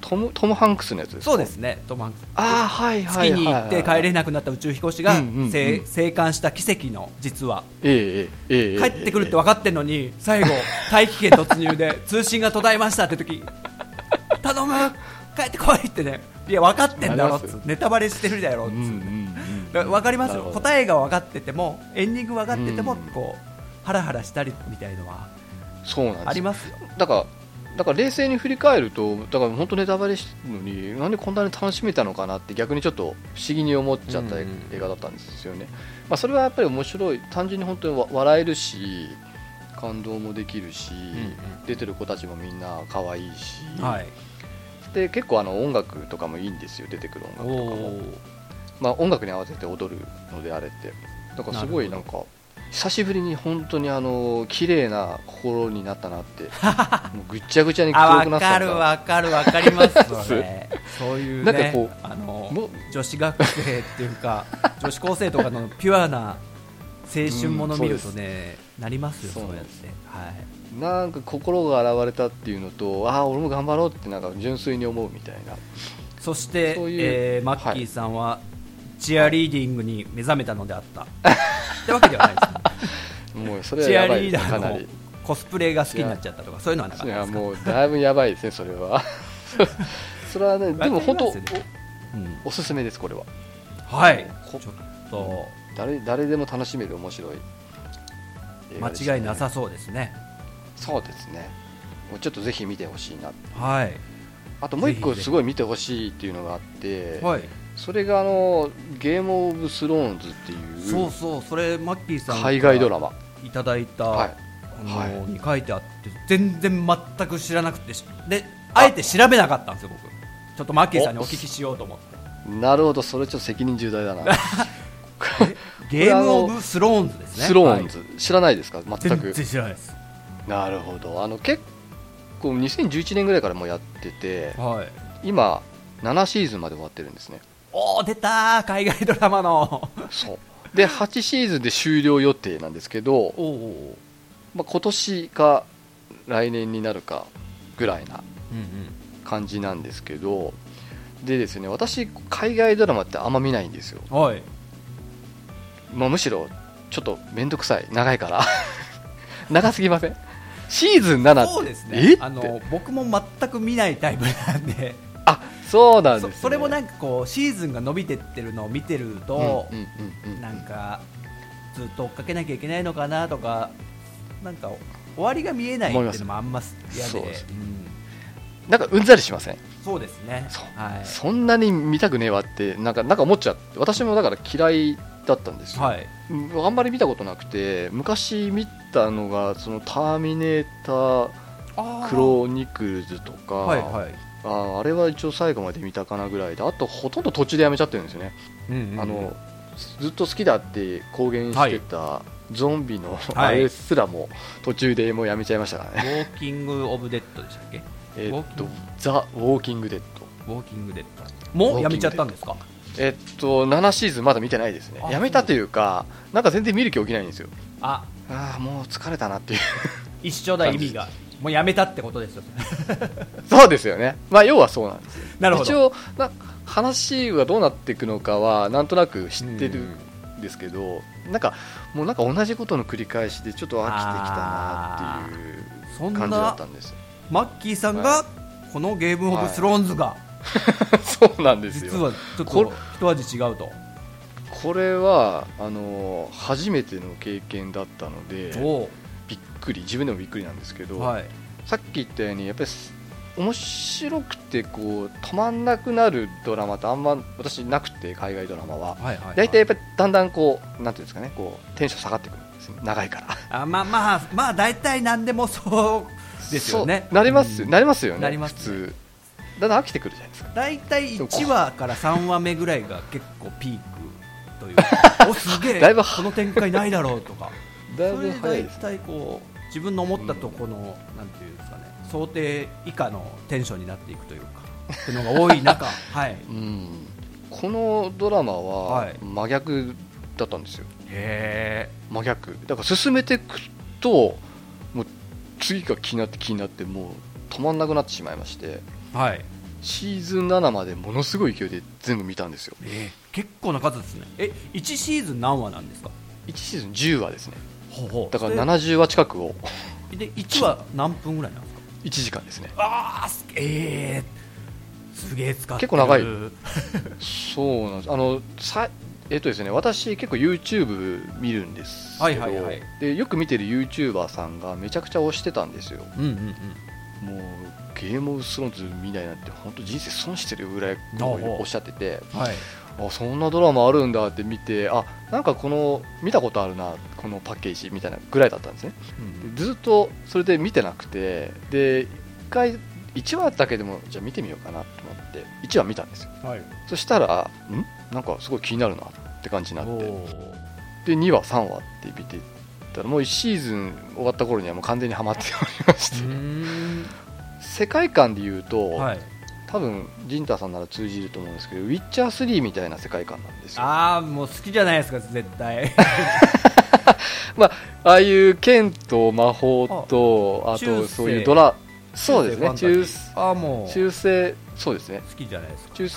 Speaker 1: トムトム・ハンクスのやつです
Speaker 2: そうですねトマンクス
Speaker 1: ああはいはい
Speaker 2: 月
Speaker 1: はい
Speaker 2: に行って帰れ
Speaker 1: ない
Speaker 2: なくなった宇宙飛行士
Speaker 1: うん
Speaker 2: が
Speaker 1: うんうん
Speaker 2: 生生還した奇跡の実は
Speaker 1: ええええええ
Speaker 2: 帰ってくるって分かってるのに最後大気圏突 入で通信が途絶えましたって時頼む帰ってこいってねいや分かってんだろ
Speaker 1: な
Speaker 2: っ
Speaker 1: り
Speaker 2: つ
Speaker 1: ます
Speaker 2: ネタバレしてるだろっつ
Speaker 1: うんうんうん
Speaker 2: だから分かります
Speaker 1: な
Speaker 2: よ
Speaker 1: るほど
Speaker 2: 答えが分かっててもエンディング分かってても
Speaker 1: うん
Speaker 2: こうハラハラしたりみたいのは
Speaker 1: そうなんです
Speaker 2: ありますよ
Speaker 1: だからだから冷静に振り返るとだから本当ネタバレしてるのになんでこんなに楽しめたのかなって逆にちょっと不思議に思っちゃった
Speaker 2: うんう
Speaker 1: 映
Speaker 2: ん
Speaker 1: 画だったんですよね、まあ、それはやっぱり面白い単純に本当にわ笑えるし感動もできるし、
Speaker 2: ん
Speaker 1: 出てる子たちもみんな可愛いし、
Speaker 2: はい
Speaker 1: で結構あの音楽とかもいいんですよ出てくる音
Speaker 2: お
Speaker 1: 楽とかも
Speaker 2: お、
Speaker 1: まあ、音楽に合わせて踊るのであれってだからすごいな
Speaker 2: なる
Speaker 1: んか久しぶりに本当にあの綺麗な心になったなって もうぐっちゃぐちゃに黒
Speaker 2: あ
Speaker 1: く
Speaker 2: 分
Speaker 1: なっ
Speaker 2: か
Speaker 1: た
Speaker 2: る
Speaker 1: んだ
Speaker 2: 分かる分かります それそういうね
Speaker 1: なんかこう
Speaker 2: あの
Speaker 1: も
Speaker 2: 女子学生っていうか女子高生とかのピュアな青春もの見るとね、なりますよ
Speaker 1: そ
Speaker 2: そうう
Speaker 1: な
Speaker 2: やっ
Speaker 1: んで
Speaker 2: てはい
Speaker 1: なんか心が洗われたっていうのとああ俺も頑張ろうってなんか純粋に思うみたいな
Speaker 2: そして
Speaker 1: そういう
Speaker 2: えーマッキーさんは、チアリーディングに目覚めたのであったってわけではないですね
Speaker 1: もう それは
Speaker 2: チア
Speaker 1: やばい
Speaker 2: リー
Speaker 1: で
Speaker 2: ダ
Speaker 1: すかな
Speaker 2: ー の
Speaker 1: り
Speaker 2: コスプレが好きになっちゃったとかそういうのはなか
Speaker 1: い
Speaker 2: ったで
Speaker 1: や
Speaker 2: すか
Speaker 1: もうだいぶやばいですねそれは それはねでも本当
Speaker 2: わかりますよねうん
Speaker 1: おおすすめですこれは
Speaker 2: はいち
Speaker 1: こ
Speaker 2: ょっと
Speaker 1: 誰誰でも楽しめる面白い映画でしたね
Speaker 2: 間違いなさそうですね
Speaker 1: そうですね、もうちょっとぜひ見てほしいな、
Speaker 2: はい
Speaker 1: あともう一
Speaker 2: ぜ
Speaker 1: 個、
Speaker 2: ひぜひ
Speaker 1: すごい見てほしいっていうのがあって、
Speaker 2: はい
Speaker 1: それがあのゲーム・オブ・スローンズってい
Speaker 2: そう
Speaker 1: う
Speaker 2: そうそれマッキーさんから
Speaker 1: 海外ドラマ、
Speaker 2: いただいた、
Speaker 1: はい
Speaker 2: あの
Speaker 1: はい
Speaker 2: に書いてあって全然全く知らなくてしであえて調べなかったんですよ僕ちょっとマッキーさんにお聞きしようと思って
Speaker 1: なるほど、それちょっと責任重大だ な、
Speaker 2: ゲームオブスローンズですね
Speaker 1: スローンズ、知らないですか、
Speaker 2: はい
Speaker 1: 全
Speaker 2: 全
Speaker 1: く。
Speaker 2: 然知らないです
Speaker 1: なるほど、あの結構、2011年ぐらいからもうやってて、
Speaker 2: はい
Speaker 1: 今、7シーズンまで終わってるんですね、
Speaker 2: おー出たー海外ドラマの
Speaker 1: そうで8シーズンで終了予定なんですけど、
Speaker 2: おお
Speaker 1: まあ、今年か来年になるかぐらいな感じなんですけどでですね私海外ドラマってあんま見ないんですよ、
Speaker 2: はい
Speaker 1: まあ、むしろちょっと面倒くさい長いから 長すぎませんシーズン7って
Speaker 2: そうです
Speaker 1: え
Speaker 2: ね
Speaker 1: って
Speaker 2: あの僕も全く見ないタイプなんで
Speaker 1: あそうなんです、
Speaker 2: そ
Speaker 1: ね、
Speaker 2: それもなんんかこうシーズンが伸びてってるのを見てる
Speaker 1: う
Speaker 2: と、
Speaker 1: んうんうんうん
Speaker 2: なんかずっと追っかけなきゃいけないのかなとかなんか終わりが見えないっていうのもあんま嫌で
Speaker 1: そ
Speaker 2: そうう,、
Speaker 1: です
Speaker 2: ん、
Speaker 1: なんかうんざりしません
Speaker 2: そうですね
Speaker 1: そう
Speaker 2: はい、
Speaker 1: そんなに見たくねえわってなんかなんか思っちゃって私もだから嫌いだったんですよ、
Speaker 2: はい、
Speaker 1: うんあんまり見たことなくて昔見たのが「そのターミネーター
Speaker 2: あ
Speaker 1: クロニクルズ」とか、
Speaker 2: はいはい、
Speaker 1: あーあれは一応最後まで見たかなぐらいであとほとんど途中でやめちゃってるんですよね、
Speaker 2: うんうんうん
Speaker 1: あのずっと好きだって公言してたゾンビの
Speaker 2: は
Speaker 1: あ
Speaker 2: い
Speaker 1: れすらも途中でもうやめちゃいましたから
Speaker 2: ウ
Speaker 1: ね、
Speaker 2: ォーキング・オブ・デッドでしたっけ
Speaker 1: えーっと
Speaker 2: ウォーキング
Speaker 1: 「ザ・ウォーキング・デッド
Speaker 2: ウォーキング・デッドもうやめちゃったんですか」
Speaker 1: えっと7シーズンまだ見てないですね
Speaker 2: あ
Speaker 1: やめたというかなんか全然見る気起きないんですよ
Speaker 2: あ
Speaker 1: ああもう疲れたなっていう
Speaker 2: 一緒だ意味がもうやめたってことですよ
Speaker 1: そうですよね、まあ、要はそうなんですよ
Speaker 2: なるほど
Speaker 1: 一応な話はどうなっていくのかはなんとなく知ってるんですけど、なんかもうなんか同じことの繰り返しでちょっと飽きてきたなっていう
Speaker 2: そん
Speaker 1: 感じだ
Speaker 2: な
Speaker 1: ったんです
Speaker 2: マッキーさんがこのゲームオブスローンズが
Speaker 1: そうなんですよ
Speaker 2: 実はちょっ
Speaker 1: こと
Speaker 2: 一味違うと
Speaker 1: これはあの初めての経験だったので
Speaker 2: お
Speaker 1: びっくり自分でもびっくりなんですけ
Speaker 2: う
Speaker 1: ど、
Speaker 2: はい
Speaker 1: さっき言ったようにやっぱりす面白くてこう止まんなくなるドラマってあんま私なくて海外ドラマは
Speaker 2: はいはい
Speaker 1: 大体やっぱりだんだんこうなんていうんですかねこうテンション下がってくるんですよ長いから
Speaker 2: あまあまあまあ大体何でもそうですよね
Speaker 1: そうなりますよ、
Speaker 2: うん
Speaker 1: なりますよね
Speaker 2: なりますね
Speaker 1: 普通だんだん飽きてくるじゃないですか
Speaker 2: 大体1話から3話目ぐらいが結構ピークと いうおすげえ
Speaker 1: だいぶ
Speaker 2: この展開ないだろうとか
Speaker 1: だい
Speaker 2: そ
Speaker 1: ぶ
Speaker 2: れで
Speaker 1: 早い
Speaker 2: 大
Speaker 1: です
Speaker 2: 体こう自分の思ったとこの、なんていうんですかね想定以下のテンションになっていくというかっていうのが多い 中はい
Speaker 1: うんこのドラマ
Speaker 2: は
Speaker 1: はい真逆だったんですよ
Speaker 2: へ
Speaker 1: 真逆だから進めていくともう次が気になって気になってもう止まんなくなってしまいまして
Speaker 2: えはい
Speaker 1: シーズン7までものすごい勢いで全部見たんですよ
Speaker 2: え結構な数ですねえ1シーズン何話なんですか
Speaker 1: 1シーズン10話ですね
Speaker 2: ほうほう
Speaker 1: だから70話近くを
Speaker 2: で1話何分ぐらいなんですか
Speaker 1: 1時間ですね
Speaker 2: ああすえー、すげえ使ってる
Speaker 1: 結構長いそうなんですあのさえっとですね私結構 YouTube 見るんですけど、
Speaker 2: はいはいはい
Speaker 1: でよく見てる YouTuber さんがめちゃくちゃ推してたんですよ
Speaker 2: うんうんうん
Speaker 1: もうゲームオブスローンズ見ないなんて本当人生損してるぐらい
Speaker 2: おうおう
Speaker 1: おっしゃってて
Speaker 2: はい
Speaker 1: あそんなドラマあるんだって見てあなんかこの見たことあるなこのパッケージみたいなぐらいだったんですねでずっとそれで見てなくてで1回1話だけでもじゃあ見てみようかなと思って1話見たんですよ
Speaker 2: はい
Speaker 1: そしたらんなんかすごい気になるなって感じになっ
Speaker 2: お
Speaker 1: て
Speaker 2: ー
Speaker 1: で2話3話って見てたらもう1シーズン終わった頃にはもう完全にはまっておりまして、世界観で言うと、
Speaker 2: はい
Speaker 1: 多分陣太さんなら通じると思うんですけど「ウィッチャー3」みたいな世界観なんですよあ
Speaker 2: ああもう好きじゃないですか絶対
Speaker 1: あいう剣と魔法とあ
Speaker 2: 中
Speaker 1: と
Speaker 2: 世
Speaker 1: そういうドラそうですね中
Speaker 2: ああもう
Speaker 1: 中世そうですね
Speaker 2: 好きじゃないですか
Speaker 1: 中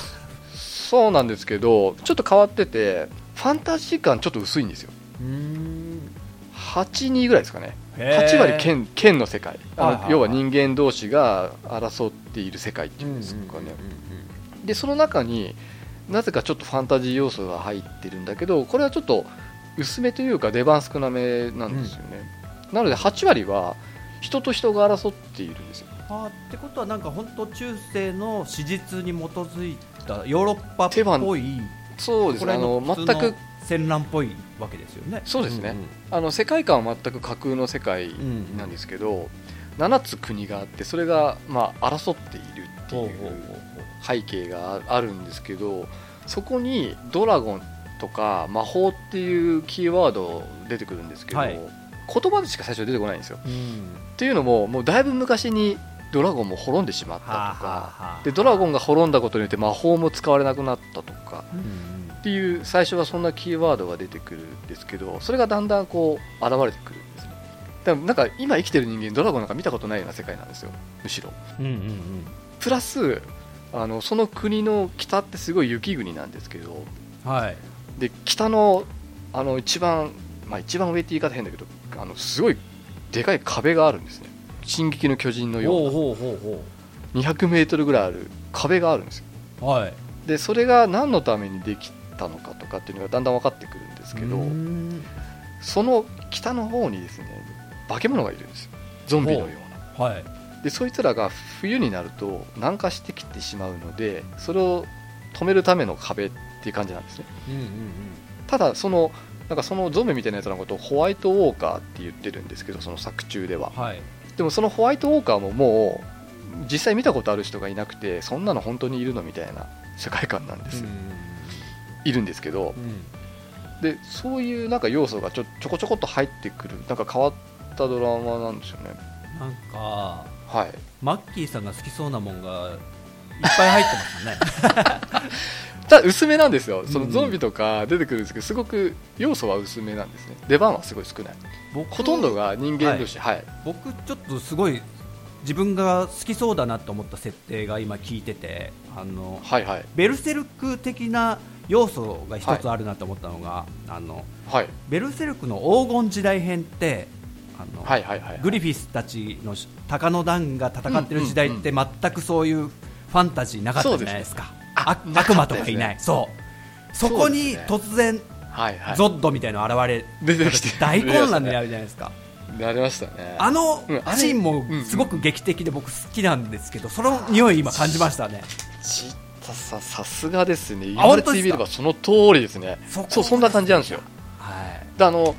Speaker 1: そうなんですけどちょっと変わっててファンタジー感ちょっと薄いんですよ
Speaker 2: うん
Speaker 1: 82ぐらいですかね
Speaker 2: へー
Speaker 1: 8割剣剣の世界あの
Speaker 2: はいはいはい
Speaker 1: 要は人間同士が争っている世界っていうんですかね、でその中になぜかちょっとファンタジー要素が入ってるんだけどこれはちょっと薄めというか出番少なめなんですよね、なので8割は人と人が争っているんですよ
Speaker 2: あーってことはなんか本当中世の史実に基づいたヨーロッパっ
Speaker 1: 手番
Speaker 2: ぽい
Speaker 1: そうですねあの
Speaker 2: 普通
Speaker 1: 全く
Speaker 2: 戦乱っぽいわけですよね
Speaker 1: そうですねあの世界観は全く架空の世界
Speaker 2: ん
Speaker 1: なんですけど、7つ国があってそれが、まあ、争っているって
Speaker 2: ほう
Speaker 1: い
Speaker 2: ほうほう
Speaker 1: う背景があるんですけどそこにドラゴンとか魔法っていうキーワード出てくるんですけど、
Speaker 2: はい
Speaker 1: 言葉でしか最初出てこないんですよ。
Speaker 2: ほううん
Speaker 1: っていうのももうだいぶ昔にドラゴンも滅んでしまったとか、
Speaker 2: はあはあはあ
Speaker 1: でドラゴンが滅んだことによって魔法も使われなくなったとか
Speaker 2: うん
Speaker 1: っていう最初はそんなキーワードが出てくるんですけどそれがだんだんこう現れてくるんですねだからなんか今生きてる人間ドラゴンなんか見たことないような世界なんですよむしろ
Speaker 2: うんうんうん
Speaker 1: プラスあのその国の北ってすごい雪国なんですけど
Speaker 2: うんはい
Speaker 1: で北のあの一番、まあ、一番上って言い方変だけどあのすごいでかい壁があるんですね「進撃の巨人」のよう
Speaker 2: ほう
Speaker 1: な
Speaker 2: ほうほうほ
Speaker 1: 200メートルぐらいある壁があるんですよ
Speaker 2: うはい
Speaker 1: でそれが何のためにできたのかとかっていうのがだんだん分かってくるんですけど
Speaker 2: うん
Speaker 1: その北の方にですね化け物がいるんですよゾンビのような
Speaker 2: はい
Speaker 1: でそいつらが冬になると南下してきてしまうのでそれを止めるための壁っていう感じなんですね
Speaker 2: うんうん
Speaker 1: ただそのなんかそのゾンビみたいなやつのことをホワイトウォーカーって言ってるんですけどその作中では
Speaker 2: うんはい
Speaker 1: でもそのホワイトウォーカーももう実際見たことある人がいなくてそんなの本当にいるのみたいな世界観なんですよ、いるんですけど
Speaker 2: うんうん
Speaker 1: でそういうなんか要素がちょちょこちょこっと入ってくるなんか変わったドラマなんですよね
Speaker 2: なんか
Speaker 1: はい
Speaker 2: マッキーさんが好きそうなもんがいっぱい入ってますね
Speaker 1: ただ薄めなんですよそ
Speaker 2: う
Speaker 1: の
Speaker 2: んうん
Speaker 1: ゾンビとか出てくるんですけどすごく要素は薄めなんですね出番はすごい少ない
Speaker 2: 僕
Speaker 1: ほとんどが人間同士はい、
Speaker 2: 僕ちょっとすごい自分が好きそうだなと思った設定が今聞いててあの
Speaker 1: はい、はい
Speaker 2: ベルセルク的な要素が一つあるなと思ったのが、あの
Speaker 1: はい
Speaker 2: ベルセルクの黄金時代編ってあの、
Speaker 1: はいはいはい
Speaker 2: グリフィスたちの鷹の段が戦ってる時代って全くそういうファンタジーなかったじゃないですか
Speaker 1: そ
Speaker 2: あ
Speaker 1: うですねあ
Speaker 2: 悪魔とかいな
Speaker 1: なかっ
Speaker 2: い、
Speaker 1: たで
Speaker 2: そうそこに
Speaker 1: そう
Speaker 2: 突然、
Speaker 1: はいはい
Speaker 2: ゾッドみたいなの現れ
Speaker 1: 出てきて
Speaker 2: 大混乱にな
Speaker 1: な
Speaker 2: るじゃないですか
Speaker 1: りましたね
Speaker 2: あの
Speaker 1: うんあれ
Speaker 2: シーンもすご
Speaker 1: うん
Speaker 2: く劇的で僕好きなんですけどその匂い今感じましたね
Speaker 1: ちったささすがですね言
Speaker 2: あ
Speaker 1: わ
Speaker 2: 本
Speaker 1: れ
Speaker 2: 当
Speaker 1: て
Speaker 2: ですか
Speaker 1: みればその通りですね
Speaker 2: そこ
Speaker 1: そうそんな感じなんですよ
Speaker 2: はい
Speaker 1: であの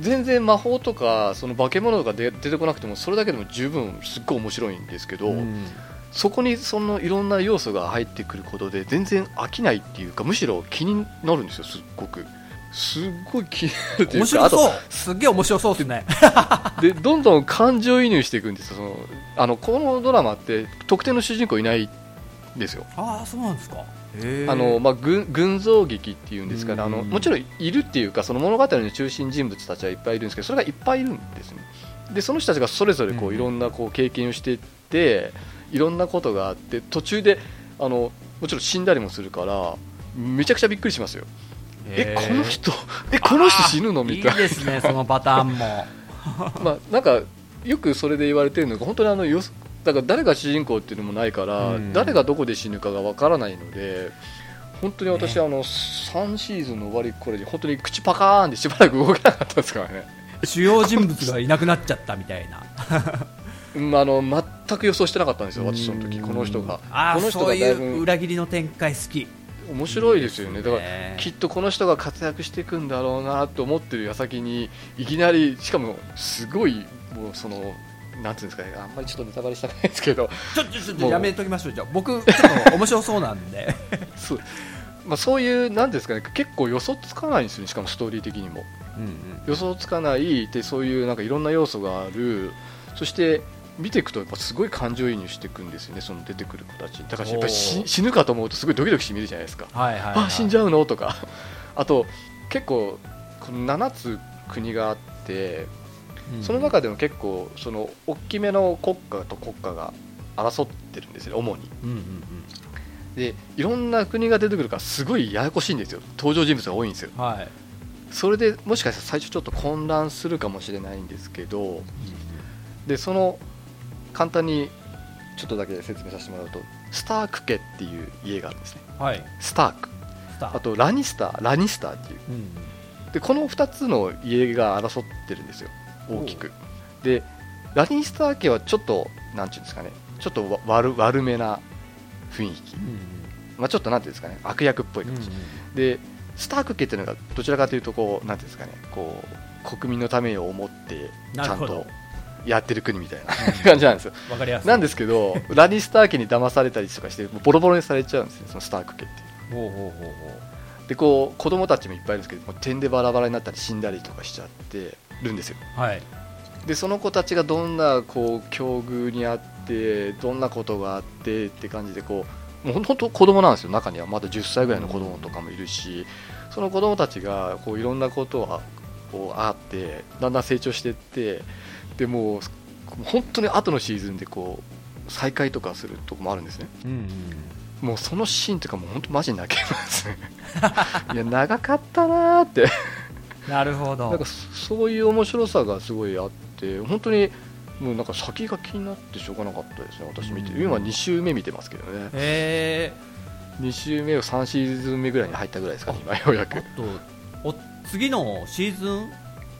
Speaker 1: 全然魔法とかその化け物とかで出てこなくてもそれだけでも十分すっごい面白いんですけど、
Speaker 2: うん
Speaker 1: そこにそのいろんな要素が入ってくることで全然飽きないっていうかむしろ気になるんですよすっごくすっごい気になるというか
Speaker 2: 面白そう
Speaker 1: あ
Speaker 2: すっげえ面白そうですね
Speaker 1: とでどんどん感情移入していくんですよそのあのこのドラマって特定の主人公いないんですよ
Speaker 2: ああそうなんですかへー
Speaker 1: あのまあ、群群像劇っていうんですかね、
Speaker 2: うん
Speaker 1: あのもちろんいるっていうかその物語の中心人物たちはいっぱいいるんですけどそれがいっぱいいるんですねでその人たちがそれぞれこ
Speaker 2: う
Speaker 1: うんいろんなこう経験をしていっていろんなことがあって途中であのもちろん死んだりもするからめちゃくちゃびっくりしますよえ
Speaker 2: へー
Speaker 1: この人えこの人死ぬのみたい
Speaker 2: いいですねそのパターン
Speaker 1: な、
Speaker 2: も
Speaker 1: まあ、なんかよくそれで言われてるのが本当にあのよそだから誰が主人公っていうのもないから、
Speaker 2: うん
Speaker 1: 誰がどこで死ぬかがわからないので本当に私、
Speaker 2: ね
Speaker 1: あの3シーズンの終わりこれで本当に口パカーンでしばらく動けなかったですからね、
Speaker 2: 主要人物がいなくなっちゃったみたいな
Speaker 1: うん、あの全く予想してなかったんですよ私その時この人が
Speaker 2: ああ
Speaker 1: この人が
Speaker 2: そ
Speaker 1: だ
Speaker 2: う
Speaker 1: い
Speaker 2: いう
Speaker 1: ぶ
Speaker 2: 裏切りの展開好き
Speaker 1: 面白いですよね
Speaker 2: いいです
Speaker 1: だ
Speaker 2: ね
Speaker 1: からきっとこの人が活躍していくんだろうなと思ってる矢先にいきなりしかもすごいもうそのなんていうんですかねあんまりちょっとネタバレしたくないですけど
Speaker 2: ちょちょちょち
Speaker 1: も
Speaker 2: ょ
Speaker 1: う
Speaker 2: やめときましょうじゃあ僕ちょっと面白そうなんで
Speaker 1: そうまあ、そういう、なんていうんですかね、結構予想つかないんですよね、しかもストーリー的にも。
Speaker 2: うん
Speaker 1: 予想つかない、でそういうなんかいろんな要素がある、そして見ていくと、やっぱすごい感情移入していくんですよね、その出てくる子たち。だからやっぱり
Speaker 2: お
Speaker 1: 死
Speaker 2: ー
Speaker 1: 死ぬかと思うと、すごいドキドキして見るじゃないですか。
Speaker 2: はいはい、はい、
Speaker 1: あ死んじゃうのとか、あと結構、この7つ国があって、
Speaker 2: うん
Speaker 1: その中でも結構、その大きめの国家と国家が争ってるんですよね、主に。
Speaker 2: うんうんうん
Speaker 1: でいろんな国が出てくるからすごいややこしいんですよ登場人物が多いんですよ
Speaker 2: はい
Speaker 1: それでもしかしたら最初ちょっと混乱するかもしれないんですけどでその簡単にちょっとだけ説明させてもらうとスターク家っていう家があるんですね
Speaker 2: はい
Speaker 1: スターク
Speaker 2: スター
Speaker 1: あとラニスターラニスターっていう
Speaker 2: うん
Speaker 1: でこの2つの家が争ってるんですよ大きくでラニスター家はちょっとなんていうんですかねちょっとわ悪悪めな雰囲気、
Speaker 2: うん
Speaker 1: まあ、ちょっとなんていうんですかね悪役っぽい感じ、でスターク家っていうのがどちらかというとこうなんていうんですかねこう国民のためを思ってち
Speaker 2: なる
Speaker 1: ゃん
Speaker 2: ほど
Speaker 1: とやってる国みたいな 感じなんですよ
Speaker 2: わかりやすい
Speaker 1: なんですけどラニスター家に騙されたりとかしてもうボロボロにされちゃうんですねそのスターク家っていう
Speaker 2: ほうほうほう
Speaker 1: でこう子供たちもいっぱいいるんですけどもう点でバラバラになったり死んだりとかしちゃってるんですよ
Speaker 2: ほうはい
Speaker 1: でその子たちがどんなこう境遇にあってどんなことがあってって感じでこうもうほん本当子供なんですよ中にはまだ10歳ぐらいの子供とかもいるしその子供たちがこういろんなことがこうあってだんだん成長していってでもう本当に後のシーズンでこう再会とかするとこもあるんですね
Speaker 2: うんうん
Speaker 1: もうそのシーンとかもう本当マジ泣けます ねいや長かったなーって
Speaker 2: なるほど
Speaker 1: なんかそそういう面白さがすごいあって本当にもうなんか先が気になってしょうがなかったですね私見て
Speaker 2: うん
Speaker 1: 今2週目見てますけどね
Speaker 2: え
Speaker 1: 2週目を3シーズン目ぐらいに入ったぐらいですかね今ようや
Speaker 2: ー、あ
Speaker 1: く
Speaker 2: とお次のシーズン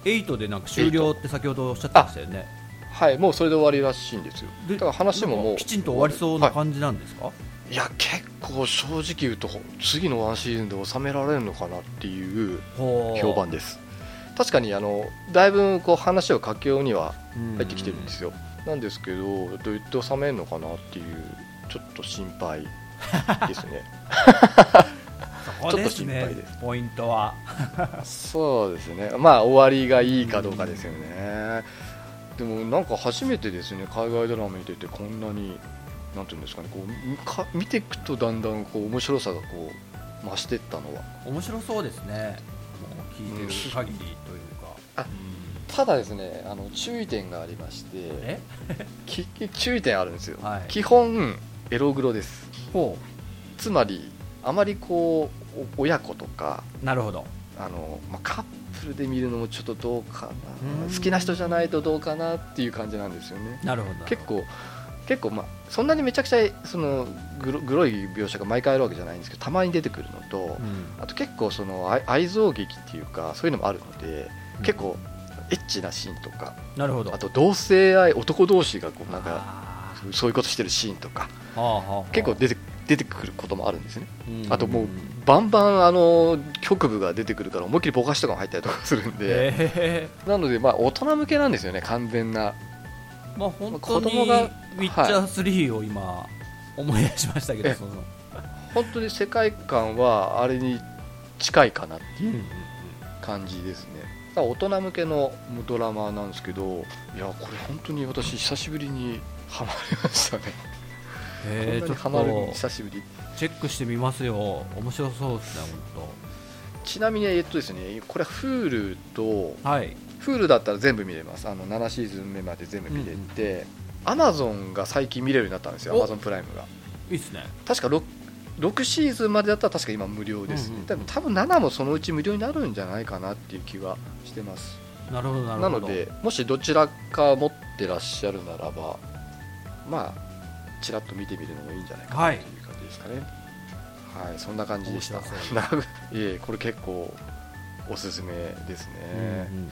Speaker 2: 8でなんか終了って先ほどおっしゃってましたよね
Speaker 1: はいもうそれで終わりらしいんですよ
Speaker 2: で
Speaker 1: だから話ももう
Speaker 2: きちんと終わりそうな
Speaker 1: は
Speaker 2: 感じなんですか、
Speaker 1: い、いや結構正直言うと次のワンシーズンで収められるのかなっていう
Speaker 2: ほう
Speaker 1: 評判です確かにあのだいぶこう話を佳境には入ってきてるんですすよ、なんですけど、どうやって収めるのかなっていう、ちょっと心配ですね、
Speaker 2: そこです
Speaker 1: ちょっと
Speaker 2: ね
Speaker 1: 心配です
Speaker 2: ポイントは
Speaker 1: そうですね、まあ、終わりがいいかどうかですよね、でもなんか初めてですね、海外ドラマ見てて、こんなに、なんていうんですかね、こうか見ていくとだんだんこう面白さがこう増してったのは。
Speaker 2: 面白そうですねもう聞いてる限りというか、
Speaker 1: あただですねあの注意点がありまして
Speaker 2: え
Speaker 1: き注意点あるんですよ、
Speaker 2: はい
Speaker 1: 基本エログロです
Speaker 2: ほ
Speaker 1: つまりあまりこうお親子とか
Speaker 2: うなるほど
Speaker 1: あの、まあ、カップルで見るのもちょっとどうか
Speaker 2: う
Speaker 1: なん好きな人じゃないとどうかなっていう感じなんですよね
Speaker 2: なるほど
Speaker 1: 結構結構まあそんなにめちゃくちゃそのグログロい描写が毎回あるわけじゃないんですけどたまに出てくるのと、
Speaker 2: うん
Speaker 1: あと結構その愛愛憎劇っていうかそういうのもあるので、
Speaker 2: うん
Speaker 1: 結構エッチなシーンとか
Speaker 2: なるほど
Speaker 1: あと同性愛男同士がこうなんか
Speaker 2: あー
Speaker 1: そういうことしてるシーンとか
Speaker 2: はあはあはあ
Speaker 1: 結構出て出てくることもあるんですね
Speaker 2: うん
Speaker 1: あともうバンバンあの局部が出てくるから思いっきりぼかしとかも入ったりとかするんで、
Speaker 2: え
Speaker 1: なのでまあ大人向けなんですよね完全な
Speaker 2: ーまあ本当に
Speaker 1: 子供が
Speaker 2: ウィッチャー3を今思い出しましたけど
Speaker 1: え
Speaker 2: その
Speaker 1: 本当に世界観はあれに近いかなっていう感じですねだから大人向けのドラマなんですけどいやこれ本当に私久しぶりにハマりましたね、
Speaker 2: えー
Speaker 1: こんなにハマるの久しぶり
Speaker 2: チェックしてみますよ面白そうですね本
Speaker 1: ちなみにえっとですねこれは Hulu と
Speaker 2: 当はい、
Speaker 1: Hulu だったら全部見れますあの7シーズン目まで全部見れて、Amazon が最近見れるようになったんですよ
Speaker 2: お
Speaker 1: Amazon プライムが
Speaker 2: いいっすね
Speaker 1: 確か 6, 6シーズンまでだったら確か今無料ですね、
Speaker 2: うんうん
Speaker 1: でも多分7もそのうち無料になるんじゃないかなっていう気はしてます
Speaker 2: なるほどなるほ
Speaker 1: な
Speaker 2: ど
Speaker 1: のでもしどちらか持ってらっしゃるならばまあちらっと見てみるのもいいんじゃないかな
Speaker 2: は
Speaker 1: とい
Speaker 2: いう
Speaker 1: 感じですかねはい、そんな感じでした
Speaker 2: 面白そ
Speaker 1: 長くいえこれ結構おすすめです
Speaker 2: うんうん
Speaker 1: ね、
Speaker 2: うん